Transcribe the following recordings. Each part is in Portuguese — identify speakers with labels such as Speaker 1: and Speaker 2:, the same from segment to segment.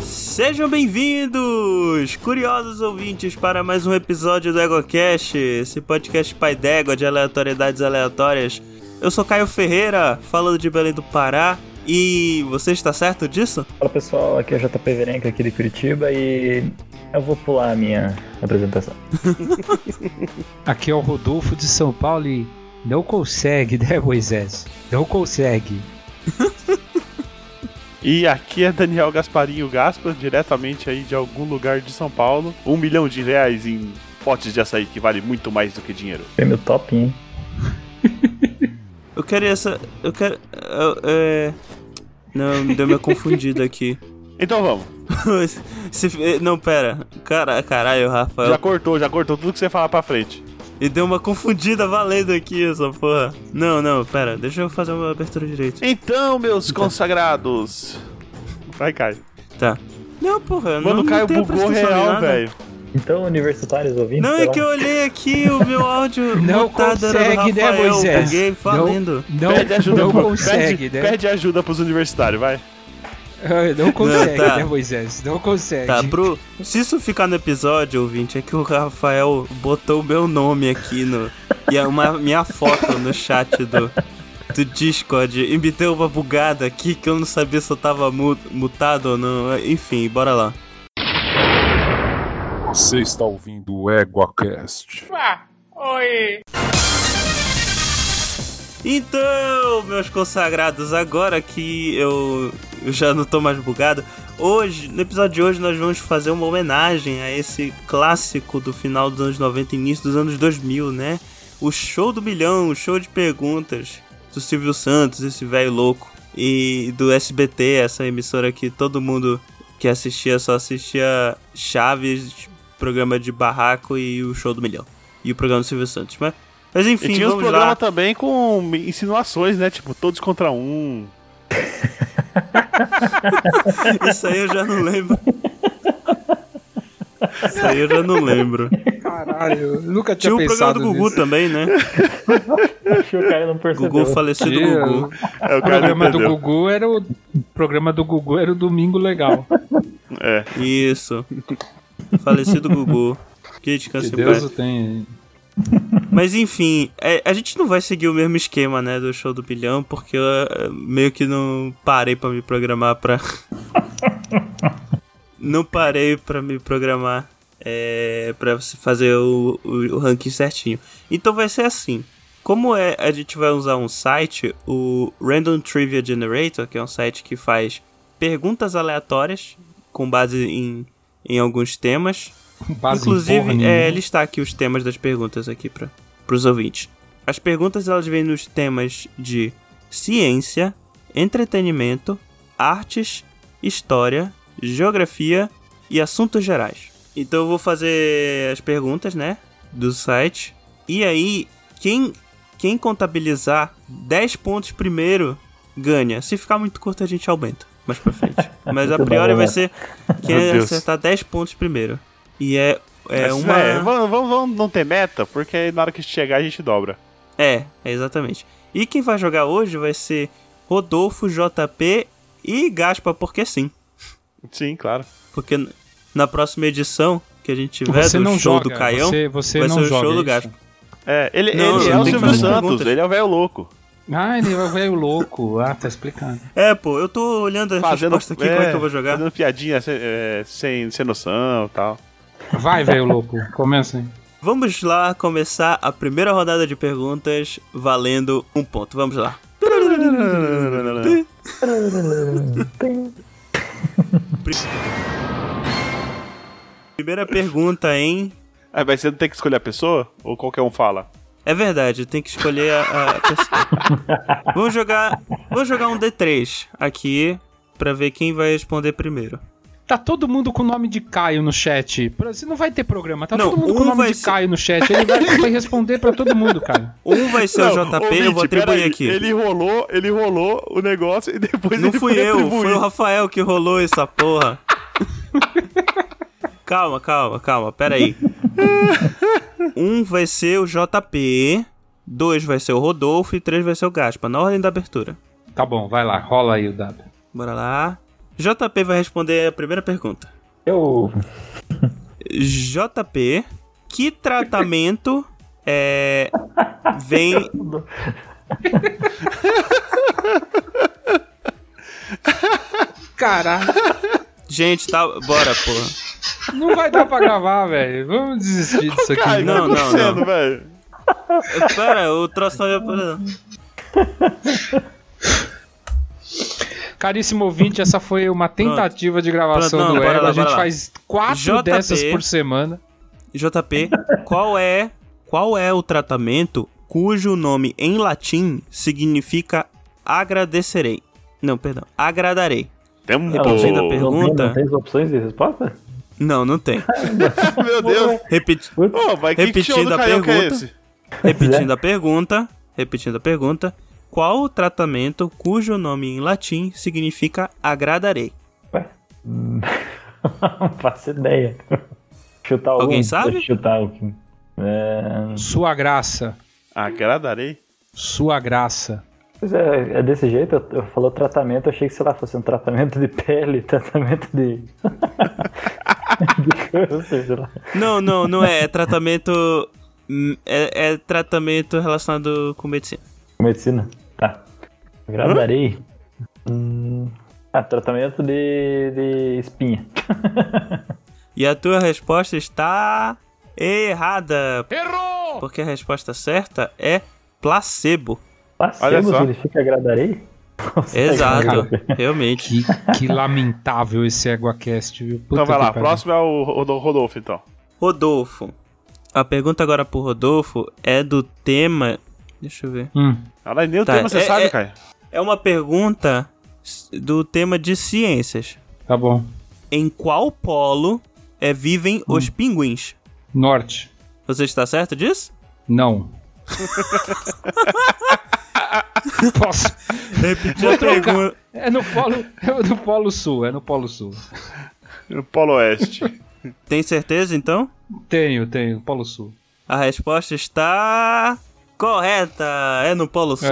Speaker 1: Sejam bem-vindos, curiosos ouvintes, para mais um episódio do EgoCast, esse podcast pai d'égua de aleatoriedades aleatórias. Eu sou Caio Ferreira, falando de Belém do Pará, e você está certo disso?
Speaker 2: Fala pessoal, aqui é o JP Verenca aqui de Curitiba e eu vou pular a minha apresentação.
Speaker 3: Aqui é o Rodolfo de São Paulo e não consegue, né, Moisés? Não consegue.
Speaker 4: E aqui é Daniel Gasparinho Gaspar, diretamente aí de algum lugar de São Paulo. Um milhão de reais em potes de açaí que vale muito mais do que dinheiro.
Speaker 2: Prêmio top, hein?
Speaker 1: Eu quero essa. Eu quero. eu- é... Não, deu uma confundida aqui.
Speaker 4: Então vamos.
Speaker 1: Se- não, pera. Cara, caralho, Rafael.
Speaker 4: Já cortou, já cortou tudo que você falar pra frente.
Speaker 1: E deu uma confundida valendo aqui, essa porra. Não, não, pera. Deixa eu fazer uma abertura direito.
Speaker 4: Então, meus consagrados. Vai, Caio.
Speaker 1: Tá. Não, porra. eu
Speaker 4: Mano,
Speaker 1: não,
Speaker 4: o Caio
Speaker 1: não tenho
Speaker 4: bugou
Speaker 1: prestação em
Speaker 4: real,
Speaker 1: nada.
Speaker 4: velho.
Speaker 2: Então, universitários ouvintes,
Speaker 1: Não,
Speaker 2: sei
Speaker 1: é
Speaker 2: lá,
Speaker 1: que eu olhei aqui o meu áudio
Speaker 3: Então. Não
Speaker 1: mutado era do
Speaker 3: consegue, né,
Speaker 1: Rafael.
Speaker 3: Moisés?
Speaker 1: Peguei valendo.
Speaker 3: Não,
Speaker 4: Pede
Speaker 3: não,
Speaker 4: ajuda, pro-
Speaker 3: consegue,
Speaker 4: pede,
Speaker 3: né?
Speaker 4: pede ajuda pros universitários, vai.
Speaker 3: Ah, Não consegue,
Speaker 1: Não, tá.
Speaker 3: né, Moisés? Não consegue.
Speaker 1: Tá, pro... Se isso ficar no episódio, ouvinte, é que o Rafael botou o meu nome aqui no... E é uma minha foto no chat do... Do Discord, e me deu uma bugada aqui que eu não sabia se eu tava mu- mutado ou não. Enfim, bora lá.
Speaker 5: Você está ouvindo o EguaCast.
Speaker 1: Então, meus consagrados, agora que eu, eu já não tô mais bugado, hoje, no episódio de hoje, nós vamos fazer uma homenagem a esse clássico do final dos anos 90 e início dos anos 2000, né? O show do milhão, o show de perguntas do Silvio Santos, esse velho louco, e do SBT, essa emissora que todo mundo que assistia só assistia Chaves, programa de barraco e o show do milhão. E o programa do Silvio Santos, mas. Mas
Speaker 4: E
Speaker 1: enfim,
Speaker 4: tinha uns
Speaker 1: vamos
Speaker 4: programas
Speaker 1: lá.
Speaker 4: também com insinuações, né? Tipo, todos contra um.
Speaker 1: Isso aí eu já não lembro. Isso aí eu já não lembro.
Speaker 3: Caralho, eu nunca tinha
Speaker 1: Tinha o programa
Speaker 3: pensado
Speaker 1: do Gugu
Speaker 3: nisso.
Speaker 1: também, né?
Speaker 2: acho que o cara não percebeu.
Speaker 1: Gugu falecido
Speaker 3: Tinha.
Speaker 1: Gugu.
Speaker 4: É, o
Speaker 3: O
Speaker 4: cara
Speaker 3: programa do
Speaker 4: entendeu.
Speaker 3: Gugu era o o programa do Gugu era o Domingo Legal.
Speaker 4: É.
Speaker 1: Isso. Falecido Gugu. Que descanse
Speaker 3: Que
Speaker 1: em paz.
Speaker 3: Deus o tem.
Speaker 1: Mas enfim, é, a gente não vai seguir o mesmo esquema, né, do show do bilhão, porque eu é, meio que não parei pra me programar pra. não parei pra me programar é, para fazer o, o, o ranking certinho. Então vai ser assim. Como é, a gente vai usar um site, o Random Trivia Generator, que é um site que faz perguntas aleatórias com base em, em alguns temas.
Speaker 3: Base em porra
Speaker 1: Inclusive,
Speaker 3: nenhuma.
Speaker 1: é, listar aqui os temas das perguntas aqui para os ouvintes. As perguntas elas vêm nos temas de ciência, entretenimento, artes, história, geografia e assuntos gerais. Então eu vou fazer as perguntas, né, do site. E aí, quem quem contabilizar 10 pontos primeiro ganha. Se ficar muito curto a gente aumenta mais pra frente. Mas a
Speaker 2: Muito
Speaker 1: priori
Speaker 2: bom,
Speaker 1: vai
Speaker 2: né?
Speaker 1: ser quem
Speaker 4: Meu Deus.
Speaker 1: acertar 10 pontos primeiro. E é, é
Speaker 4: Mas,
Speaker 1: uma.
Speaker 4: é, vamos, vamos, vamos não ter meta, porque aí na hora que chegar a gente dobra.
Speaker 1: É, é exatamente. E quem vai jogar hoje vai ser Rodolfo, JP e Gaspa, porque sim.
Speaker 4: Sim, claro.
Speaker 1: Porque n- na próxima edição que a gente tiver
Speaker 3: você
Speaker 1: do
Speaker 3: não
Speaker 1: show
Speaker 3: joga,
Speaker 1: do Caião,
Speaker 3: você, você
Speaker 1: vai
Speaker 3: não
Speaker 1: ser o
Speaker 3: joga
Speaker 1: show do
Speaker 3: isso.
Speaker 1: Gaspa.
Speaker 4: É, ele,
Speaker 1: Não,
Speaker 4: ele
Speaker 3: eu
Speaker 4: é
Speaker 3: não tenho
Speaker 4: o
Speaker 3: que
Speaker 4: Silvio
Speaker 3: fazer
Speaker 4: Santos,
Speaker 1: perguntas.
Speaker 4: ele é o velho louco.
Speaker 3: Ah, ele é o velho louco. Ah, tá explicando.
Speaker 1: É, pô, eu tô olhando a
Speaker 4: Fazendo,
Speaker 1: resposta aqui, como é que eu vou jogar?
Speaker 4: Fazendo piadinha sem, é, sem, sem noção e tal.
Speaker 3: Vai, velho louco. Começa aí.
Speaker 1: Vamos lá começar a primeira rodada de perguntas valendo um ponto. Vamos lá. Primeira pergunta, hein?
Speaker 4: Ah, mas você não tem que escolher a pessoa? Ou qualquer um fala?
Speaker 1: É verdade, tem que escolher a, a pessoa. vamos jogar, vamos jogar um D3 aqui pra ver quem vai responder primeiro.
Speaker 3: Tá todo mundo com o nome de Caio no chat. Pra- Você não vai ter programa. Tá
Speaker 1: Não,
Speaker 3: todo mundo com
Speaker 1: um
Speaker 3: o nome
Speaker 1: vai
Speaker 3: de
Speaker 1: ser-
Speaker 3: Caio no chat. Ele vai, vai responder pra todo mundo, cara.
Speaker 1: Um vai ser o JP, eu vou
Speaker 4: ouvinte,
Speaker 1: atribuir
Speaker 4: peraí,
Speaker 1: aqui.
Speaker 4: Ele rolou, ele rolou o negócio e depois
Speaker 1: Não
Speaker 4: ele
Speaker 1: fui
Speaker 4: foi
Speaker 1: eu,
Speaker 4: atribuir.
Speaker 1: foi o Rafael que rolou essa porra. calma, calma, calma, pera aí. Um vai ser o JP, dois vai ser o Rodolfo e três vai ser o Gaspa, na ordem da abertura.
Speaker 3: Tá bom, vai lá. Rola aí o dado.
Speaker 1: Bora lá. JP vai responder a primeira pergunta.
Speaker 2: Eu.
Speaker 1: JP, que tratamento é, vem.
Speaker 3: Caralho,
Speaker 1: Gente, tá. Bora, porra.
Speaker 3: não vai dar pra gravar, velho. Vamos desistir disso aqui.
Speaker 4: Cara, o que
Speaker 1: Não,
Speaker 4: tá
Speaker 1: não,
Speaker 4: acontecendo, velho?
Speaker 1: Pera, o troço tá não veio pra-
Speaker 3: Caríssimo ouvinte, essa foi uma tentativa de gravação
Speaker 1: Pronto, não,
Speaker 3: do
Speaker 1: bora
Speaker 3: Ego.
Speaker 1: lá,
Speaker 3: A gente
Speaker 1: bora lá.
Speaker 3: faz quatro
Speaker 1: JP.
Speaker 3: dessas por semana.
Speaker 1: JP, qual é qual é o tratamento cujo nome em latim significa agradecerei? Não, perdão, agradarei.
Speaker 4: Tempo.
Speaker 1: Reproduzindo É a pergunta.
Speaker 2: Não tem, não tem as opções de resposta?
Speaker 1: Não, não tem.
Speaker 4: Meu Deus.
Speaker 1: Repeti-
Speaker 4: Ô, mas que show
Speaker 1: Repetindo
Speaker 4: do
Speaker 1: a
Speaker 4: Carioca é
Speaker 1: pergunta.
Speaker 4: esse?
Speaker 1: repetindo a pergunta, repetindo a pergunta, qual o tratamento cujo nome em latim significa agradarei?
Speaker 2: Ué? Hum, não faço ideia. Chutar algum.
Speaker 1: Alguém sabe?
Speaker 2: Deixa eu Chutar algum. É,
Speaker 3: Sua graça.
Speaker 4: Ah, Agradarei.
Speaker 3: Sua graça.
Speaker 2: Pois é, é desse jeito, eu, eu falou tratamento, eu achei que, sei lá, fosse um tratamento de pele, tratamento de. de câncer, sei lá.
Speaker 1: Não, não, não é, é tratamento hum, é, é tratamento relacionado com medicina.
Speaker 2: Medicina. Tá. Agradarei. Hum, Ah, tratamento de, de espinha.
Speaker 1: E a tua resposta está errada,
Speaker 3: Errou!
Speaker 1: Porque a resposta certa é placebo.
Speaker 4: Olha
Speaker 2: Placebo
Speaker 4: só.
Speaker 2: significa agradarei?
Speaker 1: Exato, realmente.
Speaker 3: Que, que lamentável esse EguaCast, viu? Puta
Speaker 4: Então vai
Speaker 3: que
Speaker 4: lá,
Speaker 3: pariu.
Speaker 4: próximo é o Rodo- Rodolfo, então.
Speaker 1: Rodolfo. A pergunta agora pro Rodolfo é do tema. Deixa eu ver.
Speaker 3: Hum.
Speaker 4: Caralho, nem o
Speaker 1: Tá,
Speaker 4: tema você
Speaker 1: é-
Speaker 4: sabe,
Speaker 1: é-
Speaker 4: cara.
Speaker 1: É uma pergunta s- do tema de ciências.
Speaker 3: Tá bom.
Speaker 1: Em qual polo é, vivem os pinguins?
Speaker 3: Norte.
Speaker 1: Você está certo disso?
Speaker 3: Não. Posso.
Speaker 1: Repetir
Speaker 3: Vou
Speaker 1: a
Speaker 3: trocar.
Speaker 1: pergunta.
Speaker 3: É no polo, é no polo sul, é no polo sul.
Speaker 4: No Polo Oeste.
Speaker 1: Tem certeza então?
Speaker 3: Tenho, tenho, polo sul.
Speaker 1: A resposta está correta. É no Polo Sul.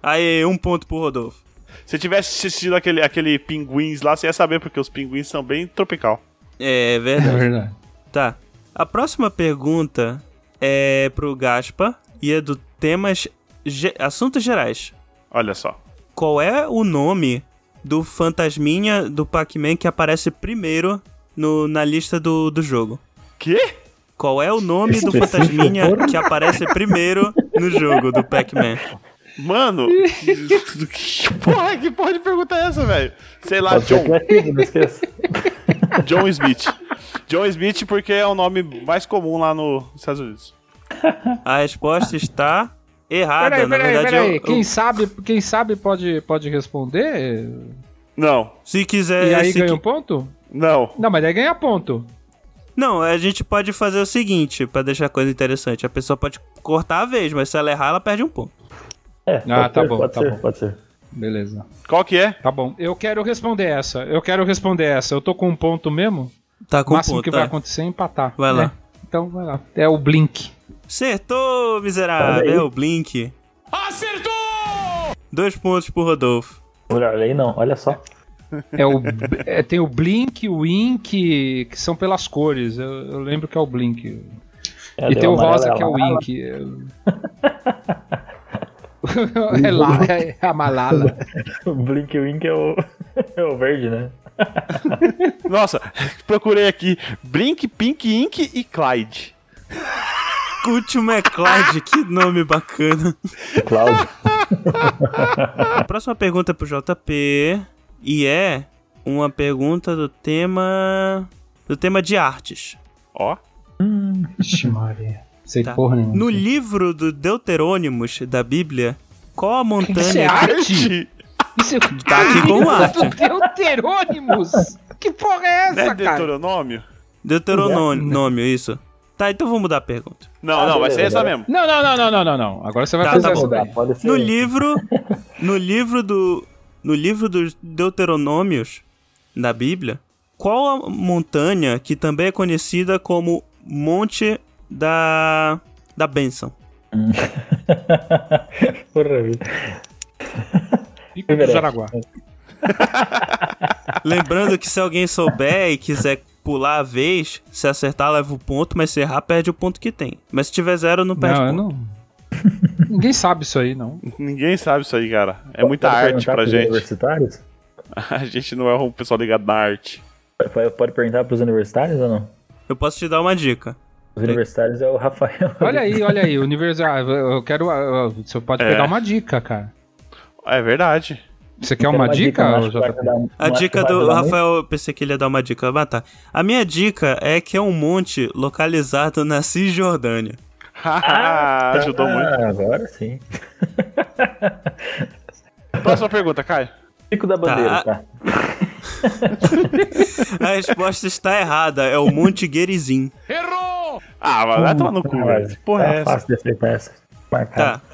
Speaker 1: Aí,
Speaker 3: Aê.
Speaker 1: um ponto pro Rodolfo.
Speaker 4: Se tivesse assistido aquele, aquele pinguins lá, você ia saber, porque os pinguins são bem tropical.
Speaker 1: É
Speaker 3: É
Speaker 1: verdade.
Speaker 3: verdade.
Speaker 1: Tá. A próxima pergunta é pro Gaspa e é do temas ge- assuntos gerais.
Speaker 4: Olha só.
Speaker 1: Qual é o nome do fantasminha do Pac-Man que aparece primeiro no- na lista do, do jogo?
Speaker 4: Quê?
Speaker 1: Qual é o nome do fantasminha que aparece primeiro no jogo do Pac-Man?
Speaker 4: Mano, que- que porra, que porra de pergunta é essa, velho? Sei lá,
Speaker 2: Pode ser
Speaker 4: John,
Speaker 2: criativo, não esqueça.
Speaker 4: John Smith. John Smith porque é o nome mais comum lá no- nos Estados Unidos.
Speaker 1: A resposta está errada.
Speaker 3: Peraí,
Speaker 1: Ah, na
Speaker 3: peraí,
Speaker 1: verdade,
Speaker 3: peraí.
Speaker 1: eu-
Speaker 3: Quem sabe, quem sabe pode, pode responder.
Speaker 4: Não,
Speaker 1: se quiser.
Speaker 3: e aí
Speaker 1: se
Speaker 3: ganha
Speaker 1: qui-
Speaker 3: um ponto?
Speaker 4: não.
Speaker 3: Não, mas daí ganha ponto.
Speaker 1: Não, a gente pode fazer o seguinte, pra deixar a coisa interessante. A pessoa pode cortar a vez, mas se ela errar, ela perde um ponto.
Speaker 2: É,
Speaker 3: Ah,
Speaker 2: pode
Speaker 3: tá
Speaker 2: ser,
Speaker 3: bom,
Speaker 2: pode
Speaker 3: tá
Speaker 2: ser,
Speaker 3: bom.
Speaker 2: pode ser.
Speaker 3: Beleza.
Speaker 4: Qual que é?
Speaker 3: Tá bom. Eu quero responder essa. Eu quero responder essa. Eu tô com um ponto mesmo.
Speaker 1: Tá
Speaker 3: o
Speaker 1: com um
Speaker 3: máximo
Speaker 1: ponto.
Speaker 3: que
Speaker 1: tá?
Speaker 3: vai acontecer é empatar.
Speaker 1: Vai lá.
Speaker 3: É. Então vai lá. É o Blink.
Speaker 1: Acertou,
Speaker 2: Olha
Speaker 1: miserável.
Speaker 2: aí.
Speaker 1: É o Blink. Acertou! Dois pontos pro Rodolfo.
Speaker 2: Melhor lei não, olha só.
Speaker 3: É o, é, tem o Blink, o Ink, que são pelas cores. Eu, eu lembro que é o Blink.
Speaker 2: É,
Speaker 3: e
Speaker 2: deu
Speaker 3: tem o
Speaker 2: amarelo,
Speaker 3: rosa, que é o
Speaker 2: amarelo.
Speaker 3: Ink. É, é lá, é a Malala.
Speaker 2: O Blink Wink é o, é o verde, né?
Speaker 4: Nossa, procurei aqui. Blink, Pink, Ink e Clyde.
Speaker 1: Cútil McClyde, que nome bacana.
Speaker 2: O Cláudio.
Speaker 1: A próxima pergunta é pro JP. E é uma pergunta do tema. Do tema de artes.
Speaker 4: Ó.
Speaker 3: Ixi, Maria. Sei
Speaker 1: Tá.
Speaker 3: porra nenhuma.
Speaker 1: No livro do Deuterônimos da Bíblia, qual a
Speaker 3: Isso é
Speaker 1: montanha.
Speaker 3: arte? Isso é...
Speaker 1: Tá aqui com arte.
Speaker 3: Deuterônimos? Que porra é
Speaker 4: Não é
Speaker 1: Né,
Speaker 3: essa, cara?
Speaker 4: Deuteronômio?
Speaker 3: Né?
Speaker 1: Deuteronômio, isso. Tá, então vou mudar a pergunta.
Speaker 4: Não,
Speaker 2: Ah,
Speaker 4: não, vai ser essa mesmo.
Speaker 3: Não, não, não, não, não, não, não. Agora você vai
Speaker 1: Tá,
Speaker 3: fazer
Speaker 1: tá
Speaker 3: essa
Speaker 1: bom,
Speaker 3: daí.
Speaker 2: pode ser.
Speaker 1: No livro, no livro do, no livro dos Deuteronômios da Bíblia, qual a montanha que também é conhecida como Monte da da Benção?
Speaker 2: Porra vida.
Speaker 3: Pico do Jaraguá.
Speaker 1: Tá Lembrando que se alguém souber e quiser pular a vez, se acertar leva o ponto, mas se errar perde o ponto que tem. Mas se tiver zero não perde
Speaker 3: Não, eu
Speaker 1: ponto.
Speaker 3: não. Ninguém sabe isso aí, não.
Speaker 4: Ninguém sabe isso aí, cara. É muita
Speaker 2: Pode
Speaker 4: arte
Speaker 2: perguntar
Speaker 4: pra
Speaker 2: pros
Speaker 4: gente.
Speaker 2: Universitários?
Speaker 4: A gente não é um pessoal ligado na arte.
Speaker 2: Pode, pode perguntar pros universitários ou não?
Speaker 1: Eu posso te dar uma dica.
Speaker 2: Os universitários é o Rafael.
Speaker 3: Olha aí, olha aí, universidade. Eu quero. eu- Você pode
Speaker 4: É.
Speaker 3: pegar uma dica, cara.
Speaker 4: É verdade.
Speaker 3: Você quer uma, dica?
Speaker 2: eu acho que vai
Speaker 3: JP?
Speaker 2: ajudar- eu
Speaker 1: A
Speaker 2: acho que
Speaker 1: dica
Speaker 2: vai
Speaker 1: do
Speaker 2: ajudar muito.
Speaker 1: Rafael, eu pensei que ele ia dar uma dica, mas tá. A minha dica é que é um monte localizado na Cisjordânia.
Speaker 4: Haha, ajudou
Speaker 2: Ah,
Speaker 4: muito.
Speaker 2: Agora sim.
Speaker 4: Próxima pergunta, Caio.
Speaker 2: Pico da bandeira,
Speaker 1: Tá.
Speaker 2: tá.
Speaker 1: A resposta está errada, é o Monte Guerizim.
Speaker 4: Ah, mas vai tomar no cu, velho. Que porra
Speaker 2: Tá
Speaker 4: é essa?
Speaker 2: fácil de acertar essa. Marcado.
Speaker 1: Tá.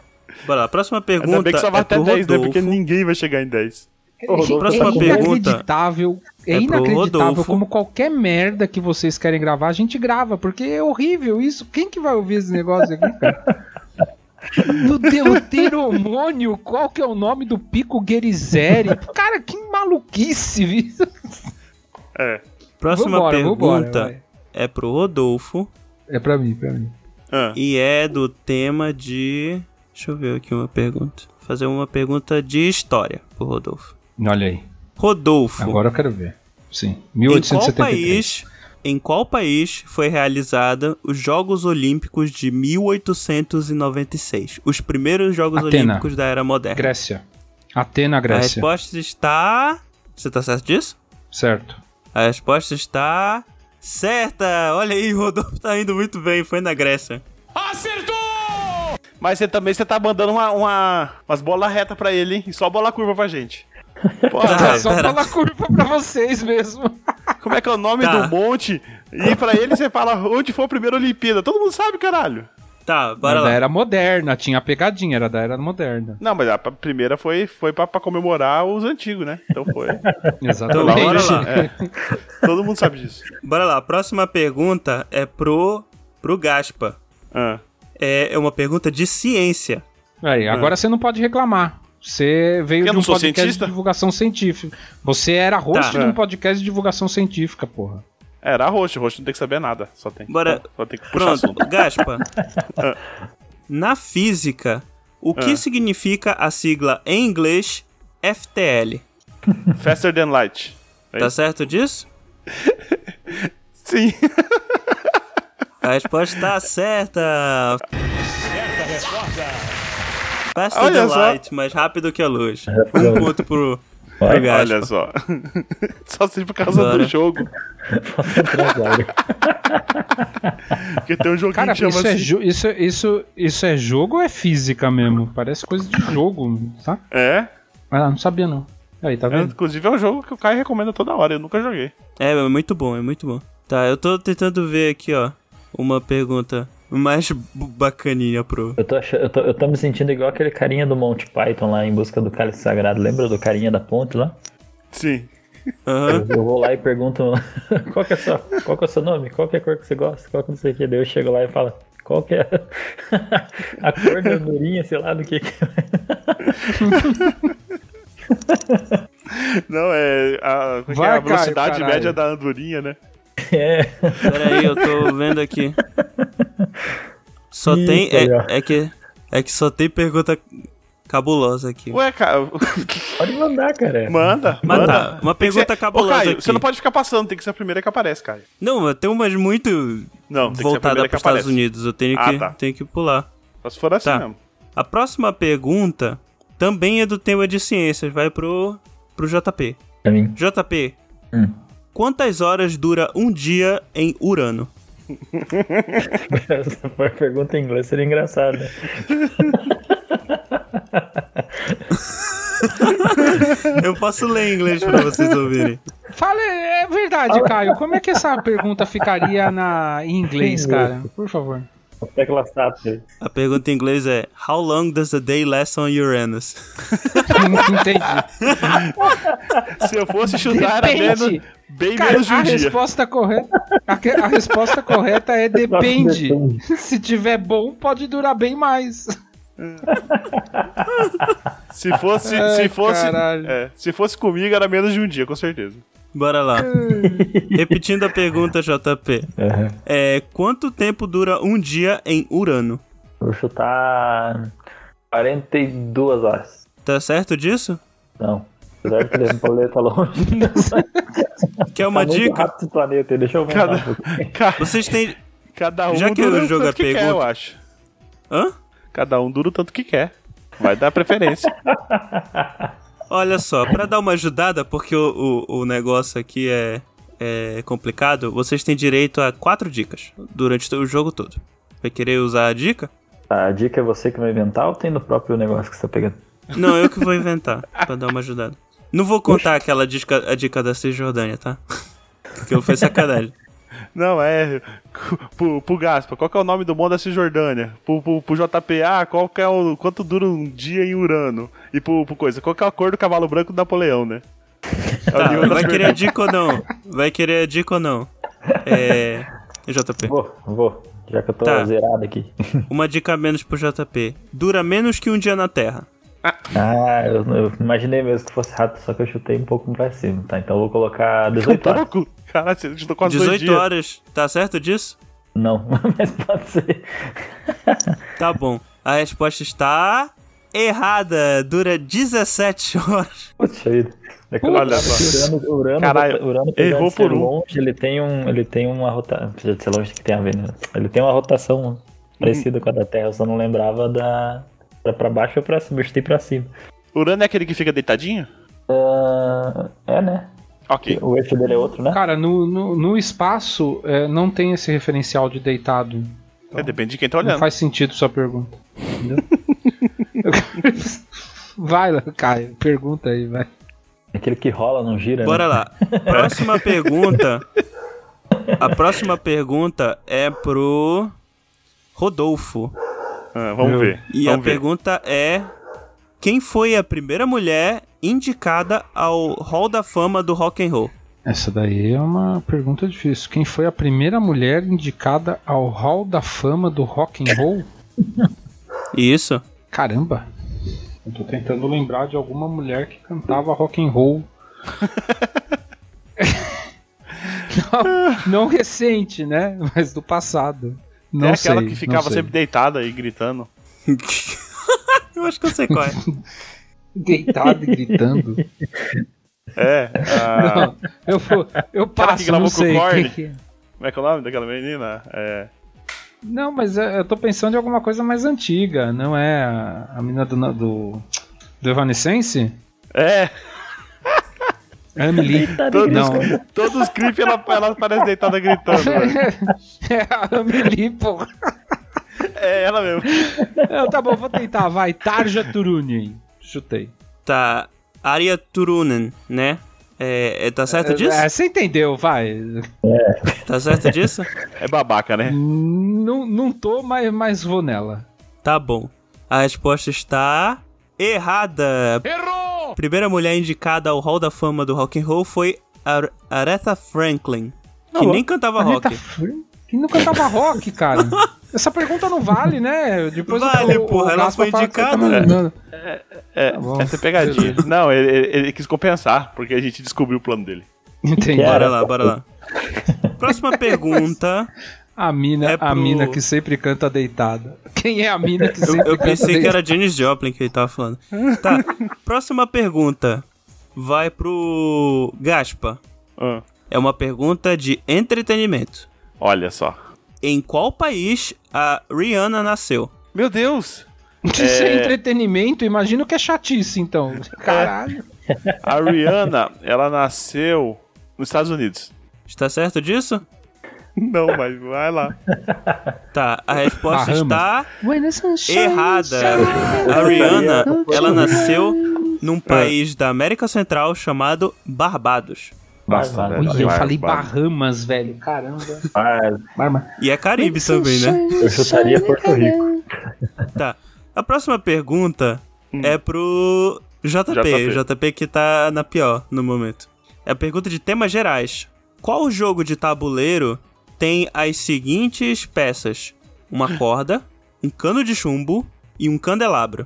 Speaker 1: Bora lá, próxima pergunta.
Speaker 4: É. Ainda bem que só vai
Speaker 1: é
Speaker 4: até
Speaker 1: pro
Speaker 4: 10, né? Porque
Speaker 1: Rodolfo.
Speaker 4: ninguém vai chegar em 10. Ô, Rodolfo,
Speaker 1: Próxima
Speaker 3: é
Speaker 1: pergunta.
Speaker 3: inacreditável, é,
Speaker 1: É pro
Speaker 3: inacreditável
Speaker 1: Rodolfo.
Speaker 3: como qualquer merda que vocês querem gravar, a gente grava, porque é horrível isso. Quem que vai ouvir esse negócio aqui, cara? Do deuteromônio, qual que é o nome do pico Guerizeri? Cara, que maluquice, viu?
Speaker 4: É.
Speaker 1: Próxima
Speaker 3: Vambora, vambora,
Speaker 1: pergunta
Speaker 3: vai.
Speaker 1: é pro Rodolfo
Speaker 3: É pra mim, pra mim.
Speaker 4: Ah.
Speaker 1: e é do tema de. Deixa eu ver aqui uma pergunta. Vou Fazer uma pergunta de história pro
Speaker 4: Tá
Speaker 1: Rodolfo.
Speaker 3: Olha aí,
Speaker 1: Rodolfo,
Speaker 3: agora eu quero ver. Sim,
Speaker 1: em qual
Speaker 3: 1873.
Speaker 1: país. Em qual país foi realizada os Jogos Olímpicos de 1896? Os primeiros Jogos
Speaker 3: Atena.
Speaker 1: Olímpicos da era moderna.
Speaker 3: Grécia. Atena,
Speaker 1: A
Speaker 3: Grécia.
Speaker 1: resposta está. Você tá certo disso?
Speaker 3: Certo.
Speaker 1: A resposta está certa. Olha aí, o Rodolfo tá indo muito bem, foi na Grécia.
Speaker 4: Mas você também você tá mandando uma, uma- umas bolas retas pra ele, hein? E só bola curva pra gente. Pô,
Speaker 1: Tá.
Speaker 4: velho,
Speaker 3: Só
Speaker 1: pera.
Speaker 3: pela curva pra vocês mesmo.
Speaker 4: como é que é o nome
Speaker 1: Tá.
Speaker 4: do monte? E pra ele você fala onde foi a primeira Olimpíada. Todo mundo sabe, caralho.
Speaker 1: Tá, bora
Speaker 3: era
Speaker 1: lá.
Speaker 3: da era moderna, tinha a pegadinha, era da era moderna.
Speaker 4: Não, mas a p- primeira foi, foi pra, pra comemorar os antigos, né? Então foi.
Speaker 1: Então,
Speaker 3: Exatamente.
Speaker 1: bora lá.
Speaker 4: É. Todo mundo sabe disso.
Speaker 1: Bora lá. A próxima pergunta é pro pro Gaspa.
Speaker 4: Ah.
Speaker 1: É é uma pergunta de ciência.
Speaker 3: Aí, agora você não pode reclamar. Você veio
Speaker 4: Eu
Speaker 3: de
Speaker 4: não
Speaker 3: um
Speaker 4: sou
Speaker 3: podcast
Speaker 4: cientista?
Speaker 3: de divulgação científica. Você era host
Speaker 1: Tá.
Speaker 3: de
Speaker 4: É.
Speaker 3: um podcast de divulgação científica, porra.
Speaker 4: Era roxo, roxo não tem que saber nada. Só tem que,
Speaker 1: Bora.
Speaker 4: só tem que puxar
Speaker 1: Pronto,
Speaker 4: assunto.
Speaker 1: Gaspa. Na física, o que
Speaker 4: Ah.
Speaker 1: significa a sigla em inglês FTL?
Speaker 4: Faster than light. É
Speaker 1: Tá
Speaker 4: isso?
Speaker 1: certo disso?
Speaker 4: Sim.
Speaker 1: A resposta está certa. Certa resposta. Faster
Speaker 4: Olha
Speaker 1: than
Speaker 4: só.
Speaker 1: light, mais rápido que a luz.
Speaker 4: Tá.
Speaker 1: Um ponto pro, pro Gaspa.
Speaker 4: Olha só. só se por causa
Speaker 1: Bora.
Speaker 4: do jogo.
Speaker 2: Falta entrar agora.
Speaker 4: Porque tem um joguinho
Speaker 3: Cara,
Speaker 4: que chama
Speaker 3: isso, é
Speaker 4: assim.
Speaker 3: jo- isso, isso, isso é jogo ou é física mesmo? Parece coisa de jogo, tá?
Speaker 4: É?
Speaker 3: Ah, não sabia não. Aí, tá
Speaker 4: É,
Speaker 3: vendo?
Speaker 4: inclusive é um jogo que o Caio recomenda toda hora, eu nunca joguei.
Speaker 1: É, é muito bom, é muito bom. Tá, eu tô tentando ver aqui, ó, uma pergunta mais b- bacaninha pro.
Speaker 2: Eu tô, achando, eu, tô, eu tô me sentindo igual aquele carinha do Monty Python lá em busca do cálice sagrado. Lembra do carinha da ponte lá?
Speaker 4: Sim.
Speaker 1: Aham.
Speaker 2: Eu vou lá e pergunto qual que é sua, qual que é o seu nome, qual que é a cor que você gosta, qual que não sei o que. Daí eu chego lá e falo, qual que é a cor da andorinha, sei lá do que que
Speaker 4: Não, é a, como é que é?
Speaker 3: Vai,
Speaker 4: a velocidade
Speaker 3: Caio, caralho.
Speaker 4: média da andorinha, né?
Speaker 2: é.
Speaker 1: Pera aí, eu tô vendo aqui. Só
Speaker 2: Ih, tá
Speaker 1: tem.
Speaker 2: legal.
Speaker 1: É, é que. É que só tem pergunta cabulosa aqui.
Speaker 4: Ué, Caio,
Speaker 2: Pode mandar, cara.
Speaker 4: manda,
Speaker 1: Mas
Speaker 4: manda.
Speaker 1: tá, uma
Speaker 4: Tem que ser-
Speaker 1: pergunta cabulosa
Speaker 4: Ô, Caio,
Speaker 1: aqui.
Speaker 4: você não pode ficar passando, tem que ser a primeira que aparece, Caio.
Speaker 1: Não, mas tem umas muito
Speaker 4: Não, tem que ser a
Speaker 1: voltada
Speaker 4: primeira que
Speaker 1: para Estados
Speaker 4: aparece.
Speaker 1: Unidos. Eu tenho que,
Speaker 4: Ah, tá.
Speaker 1: tenho que pular.
Speaker 4: Só se for assim
Speaker 1: Tá.
Speaker 4: mesmo.
Speaker 1: A próxima pergunta também é do tema de ciências. Vai pro, pro JP.
Speaker 2: Pra mim.
Speaker 1: JP,
Speaker 2: Hum.
Speaker 1: quantas horas dura um dia em Urano?
Speaker 2: Essa foi a pergunta em inglês, seria engraçado. né?
Speaker 1: Eu posso ler em inglês pra vocês ouvirem.
Speaker 3: Fala, é verdade, Caio. Como é que essa pergunta ficaria na... em inglês, cara? Por favor.
Speaker 2: Tecla SAP.
Speaker 1: A pergunta em inglês é: How long does a day last on Uranus?
Speaker 3: Não entendi.
Speaker 4: Se eu fosse chutar, era
Speaker 3: Depende.
Speaker 4: menos, bem
Speaker 3: Cara,
Speaker 4: menos de
Speaker 3: a
Speaker 4: um dia.
Speaker 3: resposta correta, a, que- a resposta correta é depende. Se tiver bom, pode durar bem mais.
Speaker 4: Se Se fosse.
Speaker 3: Ai,
Speaker 4: se, fosse
Speaker 3: caralho.
Speaker 4: é, se fosse comigo, era menos de um dia, com certeza.
Speaker 1: Bora lá. Repetindo a pergunta, JP.
Speaker 2: Aham.
Speaker 1: É, quanto tempo dura um dia em Urano?
Speaker 2: Vou chutar 42 horas.
Speaker 1: Tá certo disso?
Speaker 2: Não. Apesar de que ele falou, tá longe.
Speaker 1: Quer uma
Speaker 2: tá muito
Speaker 1: dica?
Speaker 2: rápido esse planeta, aí, deixa eu aumentar.
Speaker 4: Cada-
Speaker 2: um pouquinho.
Speaker 4: Ca-
Speaker 1: Vocês têm.
Speaker 4: Cada um
Speaker 1: Já que
Speaker 4: dura
Speaker 1: o jogo
Speaker 4: tanto que
Speaker 1: é
Speaker 4: quer, eu
Speaker 1: pergunta.
Speaker 4: acho.
Speaker 1: Hã?
Speaker 4: Cada um dura o tanto que quer. Vai dar preferência.
Speaker 1: Olha só, pra dar uma ajudada, porque o, o, o negócio aqui é, é complicado, vocês têm direito a quatro dicas durante o jogo todo. Vai querer usar a dica?
Speaker 2: A dica é você que vai inventar ou tem no próprio negócio que você tá pegando?
Speaker 1: Não, eu que vou inventar, pra dar uma ajudada. Não vou contar aquela dica, a dica da Cisjordânia, tá? Porque eu foi sacanagem.
Speaker 4: Tá, Não, é. Pro, pro Gaspa, qual que é o nome do mundo da Cisjordânia? Pro, pro, pro JPA, qual que é o. quanto dura um dia em Urano? E pro, pro coisa, qual que é a cor do cavalo branco do Napoleão, né? É o
Speaker 1: Tá,
Speaker 4: nível das
Speaker 1: vai querer a
Speaker 4: verdades.
Speaker 1: dica ou não? Vai querer a dica ou não? É. JP.
Speaker 2: Vou, vou. Já que eu tô
Speaker 1: Tá.
Speaker 2: zerado aqui.
Speaker 1: Uma dica a menos pro JP. Dura menos que um dia na Terra.
Speaker 2: Ah, eu, eu imaginei mesmo que fosse rápido, só que eu chutei um pouco pra cima, tá? Então eu vou colocar 18 horas.
Speaker 4: Pouco? Tá Caralho, você juntou quase dois
Speaker 1: 18
Speaker 4: dias.
Speaker 1: horas, tá certo disso?
Speaker 2: Não, mas pode ser.
Speaker 1: Tá bom. A resposta está errada. Dura 17 horas.
Speaker 2: Puxa vida. É que
Speaker 4: Olha
Speaker 2: o
Speaker 4: só.
Speaker 2: Urano, Urano,
Speaker 4: Caralho,
Speaker 2: Urano apesar
Speaker 4: errou
Speaker 2: de ser
Speaker 4: por um.
Speaker 2: longe, ele tem um, ele tem uma rotação, precisa de ser longe que tem a ver, né? Ele tem uma rotação parecida com a da Terra, eu só não lembrava da pra, pra baixo ou pra cima, eu chutei pra cima.
Speaker 4: Urano é aquele que fica deitadinho?
Speaker 2: Ah, é, né?
Speaker 4: Ok.
Speaker 2: O eixo dele é outro, né?
Speaker 3: Cara, no, no, no espaço é, não tem esse referencial de deitado.
Speaker 4: É, depende de quem tá
Speaker 3: Não
Speaker 4: olhando.
Speaker 3: faz sentido sua pergunta. Entendeu? vai, lá, Caio, pergunta aí, vai.
Speaker 2: Aquele que rola, não gira, né?
Speaker 4: É.
Speaker 1: Bora lá. Próxima pergunta. A próxima pergunta é pro Rodolfo.
Speaker 4: Ah, vamos ver.
Speaker 1: E
Speaker 4: vamos
Speaker 1: a
Speaker 4: ver.
Speaker 1: pergunta é: Quem foi a primeira mulher indicada ao Hall da Fama do Rock and Roll?
Speaker 3: Essa daí é uma pergunta difícil. Quem foi a primeira mulher indicada ao Hall da Fama do Rock and Roll?
Speaker 1: Isso.
Speaker 3: Caramba. Eu tô tentando lembrar de alguma mulher que cantava rock and roll. não, não recente, né? Mas do passado. Não
Speaker 4: é
Speaker 3: sei,
Speaker 4: aquela que
Speaker 3: não
Speaker 4: ficava
Speaker 3: sei.
Speaker 4: sempre deitada e gritando.
Speaker 1: eu acho que eu sei qual é.
Speaker 3: deitada e gritando.
Speaker 4: É. a-
Speaker 3: Não, eu, vou, eu passo,
Speaker 4: gravou
Speaker 3: não
Speaker 4: com o
Speaker 3: sei.
Speaker 4: Korn?
Speaker 3: quem que é.
Speaker 4: Como é que é o nome daquela menina? É.
Speaker 3: Não, mas é, eu tô pensando em alguma coisa mais antiga. Não é a, a menina do, do, do Evanescence? É
Speaker 4: É,
Speaker 3: Emily.
Speaker 4: todos,
Speaker 3: Não.
Speaker 2: é.
Speaker 4: todos os clipes ela, ela parece deitada gritando. velho.
Speaker 3: é a Emily, porra.
Speaker 4: É ela mesmo.
Speaker 3: Não, tá bom, vou tentar. Vai, Tarja Turunen. Chutei.
Speaker 1: Tá. Aria Turunen, né? É, é- tá certo disso?
Speaker 3: É, você entendeu, vai.
Speaker 1: Tá certo disso?
Speaker 4: É babaca, né?
Speaker 3: Não, não tô, mas, mas vou nela.
Speaker 1: Tá bom. A resposta está errada.
Speaker 3: Errou!
Speaker 1: Primeira mulher indicada ao Hall da Fama do Rock and Roll foi Ar- Aretha Franklin, que
Speaker 3: bom.
Speaker 1: nem cantava
Speaker 3: Aretha
Speaker 1: rock.
Speaker 3: Franklin? Quem não cantava rock, cara? Essa pergunta não vale, né? Depois o-
Speaker 1: Vale,
Speaker 3: o, o
Speaker 1: porra, ela
Speaker 3: Gaspa
Speaker 1: foi
Speaker 3: fala que você tá
Speaker 1: indicada.
Speaker 3: mandando.
Speaker 4: É,
Speaker 3: Tá bom.
Speaker 4: essa é pegadinha. Não, ele, ele- ele quis compensar, porque a gente descobriu o plano dele.
Speaker 3: Entendi.
Speaker 2: É.
Speaker 1: Bora lá, bora lá. Próxima pergunta.
Speaker 3: A mina,
Speaker 1: É pro-
Speaker 3: a mina que sempre canta deitada. Quem é a mina que sempre
Speaker 1: Eu
Speaker 3: canta
Speaker 1: pensei que
Speaker 3: deitada?
Speaker 1: era Janis Joplin que ele tava falando. Tá, próxima pergunta. Vai pro Gaspa.
Speaker 4: Ah,
Speaker 1: É uma pergunta de entretenimento.
Speaker 4: olha só.
Speaker 1: Em qual país a Rihanna nasceu?
Speaker 4: Meu Deus!
Speaker 3: Isso é entretenimento, imagino que é chatice, então.
Speaker 1: É.
Speaker 3: Caralho.
Speaker 4: A Rihanna, ela nasceu nos Estados Unidos.
Speaker 1: Está certo disso?
Speaker 4: Não, mas vai lá.
Speaker 1: Tá, a resposta
Speaker 3: Bahamas.
Speaker 1: está errada. A
Speaker 2: Eu
Speaker 1: Rihanna,
Speaker 2: faria-
Speaker 1: ela nasceu num país da América Central chamado Barbados.
Speaker 4: Nossa,
Speaker 2: Vai,
Speaker 4: velho.
Speaker 3: Ui, eu
Speaker 4: Vai,
Speaker 3: falei
Speaker 4: vai.
Speaker 3: Bahamas, velho. Caramba.
Speaker 2: Mas
Speaker 3: Barba.
Speaker 1: E é Caribe também, né?
Speaker 2: eu chutaria
Speaker 3: é
Speaker 2: Porto Rico.
Speaker 1: Tá. A próxima pergunta é pro JP,
Speaker 4: JP.
Speaker 1: JP que tá na pior no momento. É a pergunta de temas gerais. Qual jogo de tabuleiro tem as seguintes peças? Uma corda, um cano de chumbo e um candelabro.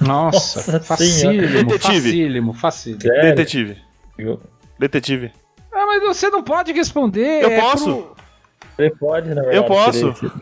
Speaker 3: Nossa,
Speaker 2: Nossa
Speaker 3: facílimo,
Speaker 4: Senhora. Detetive.
Speaker 3: facílimo, facílimo.
Speaker 2: Sério?
Speaker 4: Detetive.
Speaker 2: Eu-
Speaker 4: Detetive.
Speaker 3: Ah, mas você não pode responder.
Speaker 4: Eu
Speaker 3: é
Speaker 4: posso?
Speaker 3: pro-
Speaker 2: Você pode, na verdade.
Speaker 4: Eu posso.
Speaker 2: querer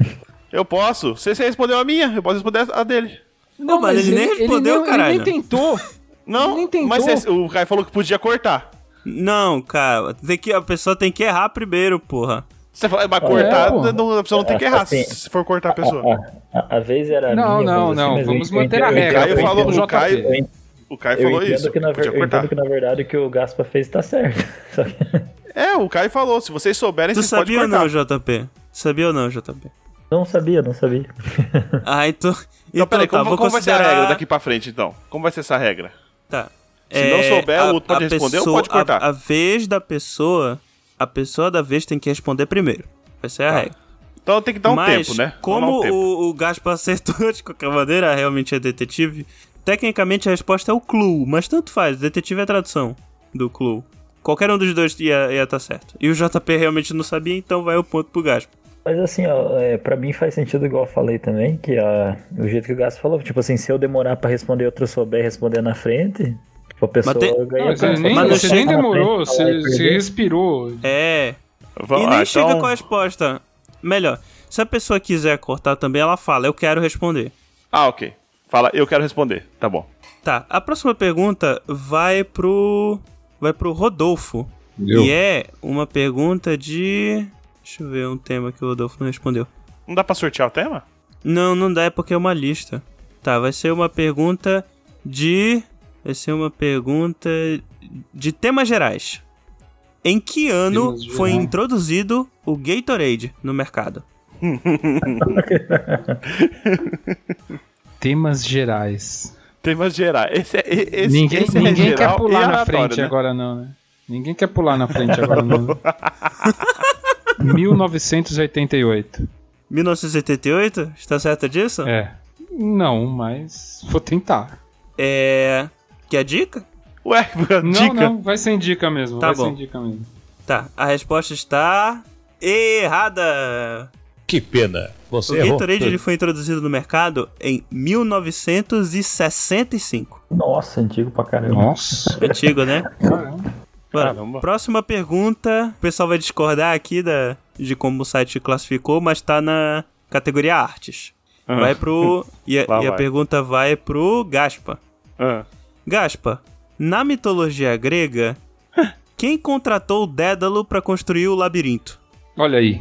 Speaker 2: esse-
Speaker 4: Eu posso. Se você respondeu a minha, eu posso responder a dele.
Speaker 3: Não,
Speaker 1: mas ele nem respondeu,
Speaker 3: nem-
Speaker 1: caralho.
Speaker 3: Ele nem tentou.
Speaker 4: Não,
Speaker 3: Nem tentou.
Speaker 4: mas você- o Caio falou que podia cortar.
Speaker 1: Não, cara, tem que, a pessoa tem que errar primeiro, porra.
Speaker 4: Você falou, mas
Speaker 3: É,
Speaker 4: cortar,
Speaker 3: pô.
Speaker 4: não, a pessoa não tem que errar
Speaker 2: Assim,
Speaker 4: se for cortar a pessoa.
Speaker 2: A, Ah, a- a vez era
Speaker 3: Não,
Speaker 2: minha. mas
Speaker 3: não,
Speaker 1: assim,
Speaker 3: não,
Speaker 2: mas eu
Speaker 3: vamos
Speaker 2: entendo-
Speaker 3: manter a
Speaker 2: eu
Speaker 3: regra.
Speaker 2: entendo-
Speaker 4: Caio falou-
Speaker 2: eu entendo-
Speaker 4: o Caio-
Speaker 2: eu entendo-
Speaker 4: O Caio
Speaker 2: eu
Speaker 4: falou
Speaker 2: entendo
Speaker 4: isso.
Speaker 2: Que na, ver-
Speaker 4: podia
Speaker 2: eu
Speaker 4: cortar.
Speaker 2: entendo que na verdade o que o Gaspa fez tá certo. Só que-
Speaker 4: É, o Caio falou. Se vocês souberem,
Speaker 1: Tu
Speaker 4: vocês podem
Speaker 1: sabia ou
Speaker 4: cortar.
Speaker 1: não, JP? Sabia ou não, JP?
Speaker 2: Não sabia, não sabia.
Speaker 1: Ah, então.
Speaker 4: Então,
Speaker 1: Então,
Speaker 4: peraí,
Speaker 1: tá,
Speaker 4: como,
Speaker 1: vou
Speaker 4: como vai ser a
Speaker 1: considerar.
Speaker 4: regra daqui pra frente, então? Como vai ser essa regra?
Speaker 1: Tá.
Speaker 4: Se não souber, o outro pode responder ou pode
Speaker 1: a-
Speaker 4: cortar?
Speaker 1: A, vez da pessoa. A pessoa da vez tem que responder primeiro. Essa é a regra.
Speaker 4: Então tem que dar um
Speaker 1: Mas,
Speaker 4: tempo, né?
Speaker 1: como
Speaker 4: Vamos dar um tempo.
Speaker 1: o, o Gaspar acertou de qualquer maneira, realmente é detetive, tecnicamente a resposta é o clue, mas tanto faz, detetive é a tradução do clue. Qualquer um dos dois ia estar certo. E o JP realmente não sabia, então vai o ponto pro Gaspar.
Speaker 2: Mas assim, ó, é, pra mim faz sentido igual eu falei também, que ó, o jeito que o Gaspa falou, tipo assim, se eu demorar pra responder e outro souber responder na frente, tipo, a pessoa
Speaker 1: Mas tem-
Speaker 2: ganha
Speaker 3: Não, você
Speaker 2: ponto.
Speaker 3: nem,
Speaker 1: Mas não
Speaker 3: você nem
Speaker 1: chega na
Speaker 2: frente, falar
Speaker 3: demorou, você,
Speaker 2: e
Speaker 3: você
Speaker 2: perder.
Speaker 3: respirou.
Speaker 1: É.
Speaker 4: Vamos
Speaker 1: e
Speaker 4: lá,
Speaker 1: nem chega
Speaker 4: então-
Speaker 1: com a resposta. Melhor, se a pessoa quiser cortar também, ela fala, eu quero responder.
Speaker 4: Ah, ok. Fala, eu quero responder. Tá bom.
Speaker 1: Tá, a próxima pergunta vai pro. Vai pro Rodolfo.
Speaker 5: Eu.
Speaker 1: E é uma pergunta de. Deixa eu ver um tema que o Rodolfo não respondeu.
Speaker 4: Não dá pra sortear o tema?
Speaker 1: Não, não dá, é porque é uma lista. Tá, vai ser uma pergunta de. Vai ser uma pergunta de temas gerais. Em que ano
Speaker 3: Temas
Speaker 1: foi
Speaker 3: gerais.
Speaker 1: introduzido o Gatorade no mercado?
Speaker 3: Temas gerais.
Speaker 4: Temas gerais. Esse, é- e- esse,
Speaker 3: ninguém
Speaker 4: esse é
Speaker 3: ninguém quer
Speaker 4: geral e
Speaker 3: pular na
Speaker 4: aleatório,
Speaker 3: frente
Speaker 4: né?
Speaker 3: agora, não, né? Ninguém quer pular na frente agora, não. né? 1988.
Speaker 1: 1988? Está certa disso?
Speaker 3: É. Não, mas vou tentar.
Speaker 1: É. Quer a dica?
Speaker 4: Ué,
Speaker 3: Não,
Speaker 4: dica.
Speaker 3: não, vai sem dica mesmo.
Speaker 1: Tá
Speaker 3: vai
Speaker 1: bom.
Speaker 3: sem dica mesmo.
Speaker 1: Tá, a resposta está. Errada!
Speaker 6: Que pena. Você
Speaker 1: o
Speaker 6: errou.
Speaker 1: Gatorade ele foi introduzido no mercado em 1965.
Speaker 2: Nossa, antigo pra caramba.
Speaker 3: Nossa.
Speaker 1: Antigo, né?
Speaker 3: Caramba.
Speaker 1: Bora,
Speaker 4: Caramba.
Speaker 1: próxima pergunta. O pessoal vai discordar aqui da, de como o site classificou, mas tá na categoria artes.
Speaker 4: Ah.
Speaker 1: Vai pro. E a,
Speaker 4: Lá
Speaker 1: e a
Speaker 4: vai.
Speaker 1: pergunta vai pro Gaspa.
Speaker 4: Ah.
Speaker 1: Gaspa, na mitologia grega, quem contratou o Dédalo pra construir o labirinto?
Speaker 3: Olha aí.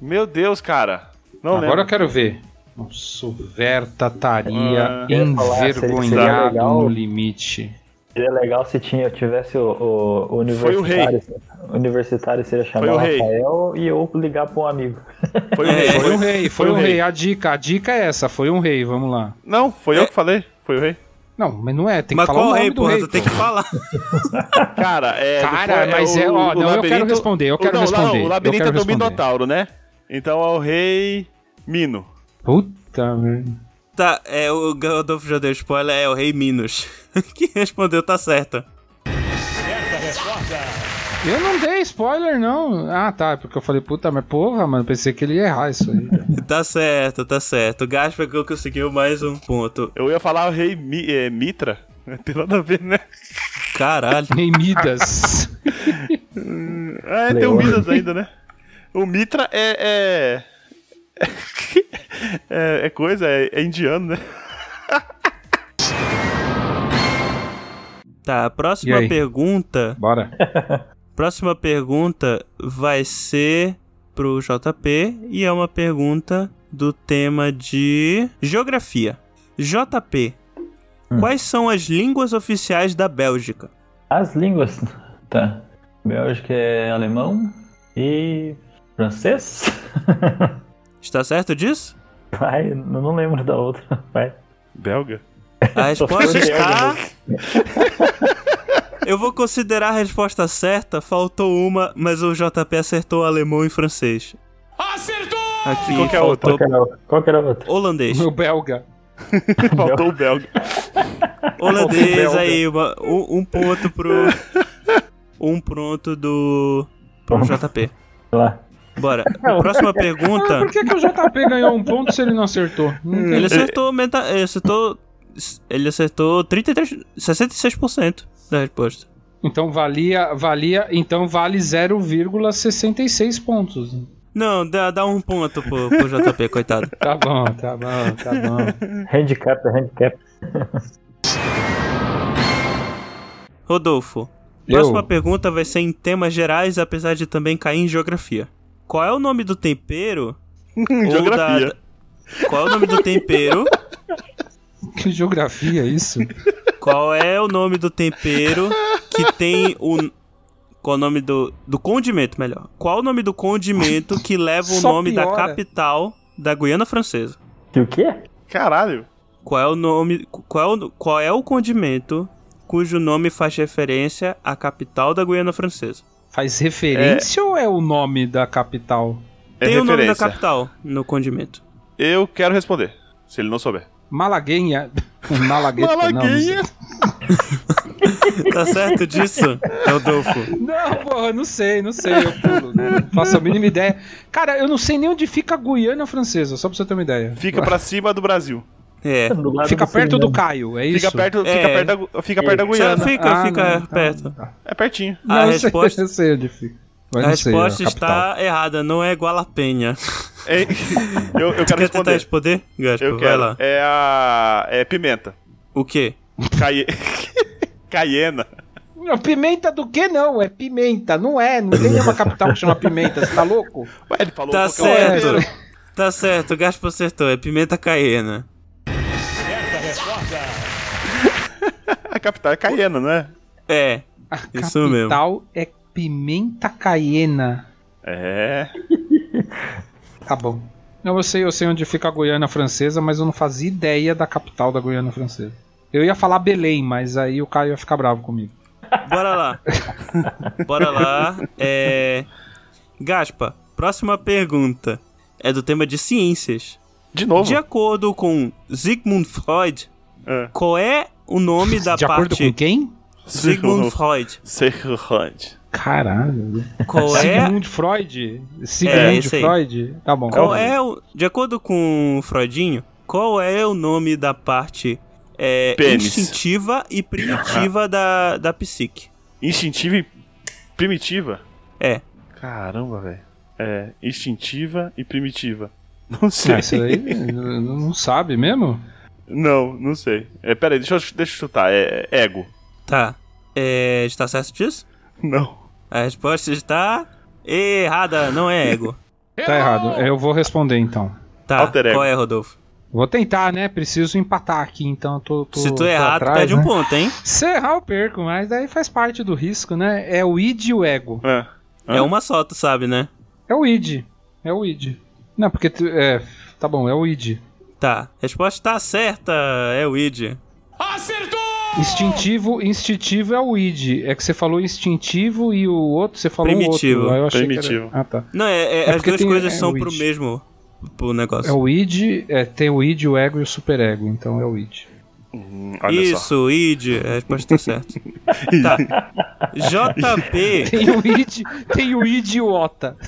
Speaker 4: Meu Deus, cara. Não
Speaker 3: Agora eu
Speaker 4: lembro.
Speaker 3: quero ver. Nossa, o Verta estaria
Speaker 4: Ah,
Speaker 2: eu ia falar, seria- seria
Speaker 3: envergonhado
Speaker 2: legal.
Speaker 3: no limite.
Speaker 2: Seria legal se tinha, eu tivesse o, o, o
Speaker 4: Foi o
Speaker 2: universitário. o universitário seria chamar
Speaker 4: Foi o
Speaker 2: o
Speaker 4: rei.
Speaker 2: Rafael e eu ligar pra um amigo.
Speaker 4: Foi o rei.
Speaker 1: É,
Speaker 3: Foi um rei, foi,
Speaker 4: o
Speaker 3: um rei. A dica, a dica é essa, foi um rei, vamos lá.
Speaker 4: Não, foi
Speaker 3: É.
Speaker 4: eu que falei. Foi o rei.
Speaker 3: Não, mas não é, tem
Speaker 1: mas
Speaker 3: que falar o
Speaker 1: qual
Speaker 3: nome
Speaker 1: rei,
Speaker 3: do
Speaker 1: porra?
Speaker 3: rei.
Speaker 1: tu tem que falar.
Speaker 4: Cara, é.
Speaker 3: Cara,
Speaker 4: foi-
Speaker 3: mas é- ó, não, eu quero responder, eu
Speaker 4: o-
Speaker 3: quero
Speaker 4: não, lá-
Speaker 3: responder,
Speaker 4: o
Speaker 3: eu
Speaker 4: labirinto
Speaker 3: quero
Speaker 4: é do
Speaker 3: responder.
Speaker 4: Minotauro, né? Então é o rei Mino.
Speaker 3: Puta merda.
Speaker 1: Tá, é, o Rodolfo já deu spoiler, é o Rei Minos. Quem respondeu tá certa.
Speaker 3: Eu não dei spoiler, não. Ah, tá, é porque eu falei, puta, mas porra, mano, pensei que ele ia errar isso aí.
Speaker 1: Tá certo, tá certo. O Gaspa que conseguiu mais um ponto.
Speaker 4: Eu ia falar o rei Mi- é, Mitra. Não tem nada a ver, né?
Speaker 1: Caralho.
Speaker 3: Em Midas.
Speaker 4: Ah, é, tem o Midas ainda, né? O Mitra é. É, é, é coisa, é, é indiano, né?
Speaker 1: Tá, a
Speaker 3: E
Speaker 1: próxima
Speaker 3: aí?
Speaker 1: pergunta.
Speaker 3: Bora.
Speaker 1: Próxima pergunta vai ser pro JP e é uma pergunta do tema de geografia. JP, quais são as línguas oficiais da Bélgica?
Speaker 2: As línguas. Tá. Bélgica é alemão e francês?
Speaker 1: Está certo disso?
Speaker 2: Vai, eu não lembro da outra. Vai.
Speaker 4: Belga?
Speaker 1: A resposta
Speaker 2: falando
Speaker 1: está. Eu vou considerar a resposta certa, faltou uma, mas o JP acertou alemão e francês. Acertou! Aqui
Speaker 4: E qual que é a outra?
Speaker 1: faltou
Speaker 2: Qual que era a- Qual que era a outra?
Speaker 1: holandês.
Speaker 3: Meu belga.
Speaker 4: Faltou o Belga.
Speaker 1: Holandês
Speaker 2: Belga.
Speaker 1: aí, uma- um, um ponto pro. Um pronto do. pro JP.
Speaker 2: Sei lá.
Speaker 1: Bora. Próxima pergunta.
Speaker 3: Por que, que o JP ganhou um ponto se ele não acertou? Não
Speaker 1: Ele
Speaker 3: entendi.
Speaker 1: acertou, menta, ele acertou Ele acertou 33, 66% da resposta.
Speaker 3: Então valia, valia, então vale 0,66 pontos.
Speaker 1: Não, dá, dá um ponto pro, pro JP, coitado.
Speaker 3: Tá bom, tá bom, tá bom.
Speaker 2: Handicap, handicap.
Speaker 1: Rodolfo,
Speaker 3: Eu.
Speaker 1: próxima pergunta vai ser em temas gerais, apesar de também cair em geografia. Qual é o nome do tempero? ou
Speaker 4: Geografia.
Speaker 1: da- Qual é o nome do tempero?
Speaker 3: Que geografia é isso?
Speaker 1: Qual é o nome do tempero que tem o. Qual é o nome do. Do condimento, melhor. Qual é o nome do condimento que leva o
Speaker 3: Só
Speaker 1: nome da
Speaker 3: piora.
Speaker 1: capital da Guiana Francesa?
Speaker 2: Que o quê?
Speaker 4: Caralho.
Speaker 1: Qual é o nome. Qual é o, qual é o condimento cujo nome faz referência à capital da Guiana Francesa?
Speaker 3: Faz referência ou é o nome da capital?
Speaker 4: É
Speaker 1: tem o nome da
Speaker 4: referência.
Speaker 1: capital no condimento.
Speaker 4: Eu quero responder, se ele não souber.
Speaker 3: Malaguenha. Malagueta,
Speaker 4: Malaguinha.
Speaker 3: é?
Speaker 1: Tá certo disso, Rodolfo?
Speaker 3: Não, não, porra, não sei, não sei. Eu pulo, né? não faço a mínima ideia. Cara, eu não sei nem onde fica a Guiana Francesa, só pra você ter uma ideia.
Speaker 4: Fica pra cima do Brasil.
Speaker 1: É.
Speaker 2: Do lado
Speaker 3: Fica perto
Speaker 2: Suriname.
Speaker 3: do Caio, é isso?
Speaker 4: Fica perto, fica
Speaker 1: É. assim?
Speaker 4: perto, da, fica perto da
Speaker 1: Só
Speaker 4: Guiana.
Speaker 1: Fica,
Speaker 3: Ah,
Speaker 1: fica
Speaker 3: não, tá,
Speaker 1: perto.
Speaker 3: tá.
Speaker 4: É pertinho.
Speaker 1: A
Speaker 3: Não, eu sei-
Speaker 1: resposta,
Speaker 3: Eu sei onde fica. Mas
Speaker 1: a
Speaker 3: não sei é
Speaker 1: resposta
Speaker 3: capital.
Speaker 1: está errada, não é Gualapenha.
Speaker 4: É- eu, eu
Speaker 1: Quer
Speaker 4: quero
Speaker 1: tentar
Speaker 4: responder.
Speaker 1: responder? Gaspo,
Speaker 4: Eu
Speaker 1: vai lá.
Speaker 4: quero. É a. É pimenta.
Speaker 1: O quê?
Speaker 4: Caie... Caiena.
Speaker 3: Não, pimenta do que não? É pimenta, não é? Não tem nenhuma capital que chama pimenta, você tá louco?
Speaker 4: Ué, ele falou
Speaker 1: Tá
Speaker 4: qualquer hora.
Speaker 1: certo. Tá certo, o Gaspo acertou, é pimenta caiena.
Speaker 4: A capital é Caiena, não é?
Speaker 1: É,
Speaker 3: A
Speaker 1: Isso mesmo.
Speaker 3: capital é pimenta caiena.
Speaker 4: É.
Speaker 3: Tá bom. Não, eu sei, eu sei onde fica a Guiana Francesa, mas eu não fazia ideia da capital da Guiana Francesa. Eu ia falar Belém, mas aí o Caio ia ficar bravo comigo.
Speaker 1: bora lá. Bora lá. É... Gaspa, próxima pergunta é do tema de ciências.
Speaker 4: De novo.
Speaker 1: De acordo com Sigmund Freud,
Speaker 4: É.
Speaker 1: qual é o nome da
Speaker 3: De acordo com
Speaker 1: parte...
Speaker 3: quem?
Speaker 1: Sigmund Freud.
Speaker 4: Serrante.
Speaker 3: Caralho.
Speaker 1: Qual é
Speaker 3: Sigmund Freud?
Speaker 1: É,
Speaker 3: Sigmund
Speaker 1: esse aí.
Speaker 3: Freud? Tá bom.
Speaker 1: Qual é o, de acordo com o Freudinho, qual é o nome da parte é,
Speaker 4: Pênis.
Speaker 1: instintiva e primitiva da, da psique?
Speaker 4: Instintiva e primitiva.
Speaker 1: É.
Speaker 4: Caramba, velho. É. Instintiva e primitiva. Não sei.
Speaker 3: Ah, isso aí n- n- não sabe mesmo?
Speaker 4: Não, não sei. É, pera aí, deixa eu, deixa eu chutar. É, é ego.
Speaker 1: Tá. É, está certo disso?
Speaker 4: Não.
Speaker 1: A resposta está errada, não é ego.
Speaker 3: Tá errado. Eu vou responder então.
Speaker 1: Tá,
Speaker 4: Alter ego.
Speaker 1: qual é, Rodolfo?
Speaker 3: Vou tentar, né? Preciso empatar aqui, então eu tô, tô-
Speaker 1: Se tu
Speaker 3: tô
Speaker 1: errar, tu
Speaker 3: atrás,
Speaker 1: perde um
Speaker 3: né?
Speaker 1: ponto, hein?
Speaker 3: Se errar, eu perco, mas daí faz parte do risco, né? É o id e o ego.
Speaker 4: É. Hã?
Speaker 1: É uma só, tu sabe, né?
Speaker 3: É o id. É o id. Não, porque tu, é, tá bom, é o id.
Speaker 1: Tá. Resposta está certa, é o id.
Speaker 3: Instintivo, instintivo é o id. É que você falou instintivo e o outro, você falou
Speaker 1: Primitivo.
Speaker 3: o outro. Aí eu achei que era-
Speaker 4: Primitivo.
Speaker 3: Ah, tá.
Speaker 1: Não, é, é-
Speaker 3: É
Speaker 1: as
Speaker 3: porque
Speaker 1: duas
Speaker 3: tem-
Speaker 1: coisas
Speaker 3: é
Speaker 1: são
Speaker 3: o
Speaker 1: pro
Speaker 3: id.
Speaker 1: mesmo pro negócio.
Speaker 3: É o id, é, tem o id, o ego e o superego, então é o id.
Speaker 4: Hum, olha só.
Speaker 1: Isso, id, a resposta tá certa. tá. JP,
Speaker 3: Tem o id, tem o idiota.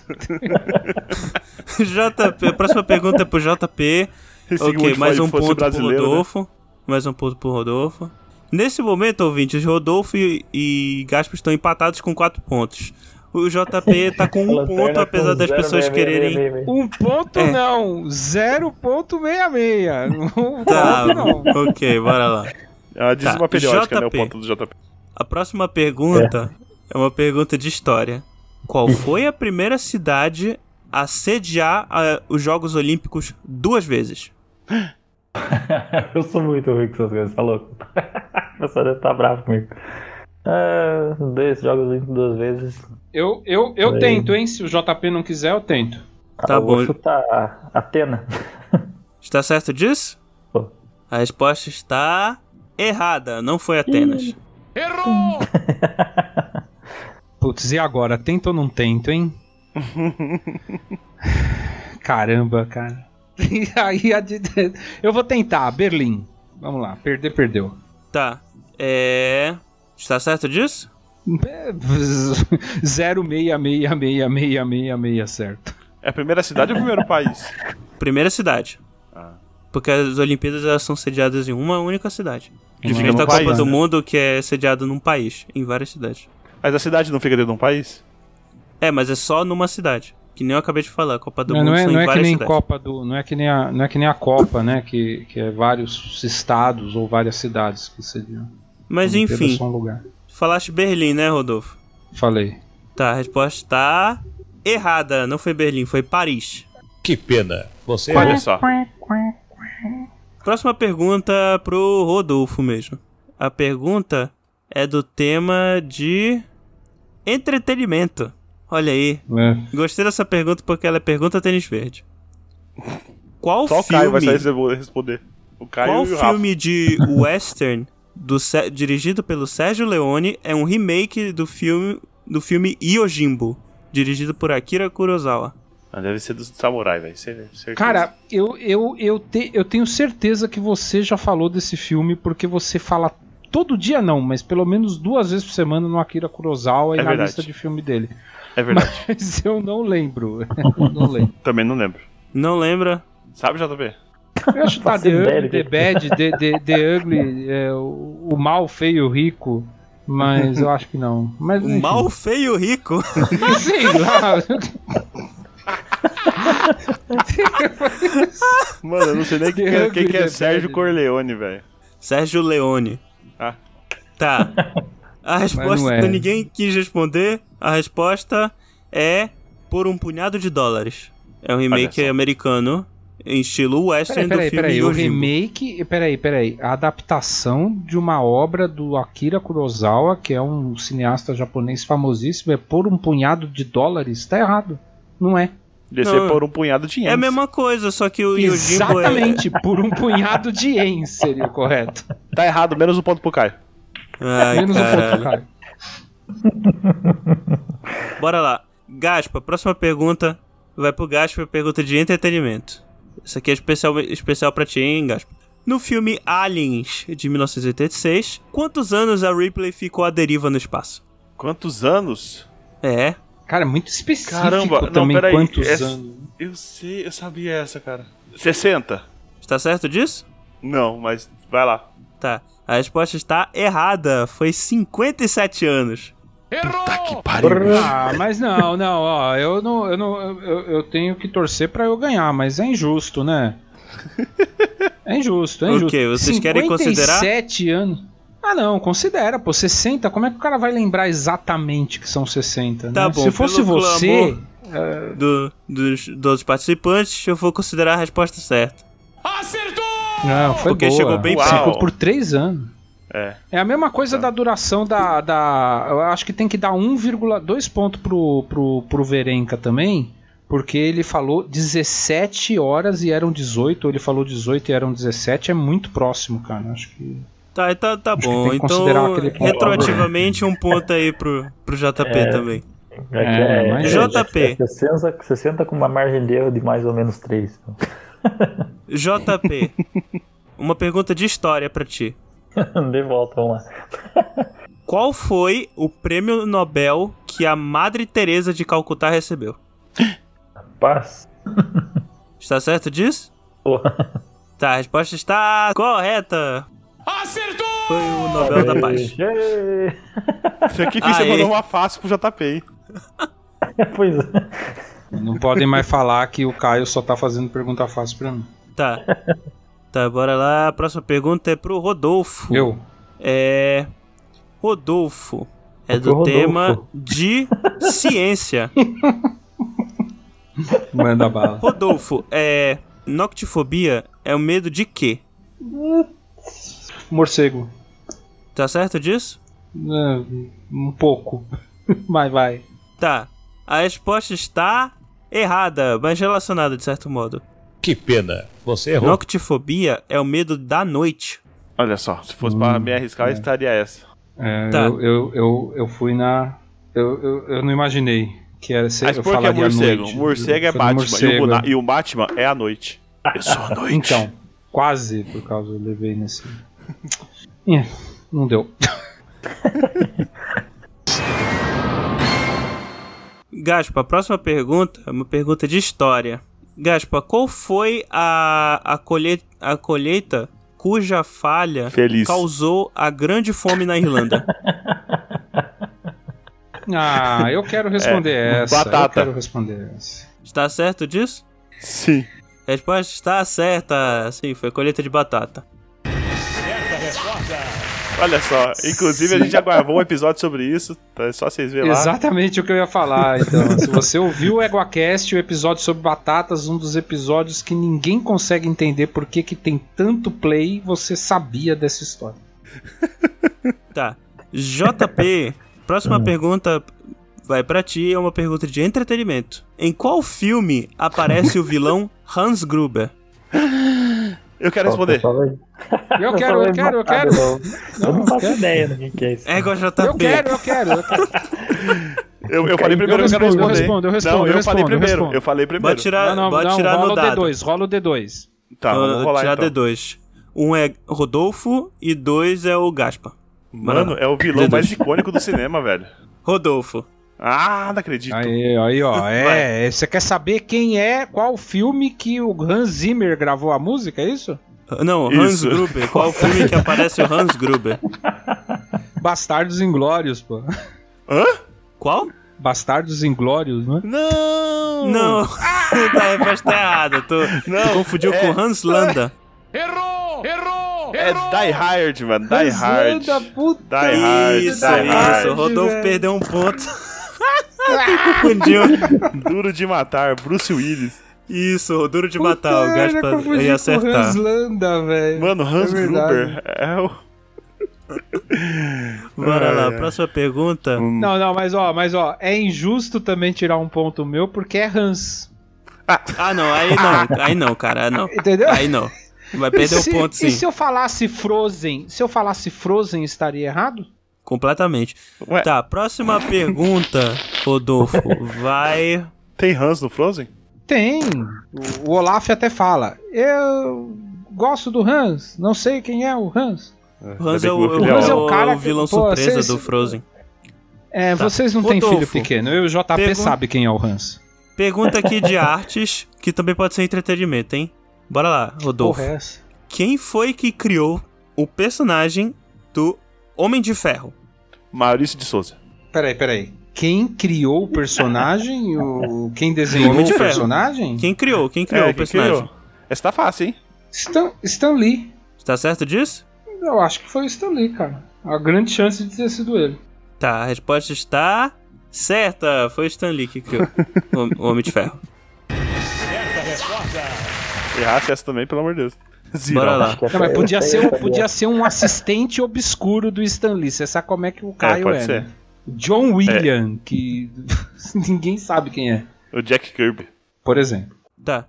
Speaker 1: JP, a próxima pergunta é pro JP.
Speaker 4: Esse
Speaker 1: ok,
Speaker 4: Sigmund
Speaker 1: mais
Speaker 4: Freud
Speaker 1: um
Speaker 4: fosse
Speaker 1: ponto pro
Speaker 4: brasileiro, né?
Speaker 1: Rodolfo. Mais um ponto pro Rodolfo. Nesse momento, ouvintes, Rodolfo e, e Gaspo estão empatados com 4 pontos. O JP tá com um
Speaker 2: Lanterna
Speaker 1: ponto,
Speaker 2: com
Speaker 1: apesar das
Speaker 2: zero, né?
Speaker 1: pessoas
Speaker 2: meia, meia,
Speaker 1: quererem.
Speaker 2: meia, meia, meia.
Speaker 3: Um ponto
Speaker 1: É.
Speaker 3: não, 0.66. Um
Speaker 1: Tá,
Speaker 3: ponto não.
Speaker 1: ok, bora lá.
Speaker 4: É a dízima
Speaker 1: Tá,
Speaker 4: periódica, né? O
Speaker 1: JP.
Speaker 4: ponto do JP.
Speaker 1: A próxima pergunta é uma pergunta de história. Qual
Speaker 2: Hum.
Speaker 1: foi a primeira cidade a sediar ah, os Jogos Olímpicos duas vezes?
Speaker 2: Eu sou muito ruim com essas coisas, tá louco? O pessoal deve estar bravo comigo. Ah, dois jogos Olímpicos duas vezes.
Speaker 3: Eu, eu, eu
Speaker 2: Aí.
Speaker 3: tento, hein? Se o JP não quiser, eu tento.
Speaker 1: Tá
Speaker 2: eu vou
Speaker 1: bom.
Speaker 2: chutar tá Atena.
Speaker 1: Está certo disso?
Speaker 2: Pô.
Speaker 1: A resposta está errada, não foi Atenas.
Speaker 3: Putz, e agora? Tento ou não tento, hein? Caramba, cara. E aí a de... Eu vou tentar, Berlim. Vamos lá, perder, perdeu.
Speaker 1: Tá. É. Está certo disso?
Speaker 3: É, 0666666, certo.
Speaker 4: É a primeira cidade ou o primeiro país?
Speaker 1: Primeira cidade. Porque as Olimpíadas elas são sediadas em uma única cidade. Diferente
Speaker 4: num
Speaker 1: da
Speaker 4: país,
Speaker 1: Copa do
Speaker 4: né?
Speaker 1: Mundo, que é sediada num país, em várias cidades.
Speaker 4: Mas a cidade não fica dentro de um país?
Speaker 1: É, mas é só numa cidade. Que nem eu acabei de falar, a Copa do
Speaker 3: Não,
Speaker 1: Mundo
Speaker 3: não é,
Speaker 1: são
Speaker 3: não
Speaker 1: em
Speaker 3: é que
Speaker 1: várias
Speaker 3: nem
Speaker 1: cidades.
Speaker 3: Copa do. Não é que nem a, não é que nem a Copa, né? Que, que é vários estados ou várias cidades que seriam.
Speaker 1: Mas
Speaker 3: Olimpíadas
Speaker 1: enfim,
Speaker 3: só um lugar.
Speaker 1: falaste Berlim, né, Rodolfo?
Speaker 3: Falei.
Speaker 1: Tá, a resposta tá errada. Não foi Berlim, foi Paris.
Speaker 6: Que pena. Você
Speaker 4: Olha só.
Speaker 1: Próxima pergunta pro Rodolfo mesmo. A pergunta é do tema de entretenimento. Olha aí.
Speaker 3: né?
Speaker 1: Gostei dessa pergunta porque ela é pergunta tênis verde. Qual
Speaker 4: Só o Caio vai
Speaker 1: filme?
Speaker 4: sair rece- responder. O Caio
Speaker 1: Qual
Speaker 4: e o Rafa.
Speaker 1: filme de western do Sé- dirigido pelo Sérgio Leone é um remake do filme do filme Yojimbo, dirigido por Akira Kurosawa?
Speaker 4: Ah, deve ser do Samurai, velho. cer- certeza.
Speaker 3: Cara, eu, eu, eu, te- eu tenho certeza que você já falou desse filme porque você fala todo dia não, mas pelo menos duas vezes por semana no Akira Kurosawa e
Speaker 4: É
Speaker 3: na
Speaker 4: verdade.
Speaker 3: lista de filme dele.
Speaker 4: É verdade.
Speaker 3: Mas eu não lembro. Eu não lembro.
Speaker 4: Também não lembro.
Speaker 1: Não lembra?
Speaker 4: Sabe, JP?
Speaker 3: Eu acho que tá
Speaker 2: Faço
Speaker 3: The
Speaker 2: ideia
Speaker 3: Ugly,
Speaker 2: do que-
Speaker 3: The Bad, The, the, the Ugly, é, o, o Mal, o Feio, o Rico, mas eu acho que não. Mas,
Speaker 1: O
Speaker 3: enfim.
Speaker 1: mal feio rico.
Speaker 3: Sei lá.
Speaker 4: Mano, eu não sei nem quem, que é- quem que é
Speaker 3: Depende.
Speaker 4: Sérgio Corleone, velho.
Speaker 1: Sérgio Leone.
Speaker 4: Ah.
Speaker 1: Tá. A
Speaker 3: não
Speaker 1: resposta
Speaker 3: é.
Speaker 1: que ninguém quis responder. A resposta é por um punhado de dólares. É um remake
Speaker 4: Olha só.
Speaker 1: americano em estilo western
Speaker 3: É, Peraí, peraí,
Speaker 1: do filme
Speaker 3: peraí. O
Speaker 1: Yojimbo.
Speaker 3: remake. Peraí, peraí. A adaptação de uma obra do Akira Kurosawa, que é um cineasta japonês famosíssimo, é por um punhado de dólares. Tá errado. Não é.
Speaker 4: Descer
Speaker 1: Não.
Speaker 4: por um punhado de
Speaker 1: É
Speaker 4: ienes.
Speaker 1: a mesma coisa, só que o Yojimbo é...
Speaker 3: Exatamente. Por um punhado de ien seria o correto.
Speaker 4: Tá errado, menos um ponto pro Caio.
Speaker 1: Ai,
Speaker 3: Menos um
Speaker 1: caralho.
Speaker 3: ponto, cara.
Speaker 1: Bora lá. Gaspa, próxima pergunta vai pro Gaspa, pergunta de entretenimento. Isso aqui é especial, especial pra ti, hein, Gaspa? No filme Aliens, de 1986, quantos anos a Ripley ficou à deriva no espaço?
Speaker 4: Quantos anos?
Speaker 1: É,
Speaker 3: Cara, muito específico
Speaker 4: Caramba, não,
Speaker 3: também
Speaker 4: peraí,
Speaker 3: quantos
Speaker 4: essa-
Speaker 3: anos.
Speaker 4: Eu sei, eu sabia essa, cara. 60?
Speaker 1: está certo disso?
Speaker 4: Não, mas vai lá.
Speaker 1: Tá, a resposta está errada. Foi 57 anos.
Speaker 3: Ah, mas não, não, ó, eu não, eu não, eu- eu, eu tenho que torcer pra eu ganhar, mas é injusto, né? É injusto, é
Speaker 1: O
Speaker 3: injusto.
Speaker 1: quê? Vocês querem considerar?
Speaker 3: 57 anos. Ah, não, considera, pô, 60, como é que o cara vai lembrar exatamente que são 60, né?
Speaker 1: Tá bom,
Speaker 3: Se fosse
Speaker 1: pelo
Speaker 3: você, é,
Speaker 1: clamor- Do, dos, dos participantes, eu vou considerar a resposta certa.
Speaker 3: não, foi
Speaker 1: Porque
Speaker 3: boa.
Speaker 1: chegou bem
Speaker 3: Você
Speaker 4: perto.
Speaker 3: ficou por 3 anos.
Speaker 4: É.
Speaker 3: É a mesma coisa da duração da, da. Eu acho que tem que dar 1,2 ponto pro, pro, pro Verenka também, porque ele falou 17 horas e eram 18, ou ele falou 18 e eram 17, é muito próximo, cara. Acho que.
Speaker 1: Tá, então tá
Speaker 3: que
Speaker 1: bom.
Speaker 3: tem que considerar
Speaker 1: Então,
Speaker 3: aquele ponto.
Speaker 1: retroativamente, um ponto aí pro, pro JP também.
Speaker 2: É, que
Speaker 3: mas-
Speaker 1: JP.
Speaker 2: 60, 60 com uma margem de erro de mais ou menos 3.
Speaker 1: JP, uma pergunta de história pra ti.
Speaker 2: de volta, vamos lá.
Speaker 1: Qual foi o prêmio Nobel que a Madre Teresa de Calcutá recebeu?
Speaker 2: Paz.
Speaker 1: Está certo disso?
Speaker 2: Porra.
Speaker 1: Tá, a resposta está correta. Acertou! Foi o Nobel da Paz.
Speaker 2: Ê,
Speaker 4: Isso aqui que você
Speaker 1: Aê.
Speaker 4: mandou uma fácil pro JP, hein?
Speaker 2: Pois é.
Speaker 3: Não podem mais falar que o Caio só tá fazendo pergunta fácil pra mim.
Speaker 1: Tá. Tá, bora lá. A próxima pergunta é pro Rodolfo.
Speaker 3: Eu.
Speaker 1: É. Rodolfo. É
Speaker 2: Pro
Speaker 1: do
Speaker 2: Rodolfo.
Speaker 1: tema de ciência.
Speaker 3: Manda bala.
Speaker 1: Rodolfo, é. Noctifobia é o medo de quê?
Speaker 3: Morcego.
Speaker 1: Tá certo disso?
Speaker 3: É, Um pouco. Mas vai.
Speaker 1: Tá. A resposta está errada, mas relacionada de certo modo.
Speaker 6: Que pena. Você errou.
Speaker 1: Noctifobia é o medo da noite.
Speaker 4: Olha só, se fosse
Speaker 3: Hum,
Speaker 4: pra me arriscar, eu estaria essa.
Speaker 3: É,
Speaker 1: Tá.
Speaker 3: eu, eu, eu, eu fui na. Eu, eu, eu não imaginei que era ser.
Speaker 4: Mas
Speaker 3: eu
Speaker 4: por que é
Speaker 3: falaria à
Speaker 4: morcego?
Speaker 3: noite.
Speaker 4: Morcego é
Speaker 3: Foi no
Speaker 4: Batman. E, o,
Speaker 3: morcego. Ah,
Speaker 4: Buna- e o Batman é a noite. Eu sou a noite.
Speaker 3: Então, quase por causa eu levei nesse. É, não deu.
Speaker 1: Gaspa, a próxima pergunta é uma pergunta de história. Gaspa, qual foi a, a, colhe, a colheita cuja falha
Speaker 4: Feliz.
Speaker 1: causou a grande fome na Irlanda.
Speaker 3: Ah, eu quero responder essa.
Speaker 4: É, batata.
Speaker 3: Eu quero responder essa.
Speaker 1: Está certo disso?
Speaker 4: Sim.
Speaker 1: A resposta está certa. Sim, foi colheita de batata.
Speaker 4: Olha só, inclusive a gente já gravou um episódio sobre isso, tá? É só vocês verem lá.
Speaker 3: Exatamente o que eu ia falar. Então, se você ouviu o EguaCast, o episódio sobre batatas, um dos episódios que ninguém consegue entender por que, que tem tanto play, você sabia dessa história.
Speaker 1: Tá. JP, próxima pergunta vai pra ti. É uma pergunta de entretenimento. Em qual filme aparece o vilão Hans Gruber?
Speaker 4: Eu quero responder.
Speaker 3: Eu quero, eu quero, eu quero.
Speaker 2: Eu
Speaker 3: Não,
Speaker 2: não
Speaker 3: eu
Speaker 2: faço
Speaker 3: quero.
Speaker 2: ideia do que que é isso.
Speaker 1: Égua JP.
Speaker 3: Eu quero, eu quero, eu quero.
Speaker 4: Eu, eu falei
Speaker 2: Eu
Speaker 4: primeiro, eu,
Speaker 3: respondo,
Speaker 4: quero
Speaker 3: eu
Speaker 4: responder.
Speaker 3: respondo, eu respondo,
Speaker 4: Não, eu,
Speaker 3: eu
Speaker 4: falei
Speaker 3: respondo, eu
Speaker 4: primeiro,
Speaker 3: respondo.
Speaker 4: eu falei primeiro.
Speaker 1: Pode tirar,
Speaker 3: Não, não,
Speaker 1: pode
Speaker 3: não,
Speaker 1: tirar
Speaker 3: rola
Speaker 1: no
Speaker 3: o
Speaker 1: dado.
Speaker 3: D2, rola o D2.
Speaker 4: Tá, vamos
Speaker 1: Ah,
Speaker 4: rolar
Speaker 1: tirar
Speaker 4: então.
Speaker 1: D2. Um é Rodolfo e dois é o Gaspa.
Speaker 4: Mano, é o vilão
Speaker 1: D2.
Speaker 4: mais icônico do cinema, velho.
Speaker 1: Rodolfo.
Speaker 4: Ah, não acredito.
Speaker 3: Aí, aí, ó. É, você quer saber quem é, qual filme que o Hans Zimmer gravou a música, é isso?
Speaker 1: Ah, Não,
Speaker 4: Isso.
Speaker 1: Hans Gruber. Qual filme que aparece o Hans Gruber?
Speaker 3: Bastardos Inglórios, pô.
Speaker 1: Qual?
Speaker 3: Bastardos Inglórios, né?
Speaker 4: Não!
Speaker 1: Não, tá, a resposta é errada. Tu, tu confundiu
Speaker 4: é-
Speaker 1: com Hans Landa.
Speaker 4: É Die Hard, mano.
Speaker 1: tá
Speaker 4: Die Hard.
Speaker 3: é Da puta.
Speaker 4: Die Hard,
Speaker 1: isso,
Speaker 4: Die Hard.
Speaker 1: tá isso. O Rodolfo
Speaker 3: velho.
Speaker 1: perdeu um ponto. Tu confundiu.
Speaker 4: um Duro de matar, Bruce Willis.
Speaker 1: Isso, duro de matar. tá, o Gaspa ia acertar.
Speaker 3: Landa, velho.
Speaker 4: Mano, Hans
Speaker 3: É verdade.
Speaker 4: Gruber é o.
Speaker 1: Bora lá,
Speaker 4: Ai, Hum. ai.
Speaker 1: próxima pergunta.
Speaker 3: Não, não, mas ó, mas ó, é injusto também tirar um ponto meu porque é Hans.
Speaker 1: Ah, não, aí não. Aí não, cara, não.
Speaker 3: Entendeu?
Speaker 1: Aí não. Vai perder
Speaker 3: e
Speaker 1: o
Speaker 3: se,
Speaker 1: ponto, sim.
Speaker 3: E
Speaker 4: é um
Speaker 3: se eu falasse Frozen, se eu falasse Frozen, estaria errado?
Speaker 1: Completamente.
Speaker 4: Ué.
Speaker 1: Tá, próxima pergunta, Rodolfo. Vai.
Speaker 4: Tem Hans no Frozen?
Speaker 3: Tem. O- O Olaf até fala. Eu gosto do Hans, não sei quem é o Hans.
Speaker 1: O Hans é
Speaker 4: Ainda bem que
Speaker 1: o,
Speaker 4: meu filho
Speaker 1: é o-
Speaker 3: Hans é
Speaker 4: ó.
Speaker 3: o cara
Speaker 1: o vilão
Speaker 3: que- pô,
Speaker 1: surpresa
Speaker 3: cês-
Speaker 1: do Frozen.
Speaker 3: É,
Speaker 1: Tá.
Speaker 3: vocês não têm
Speaker 1: Rodolfo,
Speaker 3: filho pequeno. Eu e o JP
Speaker 1: pergun-
Speaker 3: sabe quem é o Hans.
Speaker 1: Pergunta aqui de artes, que também pode ser entretenimento, hein? Bora lá, Rodolfo.
Speaker 3: Porra, é essa?
Speaker 1: Quem foi que criou o personagem do Homem de Ferro?
Speaker 4: Maurício de Souza.
Speaker 3: Peraí, peraí. Quem criou o personagem? o... Quem desenhou
Speaker 1: Homem de
Speaker 3: o
Speaker 1: Ferro.
Speaker 3: personagem?
Speaker 1: Quem criou? Quem criou
Speaker 4: é,
Speaker 1: o
Speaker 4: quem
Speaker 1: personagem?
Speaker 4: criou? Essa tá fácil, hein?
Speaker 3: Stan, Stan Lee.
Speaker 1: Tá certo disso?
Speaker 3: Eu acho que foi o Stan Lee, cara. A grande chance de ter sido ele.
Speaker 1: Tá, a resposta está certa. Foi o Stan Lee que criou o o Homem de Ferro.
Speaker 4: Errasse essa também, pelo amor de Deus. Zero.
Speaker 1: Bora lá.
Speaker 2: é
Speaker 3: Não, mas podia ser, um- podia ser um assistente obscuro do Stan Lee. Você sabe como é que o
Speaker 4: É,
Speaker 3: Caio é,
Speaker 4: pode ser.
Speaker 3: né? John
Speaker 1: É.
Speaker 3: William, que ninguém sabe quem é,
Speaker 4: O Jack Kirby.
Speaker 3: por exemplo.
Speaker 1: Tá.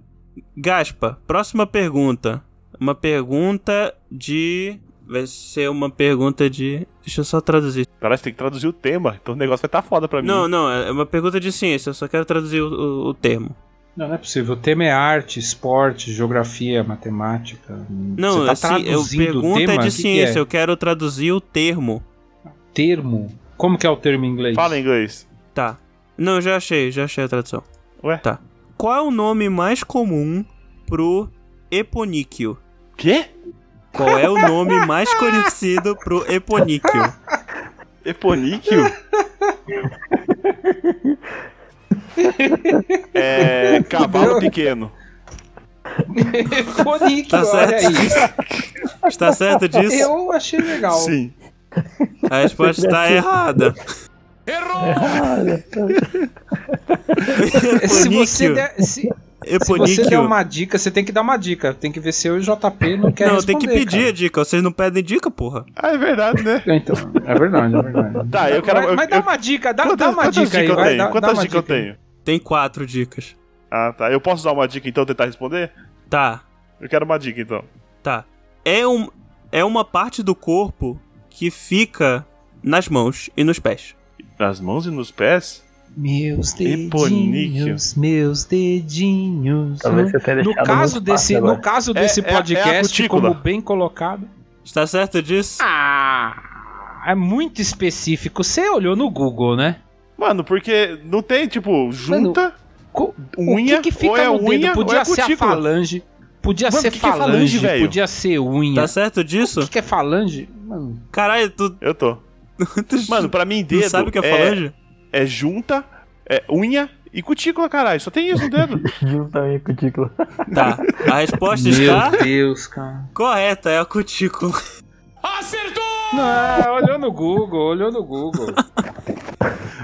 Speaker 1: Gaspa, próxima pergunta. Uma pergunta de. Vai ser uma pergunta de. Deixa eu só traduzir.
Speaker 4: Parece que tem que traduzir o tema, então o negócio vai tá foda pra mim.
Speaker 1: Não, não, é uma pergunta de ciência, eu só quero traduzir o, o- o termo.
Speaker 3: Não, não é possível. O tema é arte, esporte, geografia, matemática.
Speaker 1: Não,
Speaker 3: Você tá
Speaker 1: assim, eu
Speaker 3: traduzindo o
Speaker 1: pergunta é de
Speaker 3: tema? Que que
Speaker 1: ciência,
Speaker 3: é?
Speaker 1: eu quero traduzir o termo.
Speaker 3: Termo. Como que é o termo em inglês?
Speaker 4: Fala em inglês.
Speaker 1: Tá. Não, já achei, já achei a tradução.
Speaker 4: Ué?
Speaker 1: Tá. Qual é o nome mais comum pro eponíquio?
Speaker 4: Quê?
Speaker 1: Qual é o nome mais conhecido pro eponíquio?
Speaker 4: Eponíquio? é. Cavalo pequeno.
Speaker 3: Conic,
Speaker 1: Tá
Speaker 3: olha
Speaker 1: certo
Speaker 3: aí.
Speaker 1: disso? Está certo disso?
Speaker 3: Eu achei legal.
Speaker 4: Sim.
Speaker 1: A resposta está errada. Errou!
Speaker 3: Se você,
Speaker 1: Eponíqueo.
Speaker 3: der, se, se você der
Speaker 1: Eponíqueo.
Speaker 3: uma dica, você tem que dar uma dica. Tem que ver se eu e o JP não quer
Speaker 1: Não,
Speaker 3: responder.
Speaker 1: tem que pedir a dica. Vocês não pedem dica, porra.
Speaker 4: Ah, é verdade, né?
Speaker 3: cara. Então, é verdade, é verdade.
Speaker 4: Tá, eu quero.
Speaker 3: mas,
Speaker 4: eu-
Speaker 3: mas dá
Speaker 4: eu-
Speaker 3: uma dica, dá,
Speaker 4: quantas
Speaker 3: dá uma
Speaker 4: quantas
Speaker 3: dica aí,
Speaker 4: dicas eu
Speaker 3: vai,
Speaker 4: tenho?
Speaker 3: dá- dá
Speaker 4: Quantas
Speaker 3: uma
Speaker 4: dicas eu
Speaker 3: dica aí.
Speaker 4: tenho?
Speaker 1: Tem quatro dicas.
Speaker 4: Ah, tá. Eu posso dar uma dica então tentar responder?
Speaker 1: Tá,
Speaker 4: Eu quero uma dica então.
Speaker 1: tá. É, um, é uma parte do corpo que fica nas mãos e nos pés.
Speaker 4: Nas mãos e nos pés?
Speaker 3: Meus
Speaker 4: Eponíqueo.
Speaker 3: dedinhos, meus dedinhos.
Speaker 2: Talvez você tenha
Speaker 3: um No
Speaker 2: deixado
Speaker 3: caso,
Speaker 2: muito
Speaker 3: desse,
Speaker 2: fácil agora.
Speaker 3: no caso
Speaker 4: É-
Speaker 3: desse
Speaker 4: é- é a
Speaker 3: podcast,
Speaker 4: cutícula.
Speaker 3: como bem colocado.
Speaker 1: Está Tá certo disso?
Speaker 3: Ah, é muito específico. Você olhou no Google, né?
Speaker 4: Mano, porque não tem, tipo, junta.
Speaker 3: Co-
Speaker 4: Unha,
Speaker 3: o que, que
Speaker 4: ou
Speaker 3: fica
Speaker 4: é
Speaker 3: no dedo?
Speaker 4: unha, ou
Speaker 3: Podia
Speaker 4: é
Speaker 3: ser a
Speaker 4: cutícula.
Speaker 3: falange. Podia
Speaker 4: Mano,
Speaker 3: ser
Speaker 4: o que que é
Speaker 3: falange,
Speaker 4: falange, velho?
Speaker 3: podia ser unha.
Speaker 1: Tá certo
Speaker 3: O
Speaker 1: disso?
Speaker 3: que, que é falange? Mano,
Speaker 1: Caralho, tu,
Speaker 4: Eu tô.
Speaker 1: tu
Speaker 4: Mano, pra mim,
Speaker 1: tu
Speaker 4: dedo.
Speaker 1: sabe o que é
Speaker 4: é,
Speaker 1: falange?
Speaker 4: é junta, é unha e cutícula, caralho. Só tem isso no dedo.
Speaker 2: Juntamente com o Título.
Speaker 1: Tá. A resposta está
Speaker 3: meu Deus, cara.
Speaker 1: correta, é a cutícula.
Speaker 3: Não, é, olhou no Google, olhou no Google.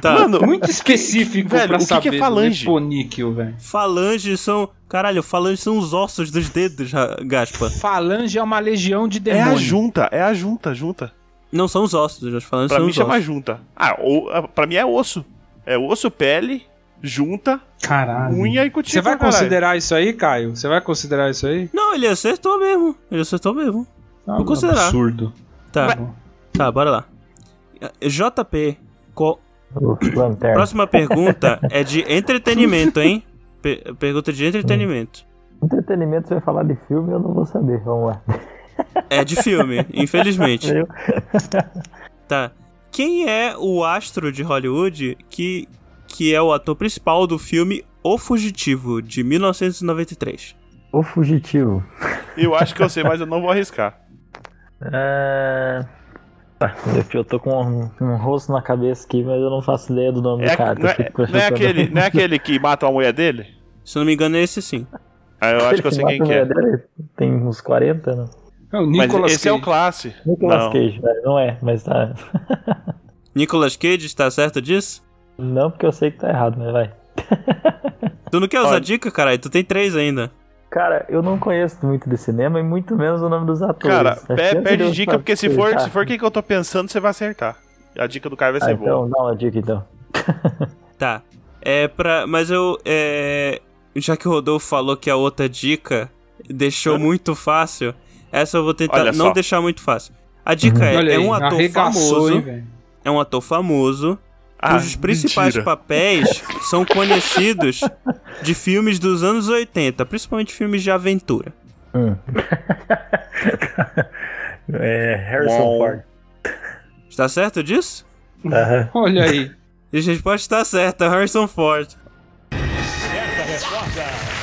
Speaker 1: Tá.
Speaker 4: Mano,
Speaker 2: É
Speaker 3: Muito específico
Speaker 4: velho,
Speaker 3: pra
Speaker 4: o que que é
Speaker 3: saber. do
Speaker 4: falange?
Speaker 3: liponíqueo, velho.
Speaker 1: Falanges são. Caralho, falanges são os ossos dos dedos, Ra- Gaspa.
Speaker 3: Falange é uma legião de
Speaker 4: é a
Speaker 3: demônios.
Speaker 4: junta, é a junta, junta.
Speaker 1: Não são os ossos, as falanges
Speaker 4: Pra
Speaker 1: são
Speaker 4: mim
Speaker 1: os ossos.
Speaker 4: chama junta. Ah, ou, pra mim é osso. É osso, pele, junta,
Speaker 3: Caralho.
Speaker 4: unha e
Speaker 3: Você
Speaker 4: cutícula.
Speaker 3: vai
Speaker 4: caralho.
Speaker 3: considerar isso aí, Caio? Você vai considerar isso aí?
Speaker 1: Não, ele acertou mesmo. Ele acertou mesmo.
Speaker 3: Ah,
Speaker 1: Vou considerar.
Speaker 3: Absurdo.
Speaker 1: Tá,
Speaker 3: bom.
Speaker 1: tá, bora lá. JP, qual-
Speaker 2: Lanterna.
Speaker 1: próxima pergunta é de entretenimento, hein? Per- pergunta de entretenimento.
Speaker 2: Entretenimento, você vai falar de filme, eu não vou saber. Vamos lá.
Speaker 1: É de filme, infelizmente.
Speaker 2: Viu?
Speaker 1: Tá. Quem é o astro de Hollywood que, que é o ator principal do filme O Fugitivo, de 1993?
Speaker 2: O Fugitivo.
Speaker 4: Eu acho que eu sei, mas eu não vou arriscar.
Speaker 2: É... Tá, eu tô com um, um rosto na cabeça aqui, mas eu não faço ideia do nome
Speaker 4: É,
Speaker 2: do cara.
Speaker 4: não,
Speaker 2: tá?
Speaker 4: é,
Speaker 2: Fico
Speaker 4: não é
Speaker 2: chutando.
Speaker 4: aquele, não é aquele que mata a mulher dele?
Speaker 1: Se eu não me engano, é esse sim.
Speaker 4: Ah, eu acho que eu sei
Speaker 2: Esse
Speaker 4: quem que é.
Speaker 2: Mato Verdadeiro, Tem uns 40, né?
Speaker 3: É o
Speaker 4: Mas
Speaker 3: Nicolas
Speaker 4: esse é o
Speaker 3: Cage.
Speaker 4: classe.
Speaker 2: Nicolas
Speaker 4: Não.
Speaker 2: Cage, velho. Não é, mas tá.
Speaker 1: Nicolas Cage, está certo disso?
Speaker 2: Não porque eu sei que tá errado, mas vai.
Speaker 1: Tu não quer usar
Speaker 4: Pode.
Speaker 1: dica, caralho? Tu tem três ainda.
Speaker 2: Cara, eu não conheço muito de cinema e muito menos o nome dos atores.
Speaker 4: Cara,
Speaker 2: A
Speaker 4: pe-
Speaker 2: chance de
Speaker 4: pede
Speaker 2: eu
Speaker 4: dica, porque se
Speaker 2: saber,
Speaker 4: for,
Speaker 2: tá?
Speaker 4: se for quem que eu tô pensando, você vai acertar. A dica do cara vai
Speaker 2: Ah,
Speaker 4: ser boa.
Speaker 2: então, dá uma dica então.
Speaker 1: Tá. É pra. Mas eu. É... Já que o Rodolfo falou que a outra dica deixou muito fácil, essa eu vou tentar
Speaker 4: Olha
Speaker 1: não
Speaker 4: só.
Speaker 1: deixar muito fácil. A dica
Speaker 3: Uhum. Olha
Speaker 1: é: é
Speaker 3: aí,
Speaker 1: um ator
Speaker 3: arregaçou,
Speaker 1: famoso.
Speaker 3: hein, velho?
Speaker 1: É um ator famoso
Speaker 4: Ah,
Speaker 1: cujos principais
Speaker 4: mentira.
Speaker 1: papéis são conhecidos de filmes dos anos 80, principalmente filmes de aventura.
Speaker 2: É
Speaker 4: Harrison Ford.
Speaker 1: Está certo disso?
Speaker 3: Olha aí.
Speaker 1: E a resposta está certa, Harrison Ford.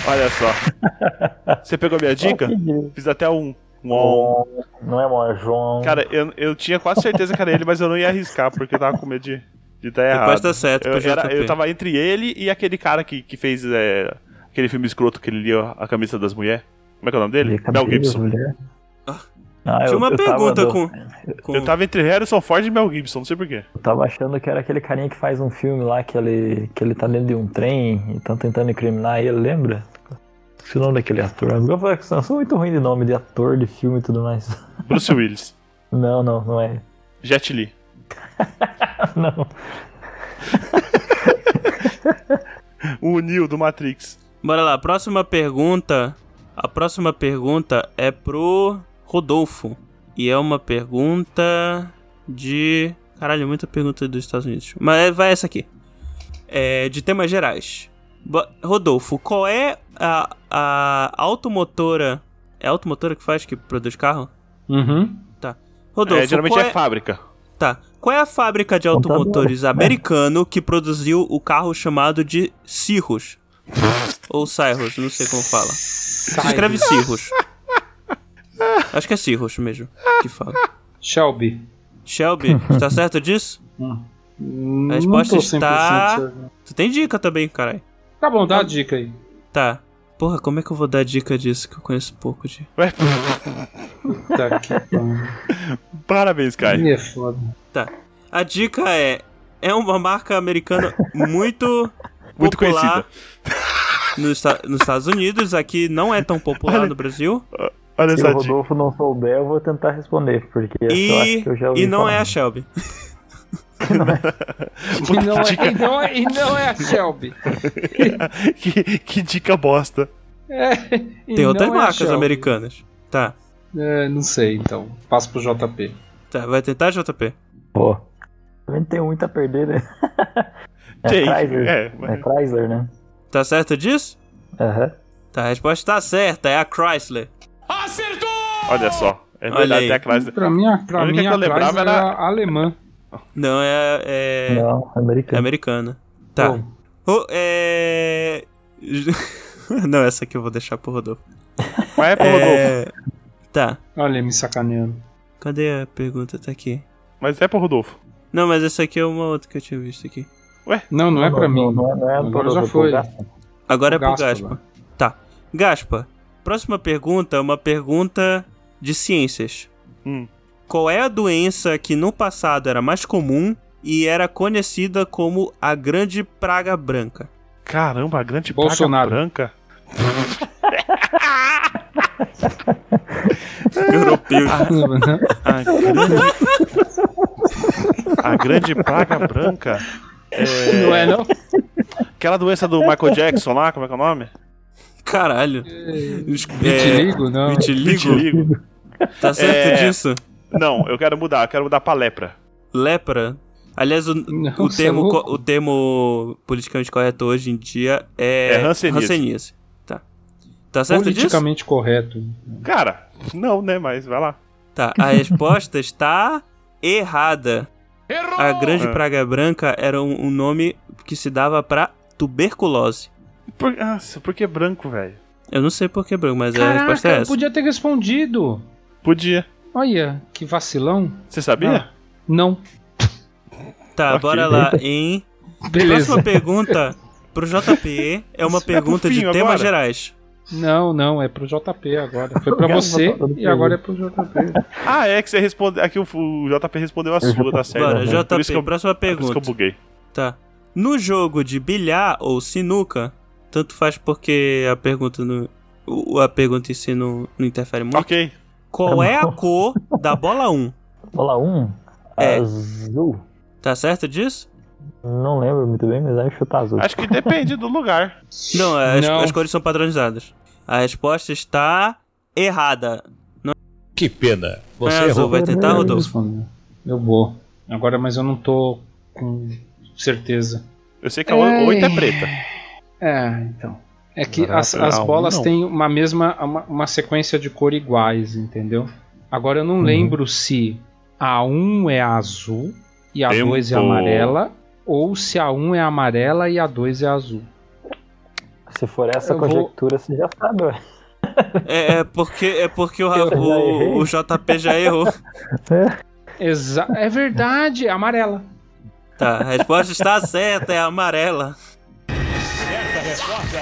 Speaker 4: Olha só. Você pegou minha
Speaker 2: é
Speaker 4: dica? Fiz até um. um-
Speaker 2: Não é mó João.
Speaker 4: Cara, eu, eu tinha quase certeza que era ele, mas eu não ia arriscar, porque eu tava com medo de, de dar errado.
Speaker 1: Resposta certa
Speaker 4: eu,
Speaker 1: pro
Speaker 4: era-
Speaker 1: JP.
Speaker 4: eu tava entre ele e aquele cara que, que fez é, aquele filme escroto que ele lia a camisa das mulheres. Como é que é o nome dele?
Speaker 2: Cabelo,
Speaker 4: Mel Gibson.
Speaker 2: mulher.
Speaker 1: Ah.
Speaker 2: Ah,
Speaker 1: Tinha
Speaker 2: eu-
Speaker 1: uma
Speaker 2: eu tava
Speaker 1: pergunta
Speaker 2: do-
Speaker 1: com,
Speaker 4: Eu
Speaker 1: com-
Speaker 4: tava entre Harrison Ford e Mel Gibson, não sei porquê.
Speaker 2: Eu tava achando que era aquele carinha que faz um filme lá que ele, que ele tá dentro de um trem e tão tentando incriminar ele, lembra? Esqueci o nome daquele ator. Eu falei que eu sou muito ruim de nome de ator, de filme e tudo mais.
Speaker 4: Bruce Willis.
Speaker 2: Não, não, não é.
Speaker 4: Jet Li.
Speaker 2: Não.
Speaker 4: O Neo do Matrix.
Speaker 1: Bora lá, próxima pergunta. A próxima pergunta é pro Rodolfo. E é uma pergunta de. Caralho, muita pergunta dos Estados Unidos. Mas vai essa aqui. É de temas gerais. Bo- Rodolfo, qual é a, a automotora. É a automotora que faz, que produz carro? Tá.
Speaker 3: Uhum.
Speaker 1: Rodolfo,
Speaker 4: É, geralmente
Speaker 1: qual
Speaker 4: é fábrica.
Speaker 1: Tá. Qual é a fábrica de automotores americano que produziu o carro chamado de Cirrus? Ou Cyrus, não sei como fala. Se escreve Cirrus. Acho que é Cirrus mesmo que fala.
Speaker 3: Shelby.
Speaker 1: Shelby, está certo disso?
Speaker 3: Hum,
Speaker 1: A resposta
Speaker 3: não tô 100%
Speaker 1: está-
Speaker 3: certo.
Speaker 1: Tu tem dica também, caralho.
Speaker 3: Tá bom, dá a dica aí.
Speaker 1: Tá. Porra, como é que eu vou dar dica disso que eu conheço pouco de.
Speaker 4: Ué,
Speaker 3: Tá que pariu.
Speaker 4: parabéns, Caio.
Speaker 3: Aí é foda.
Speaker 1: A dica é. É uma marca americana muito.
Speaker 4: Muito
Speaker 1: popular nos Esta- nos Estados Unidos, aqui não é tão popular no Brasil.
Speaker 4: Olha
Speaker 2: Se o
Speaker 4: essa dica.
Speaker 2: Rodolfo não souber, eu vou tentar responder, porque eu acho
Speaker 1: E,
Speaker 2: que eu já ouvi
Speaker 1: e não é
Speaker 2: falar.
Speaker 1: a Shelby.
Speaker 3: E não, é, e, não é, e não é a Shelby.
Speaker 4: que, que dica bosta.
Speaker 3: É, e
Speaker 1: Tem
Speaker 3: não
Speaker 1: outras
Speaker 3: é a
Speaker 1: marcas
Speaker 3: Shelby.
Speaker 1: americanas. Tá.
Speaker 3: É, não sei, então. Passa pro JP.
Speaker 1: Tá, vai tentar, JP?
Speaker 2: Pô. Também tem muito a perder, né? É
Speaker 4: Tem,
Speaker 2: Chrysler.
Speaker 4: é,
Speaker 2: É
Speaker 4: mas-
Speaker 2: Chrysler, né?
Speaker 1: Tá certo disso?
Speaker 2: Aham.
Speaker 1: Tá, a resposta tá certa, é a Chrysler.
Speaker 4: Olha só. É
Speaker 1: Olha
Speaker 4: verdade,
Speaker 1: aí.
Speaker 4: tem a classe.
Speaker 3: Pra mim, a- pra
Speaker 4: A única
Speaker 3: mim
Speaker 4: que eu lembrava
Speaker 3: atrás era alemã.
Speaker 1: Não, é, é,
Speaker 2: Não,
Speaker 1: é
Speaker 2: americano.
Speaker 1: americana. Tá.
Speaker 3: Bom,
Speaker 1: Ô, é... Não, essa aqui eu vou deixar pro Rodolfo.
Speaker 4: Vai pro Rodolfo.
Speaker 1: É... Tá.
Speaker 3: Olha, me sacaneando.
Speaker 1: Cadê a pergunta? Tá aqui.
Speaker 4: Mas é pro Rodolfo.
Speaker 1: Não, mas essa aqui é uma outra que eu tinha visto aqui.
Speaker 3: Não, não é pra mim.
Speaker 2: Não, é- não é
Speaker 3: Agora
Speaker 2: pro-
Speaker 3: já
Speaker 2: pro
Speaker 3: foi.
Speaker 2: gasto.
Speaker 1: Agora é pro
Speaker 3: Gaspa,
Speaker 1: Gaspa. Tá. Gaspa, próxima pergunta é uma pergunta de ciências.
Speaker 4: Hum.
Speaker 1: Qual é a doença que no passado era mais comum e era conhecida como a Grande Praga Branca?
Speaker 4: Caramba, a grande
Speaker 3: Bolsonaro.
Speaker 4: praga branca.
Speaker 1: Europeu.
Speaker 2: é.
Speaker 4: A grande... a grande praga branca. É...
Speaker 3: Não é, não?
Speaker 4: Aquela doença do Michael Jackson lá, como é que é o nome?
Speaker 1: Caralho. Os- É,
Speaker 3: Vitiligo, não.
Speaker 1: vitiligo.
Speaker 4: Vitiligo.
Speaker 1: Tá certo
Speaker 4: É.
Speaker 1: disso?
Speaker 4: Não, eu quero mudar, eu quero mudar pra lepra.
Speaker 1: Lepra. Aliás, o,
Speaker 3: Não,
Speaker 1: o,
Speaker 3: você é
Speaker 1: termo,
Speaker 3: louco.
Speaker 1: co- o termo politicamente correto hoje em dia é,
Speaker 4: É hanseníase.
Speaker 1: hanseníase. Tá. Tá certo disso?
Speaker 3: Politicamente correto.
Speaker 4: Cara, não, né? Mas vai lá.
Speaker 1: Tá, a resposta está errada. A Grande
Speaker 4: Ah.
Speaker 1: Praga Branca era um, um nome que se dava pra tuberculose.
Speaker 4: Por, nossa, por que branco, velho?
Speaker 1: Eu não sei por que branco, mas a resposta é
Speaker 3: Caraca, eu
Speaker 1: essa.
Speaker 3: podia ter respondido.
Speaker 4: Podia.
Speaker 3: Olha, que vacilão.
Speaker 4: Você
Speaker 1: Ah.
Speaker 4: sabia?
Speaker 3: Não.
Speaker 1: Tá,
Speaker 4: Ok.
Speaker 1: bora lá, hein?
Speaker 3: Beleza.
Speaker 1: Próxima pergunta pro JP é uma
Speaker 4: Isso é
Speaker 1: pergunta de
Speaker 4: fofinho
Speaker 1: temas
Speaker 4: agora.
Speaker 1: gerais.
Speaker 3: Não, não, é pro JP agora. Foi pra
Speaker 2: Obrigado,
Speaker 3: você
Speaker 2: doutor,
Speaker 3: e agora é pro JP.
Speaker 4: Ah, é que você respondeu. Aqui o, o JP respondeu a sua, tá certo.
Speaker 1: Bora,
Speaker 4: Por isso
Speaker 1: JP,
Speaker 4: que eu,
Speaker 1: próxima
Speaker 4: por isso que eu
Speaker 1: pergunta.
Speaker 4: buguei.
Speaker 1: Tá. No jogo de bilhar ou sinuca, tanto faz porque a pergunta no, o- a pergunta em si não, não interfere muito.
Speaker 4: Ok.
Speaker 1: Qual é a
Speaker 2: bom.
Speaker 1: cor da bola 1?
Speaker 2: Bola 1.
Speaker 1: É.
Speaker 2: Azul.
Speaker 1: Tá certo disso?
Speaker 2: Não lembro muito bem, mas acho que tá azul.
Speaker 4: Acho que depende do lugar.
Speaker 1: Não, é, as,
Speaker 3: Não.
Speaker 1: as cores são padronizadas. A resposta está errada.
Speaker 6: Que pena. Você
Speaker 1: Mas
Speaker 6: errou.
Speaker 1: vai tentar, Rodolfo?
Speaker 3: Eu vou. Agora, mas eu não tô com certeza.
Speaker 4: Eu sei que a 8 é preta.
Speaker 3: É, então. É que
Speaker 4: Agora
Speaker 3: as,
Speaker 4: pra
Speaker 3: as
Speaker 4: um,
Speaker 3: bolas
Speaker 4: não.
Speaker 3: têm uma mesma uma, uma sequência de cor iguais, entendeu? Agora eu
Speaker 4: Uhum.
Speaker 3: não lembro se a 1 é azul e a
Speaker 4: Tempo.
Speaker 3: 2 é amarela ou se a 1 é amarela e a 2 é azul.
Speaker 2: Se for essa
Speaker 3: Eu vou-
Speaker 2: conjectura, você já sabe, ué.
Speaker 1: É, é porque, é porque o,
Speaker 2: Eu já
Speaker 1: o,
Speaker 2: errei.
Speaker 1: o JP já errou.
Speaker 3: Exa é verdade, é amarela.
Speaker 1: Tá, a resposta está certa, é amarela. Certa resposta!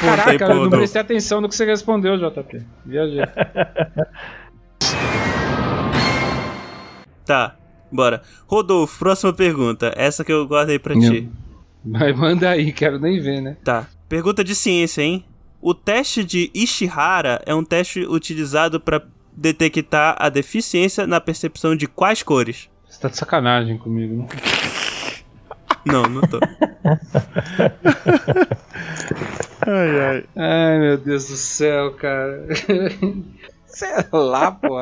Speaker 3: Caraca, eu não prestei atenção no que você respondeu, JP. Viajei.
Speaker 1: Tá, bora. Rodolfo, próxima pergunta. Essa que eu guardei pra ti.
Speaker 3: Mas manda aí, quero nem ver, né?
Speaker 1: Tá. Pergunta de ciência, hein? O teste de Ishihara é um teste utilizado pra detectar a deficiência na percepção de quais cores?
Speaker 3: Você tá de sacanagem comigo, né?
Speaker 1: Não, não tô.
Speaker 4: Ai, ai.
Speaker 3: Ai, meu Deus do céu, cara. Sei lá, pô.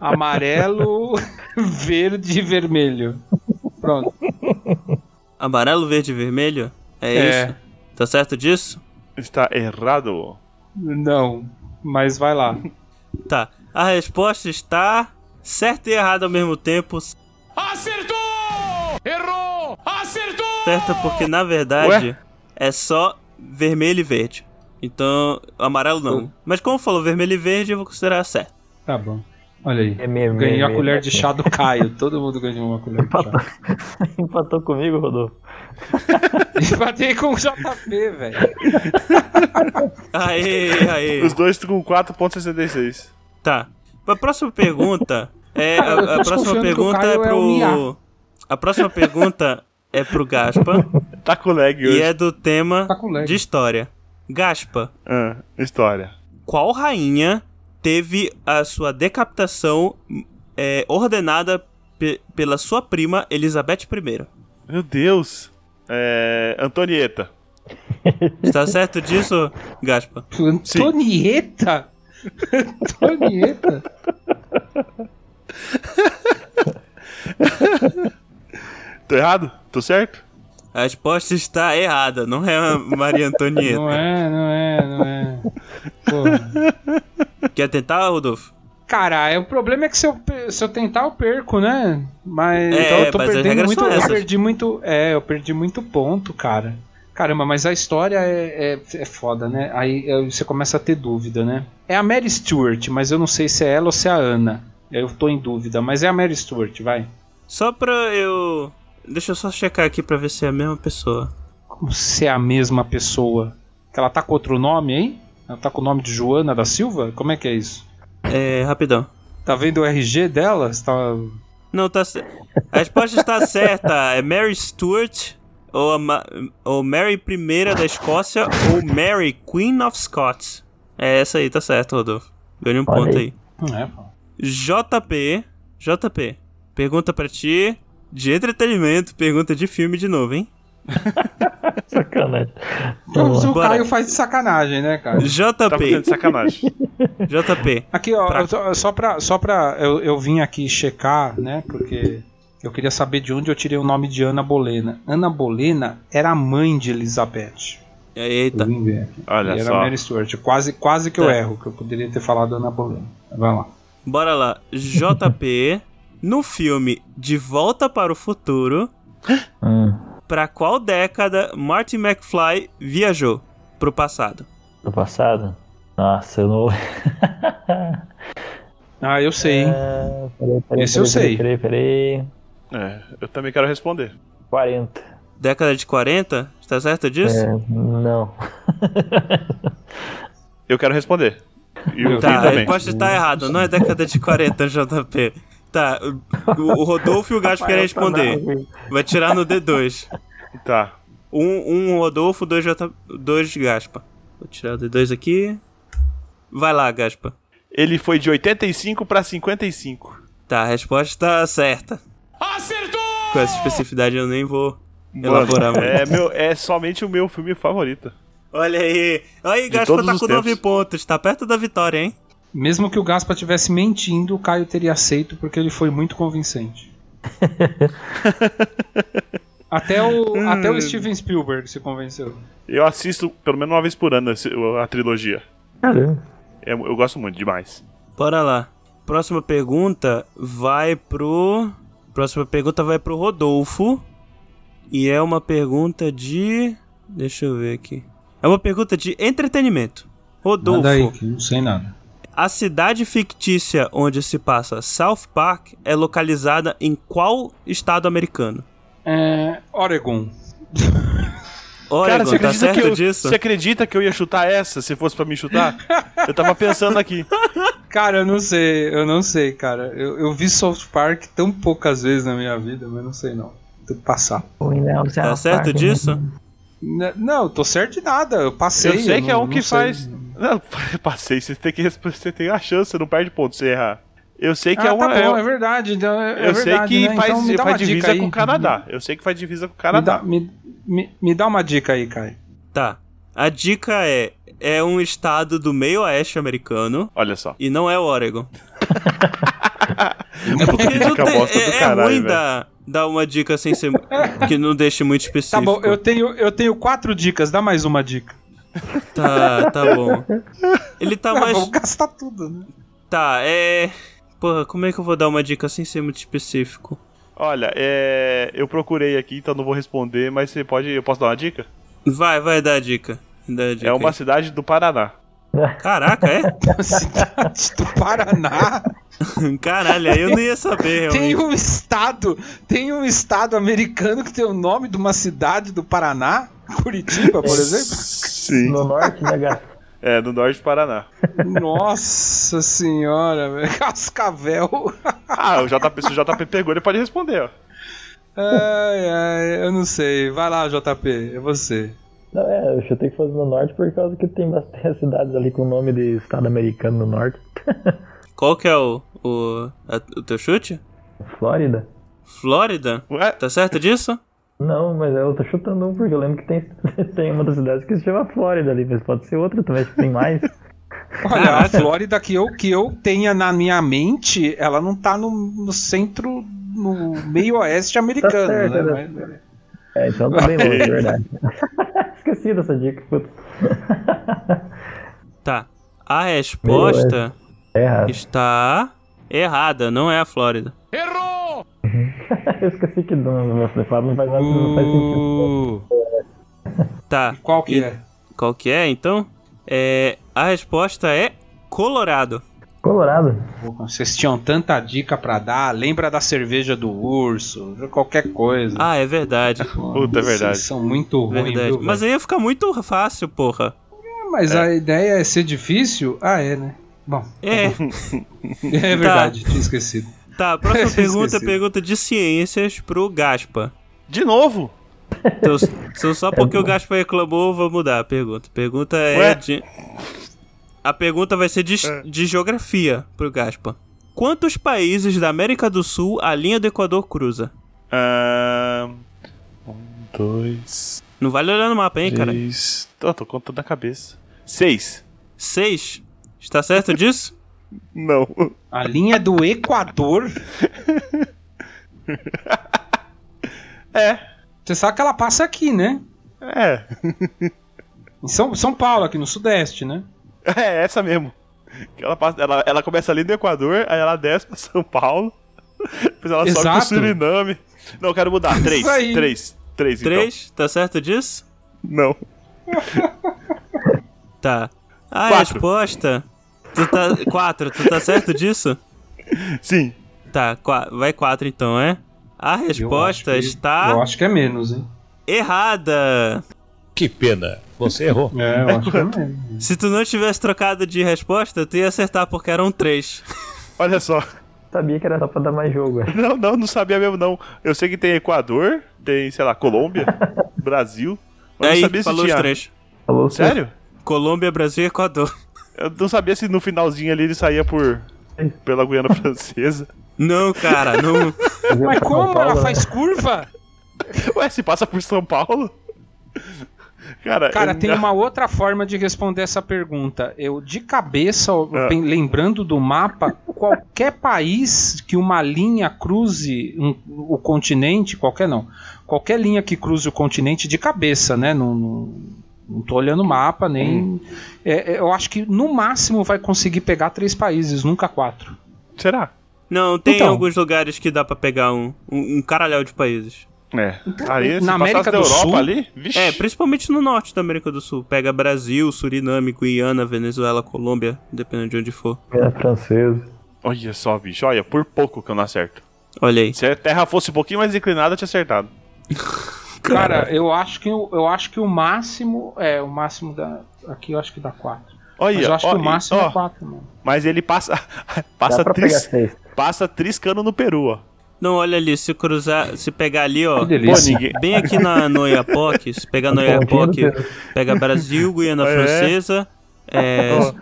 Speaker 3: Amarelo, verde e vermelho. Pronto.
Speaker 1: Amarelo, verde e vermelho? É,
Speaker 3: É.
Speaker 1: isso? Tá certo disso?
Speaker 4: Está errado.
Speaker 3: Não, mas vai lá.
Speaker 1: Tá. A resposta está certa e errada ao mesmo tempo. Acertou! Errou! Acertou! Certa porque na verdade é só vermelho e verde. Então, amarelo
Speaker 3: Hum.
Speaker 1: não. Mas como falou vermelho e verde, eu vou considerar certo.
Speaker 3: Tá bom. Olha aí.
Speaker 2: É mesmo.
Speaker 3: Ganhei
Speaker 2: é
Speaker 3: a
Speaker 2: mesmo.
Speaker 3: colher de chá do Caio. Todo mundo ganhou uma colher de chá.
Speaker 2: Empatou comigo, Rodolfo.
Speaker 3: Empatei com o JP, velho.
Speaker 1: Aê, aê.
Speaker 4: Os dois com 4,66.
Speaker 1: Tá. A próxima pergunta é
Speaker 3: Cara, eu tô
Speaker 1: a, a próxima
Speaker 3: desconfiando que o
Speaker 1: pergunta é
Speaker 3: Caio é um
Speaker 1: pro
Speaker 3: IA.
Speaker 1: a próxima pergunta é pro Gaspa
Speaker 4: Tá com lag hoje.
Speaker 1: e é do tema
Speaker 3: Tá com lag.
Speaker 1: de história. Gaspa,
Speaker 4: Ah, história.
Speaker 1: qual rainha teve a sua decapitação é, ordenada pe- pela sua prima Elizabeth I?
Speaker 4: Meu Deus. É. Antonieta.
Speaker 1: Está certo disso, Gaspa?
Speaker 3: Antonieta? Antonieta?
Speaker 4: Tô errado? Tô certo?
Speaker 1: A resposta está errada, não é a Maria Antonieta.
Speaker 3: Não é, não é, não é. Porra.
Speaker 1: Quer tentar, Rodolfo?
Speaker 3: Cara, é, o problema é que se eu, pe- se eu tentar, eu perco, né? Mas
Speaker 1: É,
Speaker 3: então eu tô
Speaker 1: mas as
Speaker 3: perdendo
Speaker 1: regras
Speaker 3: muito.
Speaker 1: são
Speaker 3: Eu
Speaker 1: essas.
Speaker 3: perdi muito. É, eu perdi muito ponto, cara. Caramba, mas a história é, é, é foda, né? Aí é, você começa a ter dúvida, né? É a Mary Stewart, mas eu não sei se é ela ou se é a Ana. Eu tô em dúvida, mas é a Mary Stewart, vai.
Speaker 1: Só pra eu. Deixa eu só checar aqui pra ver se é a mesma pessoa.
Speaker 3: Como se é a mesma pessoa? Que ela tá com outro nome, hein? Ela tá com o nome de Joana da Silva? Como é que é isso?
Speaker 1: É, rapidão.
Speaker 3: Tá vendo o RG dela? Você Tá...
Speaker 1: Não, tá. ce- A resposta está certa. É Mary Stuart, ou, a Ma- ou Mary I da Escócia, ou Mary Queen of Scots. É essa aí, tá certo, Rodolfo. Ganhei um
Speaker 2: Olha
Speaker 1: ponto aí.
Speaker 2: aí.
Speaker 3: Não é, pô.
Speaker 1: JP, JP, pergunta pra ti de entretenimento, pergunta de filme de novo, hein?
Speaker 2: Sacanagem. Vamos lá.
Speaker 3: O
Speaker 1: Bora.
Speaker 3: Caio faz de sacanagem, né, cara?
Speaker 4: Tá fazendo de
Speaker 1: JP,
Speaker 4: sacanagem.
Speaker 1: JP.
Speaker 3: Aqui, ó,
Speaker 1: Pra-
Speaker 3: eu só- só pra. Só pra eu, eu vim aqui checar, né? Porque eu queria saber de onde eu tirei o nome de Ana Bolena. Ana Bolena era a mãe de Elizabeth. Eu
Speaker 1: Eita.
Speaker 3: vim ver aqui.
Speaker 4: Tá. Olha
Speaker 3: E era
Speaker 4: só.
Speaker 3: Mary Stuart. Quase, quase que eu
Speaker 1: Tá.
Speaker 3: erro, que eu poderia ter falado Ana Bolena. Vai lá.
Speaker 1: Bora lá. JP, no filme De Volta para o Futuro,
Speaker 2: Hum,
Speaker 1: pra qual década Martin McFly viajou pro passado?
Speaker 2: do passado? Nossa, eu não.
Speaker 3: Ah, eu sei, hein?
Speaker 2: Ah, peraí, peraí,
Speaker 3: Esse eu
Speaker 2: peraí,
Speaker 3: sei.
Speaker 2: Peraí, peraí. peraí.
Speaker 4: É, eu também quero responder.
Speaker 2: 40.
Speaker 1: Década de 40? Tá certo disso?
Speaker 2: É, não.
Speaker 4: Eu quero responder. E o Vim
Speaker 1: Tá, a
Speaker 4: também.
Speaker 1: resposta tá errada. Não é década de 40, JP. Tá, o o Rodolfo e o Gaspar querem responder. Vai tirar no D2.
Speaker 4: Tá.
Speaker 1: Um, um Rodolfo, dois, J... dois Gaspa. Vou tirar o D2 aqui. Vai lá, Gaspa.
Speaker 4: Ele foi de 85 pra 55.
Speaker 1: Tá, a resposta certa.
Speaker 6: Acertou!
Speaker 1: Com essa especificidade eu nem vou
Speaker 4: Mano,
Speaker 1: elaborar muito.
Speaker 4: é, meu, é somente o meu filme favorito.
Speaker 1: Olha aí. Olha aí,
Speaker 4: De
Speaker 1: Gaspa
Speaker 4: todos
Speaker 1: tá
Speaker 4: os
Speaker 1: com nove
Speaker 4: tempos.
Speaker 1: pontos. Tá perto da vitória, hein?
Speaker 3: Mesmo que o Gaspa tivesse mentindo, o Caio teria aceito porque ele foi muito convincente. até, o, até
Speaker 4: Hum.
Speaker 3: o Steven Spielberg se convenceu.
Speaker 4: Eu assisto pelo menos uma vez por ano esse- a trilogia.
Speaker 2: Caramba.
Speaker 4: É, eu gosto muito demais.
Speaker 1: Bora lá. Próxima pergunta vai pro. Próxima pergunta vai pro Rodolfo. E é uma pergunta de. Deixa eu ver aqui. É uma pergunta de entretenimento. Rodolfo,
Speaker 3: Manda aí, que eu não sei nada.
Speaker 1: a cidade fictícia onde se passa South Park é localizada em qual estado americano?
Speaker 3: É, Oregon.
Speaker 1: Oregon,
Speaker 4: Cara, você
Speaker 1: tá
Speaker 4: acredita,
Speaker 1: certo
Speaker 4: que eu,
Speaker 1: disso?
Speaker 4: você acredita que eu ia chutar essa se fosse pra me chutar? eu tava pensando aqui.
Speaker 3: Cara, eu não sei, eu não sei, cara. Eu, eu vi South Park tão poucas vezes na minha vida, mas não sei não. Tem que passar.
Speaker 1: Tá certo disso?
Speaker 3: N- Não, tô certo de nada, eu passei.
Speaker 4: eu sei que é
Speaker 3: não-
Speaker 4: um
Speaker 3: não
Speaker 4: que
Speaker 3: sei.
Speaker 4: faz. Não, passei, você tem que resp- você tem a chance, você não perde ponto se errar. Eu sei que
Speaker 3: Ah,
Speaker 4: é uma.
Speaker 3: tá bom,
Speaker 4: é-
Speaker 3: é verdade. então É, é
Speaker 4: eu sei
Speaker 3: verdade,
Speaker 4: que
Speaker 3: né?
Speaker 4: faz,
Speaker 3: Então me dá uma
Speaker 4: faz
Speaker 3: dica
Speaker 4: divisa
Speaker 3: aí.
Speaker 4: com o Canadá. Eu sei que faz divisa com o
Speaker 3: Me
Speaker 4: Canadá.
Speaker 3: dá, me, me, me dá uma dica aí, Caio.
Speaker 1: Tá. A dica é: é um estado do meio oeste americano
Speaker 4: Olha só.
Speaker 1: e não é o Oregon.
Speaker 4: É
Speaker 1: Porque não
Speaker 4: dica
Speaker 1: tem-
Speaker 4: bosta
Speaker 1: é,
Speaker 4: do
Speaker 1: é
Speaker 4: caralho,
Speaker 1: ruim
Speaker 4: velho.
Speaker 1: dar, dar uma dica sem ser. que não deixe muito específico.
Speaker 3: Tá bom, eu tenho, eu tenho quatro dicas, dá mais uma dica.
Speaker 1: Tá, tá bom. Ele tá
Speaker 3: Ah,
Speaker 1: mais.
Speaker 3: Vou gastar tudo, né?
Speaker 1: Tá, é. Porra, como é que eu vou dar uma dica sem ser muito específico?
Speaker 4: Olha, é, eu procurei aqui, então não vou responder, mas você pode. Eu posso dar uma dica?
Speaker 1: Vai, vai dar a dica. Dá a dica
Speaker 4: É uma
Speaker 1: aí.
Speaker 4: cidade do Paraná.
Speaker 1: Caraca, é?
Speaker 3: Cidade do Paraná.
Speaker 1: Caralho, aí eu não ia saber,
Speaker 3: Tem
Speaker 1: realmente.
Speaker 3: um estado, tem um estado americano que tem o nome de uma cidade do Paraná, Curitiba, por exemplo.
Speaker 4: Sim.
Speaker 2: No norte, né, Gato?
Speaker 4: É, do norte do Paraná.
Speaker 3: Nossa senhora, velho. Cascavel.
Speaker 4: Ah, o JP, se o JP pegou, ele pode responder, ó.
Speaker 3: Ai, ai, eu não sei. Vai lá, JP, é você.
Speaker 2: Não, é, eu chutei que fosse no norte por causa que tem bastante cidades ali com o nome de estado americano no norte.
Speaker 4: um-
Speaker 1: Qual que é o. o, a- o teu chute?
Speaker 2: Flórida?
Speaker 1: Flórida?
Speaker 4: Ué,
Speaker 1: Tá certo disso?
Speaker 2: Não, mas eu tô chutando um porque eu lembro que tem, tem uma das cidades que se chama Flórida ali, mas pode ser outra também, acho que tem mais.
Speaker 3: Olha, a
Speaker 1: Caraca.
Speaker 3: Flórida que eu, que eu tenha na minha mente, ela não tá no, no centro, no meio oeste americano,
Speaker 2: certo,
Speaker 3: né?
Speaker 2: né?
Speaker 3: Mas-
Speaker 2: É, então tá bem longe, é verdade. Esqueci dessa dica, putz.
Speaker 1: Tá. A resposta
Speaker 2: Erra.
Speaker 1: está errada, não é a Flórida.
Speaker 6: Errou!
Speaker 3: Hum.
Speaker 2: Eu esqueci que não, não faz nada, não faz sentido.
Speaker 3: Uh,
Speaker 1: Tá.
Speaker 3: Qual que
Speaker 1: E-
Speaker 3: é?
Speaker 1: Qual que é, então? É, a resposta é Colorado.
Speaker 2: Colorado.
Speaker 3: Porra, Vocês tinham tanta dica pra dar. Lembra da cerveja do urso, qualquer coisa.
Speaker 1: Ah, é verdade.
Speaker 4: Puta, é verdade.
Speaker 3: Vocês são muito ruins,
Speaker 1: verdade.
Speaker 3: viu?
Speaker 1: Mas
Speaker 3: velho?
Speaker 1: aí ia ficar muito fácil, porra.
Speaker 3: Ah, mas a ideia é ser difícil? Ah, é, né? Bom,
Speaker 1: É,
Speaker 3: é verdade, tinha esquecido.
Speaker 1: tá. Próxima
Speaker 3: Esqueci.
Speaker 1: pergunta é pergunta de ciências pro Gaspa.
Speaker 4: De novo?
Speaker 1: Então, só- só porque o Gaspa reclamou, eu vou mudar a pergunta. Pergunta é
Speaker 4: Ué? É.
Speaker 1: de. A pergunta vai ser de, de geografia pro Gaspa. Quantos países da América do Sul a linha do Equador cruza?
Speaker 4: Ahn, um, dois,
Speaker 1: Não vale olhar no mapa, hein, cara?
Speaker 4: três. Tô, tô contando na cabeça. Seis.
Speaker 1: Seis? Está certo disso?
Speaker 4: Não.
Speaker 3: A linha do Equador.
Speaker 4: É.
Speaker 3: Você sabe que ela passa aqui, né?
Speaker 4: É.
Speaker 3: Em São, São Paulo, aqui no Sudeste, né?
Speaker 4: É essa mesmo. Que Ela, passa- ela, ela começa ali no Equador, aí ela desce pra São Paulo. Depois ela sobe pro
Speaker 3: Exato.
Speaker 4: Suriname. Não, eu quero mudar. Três.
Speaker 3: aí.
Speaker 4: Três. Três, então.
Speaker 1: Três? Tá certo disso?
Speaker 4: Não.
Speaker 1: Tá. A
Speaker 4: Quatro.
Speaker 1: resposta. Tu tá. Quatro, tu tá certo disso?
Speaker 4: Sim.
Speaker 1: Tá, qua- vai quatro então, é? A resposta
Speaker 3: Eu acho que- Eu
Speaker 1: está
Speaker 3: acho que é menos, hein?
Speaker 1: errada.
Speaker 7: Que pena, você errou.
Speaker 3: É, eu acho que é menos.
Speaker 1: Se tu não tivesse trocado de resposta, tu ia acertar porque eram três.
Speaker 4: Olha só.
Speaker 2: Sabia que era só pra dar mais jogo. é.
Speaker 4: Não, não, não sabia mesmo, não. Eu sei que tem Equador, tem, sei lá, Colômbia, Brasil. Mas
Speaker 1: Aí
Speaker 4: não sabia se
Speaker 1: falou os
Speaker 4: tinha.
Speaker 1: três.
Speaker 2: Falou
Speaker 4: Sério?
Speaker 1: Colômbia, Brasil e Equador.
Speaker 4: Eu não sabia se no finalzinho ali ele saía por. pela Guiana Francesa.
Speaker 1: Não, cara, não.
Speaker 3: Mas como? Ela faz curva?
Speaker 4: Ué, se passa por São Paulo? Cara,
Speaker 3: Cara,
Speaker 4: eu-
Speaker 3: tem uma outra forma de responder essa pergunta. Eu, de cabeça, eu
Speaker 4: Ah.
Speaker 3: pen- lembrando do mapa, qualquer país que uma linha cruze um- o continente, qualquer não, qualquer linha que cruze o continente de cabeça, né? Não, não, não tô olhando o mapa, nem.
Speaker 4: Hum.
Speaker 3: É, é, eu acho que no máximo vai conseguir pegar três países, nunca quatro.
Speaker 4: Será?
Speaker 1: Não, tem
Speaker 3: Então.
Speaker 1: alguns lugares que dá pra pegar um, um, um caralhau de países.
Speaker 4: É. Aí, se
Speaker 3: na
Speaker 4: passasse
Speaker 3: América
Speaker 4: da
Speaker 3: do
Speaker 4: Europa
Speaker 3: Sul-
Speaker 4: ali, vixi.
Speaker 1: É, principalmente no norte da América do Sul. Pega Brasil, Suriname, Guiana, Venezuela, Colômbia, dependendo de onde for.
Speaker 2: É francesa.
Speaker 4: Olha só, bicho, olha, por pouco que eu não acerto.
Speaker 1: Olha aí.
Speaker 4: Se a terra fosse um pouquinho mais inclinada, eu tinha acertado.
Speaker 3: Cara, eu acho que o- eu acho que o máximo é o máximo da aqui eu acho que dá quatro.
Speaker 4: Olha,
Speaker 3: Mas eu acho
Speaker 4: ó,
Speaker 3: que o
Speaker 4: e-
Speaker 3: máximo
Speaker 4: ó,
Speaker 3: é quatro, mano.
Speaker 4: Mas ele passa.
Speaker 2: Dá
Speaker 4: passa,
Speaker 2: pra pegar
Speaker 4: tris,
Speaker 2: seis.
Speaker 4: passa triscando no Peru, ó.
Speaker 1: Não, olha ali, se cruzar, se pegar ali, ó.
Speaker 3: Que
Speaker 4: Pô,
Speaker 3: delícia.
Speaker 4: ninguém.
Speaker 1: Bem aqui na no Oiapoque, se pegar no
Speaker 2: Pontinho do
Speaker 1: Oiapoque,
Speaker 2: dedo.
Speaker 1: pega Brasil, Guiana
Speaker 4: É.
Speaker 1: Francesa, é,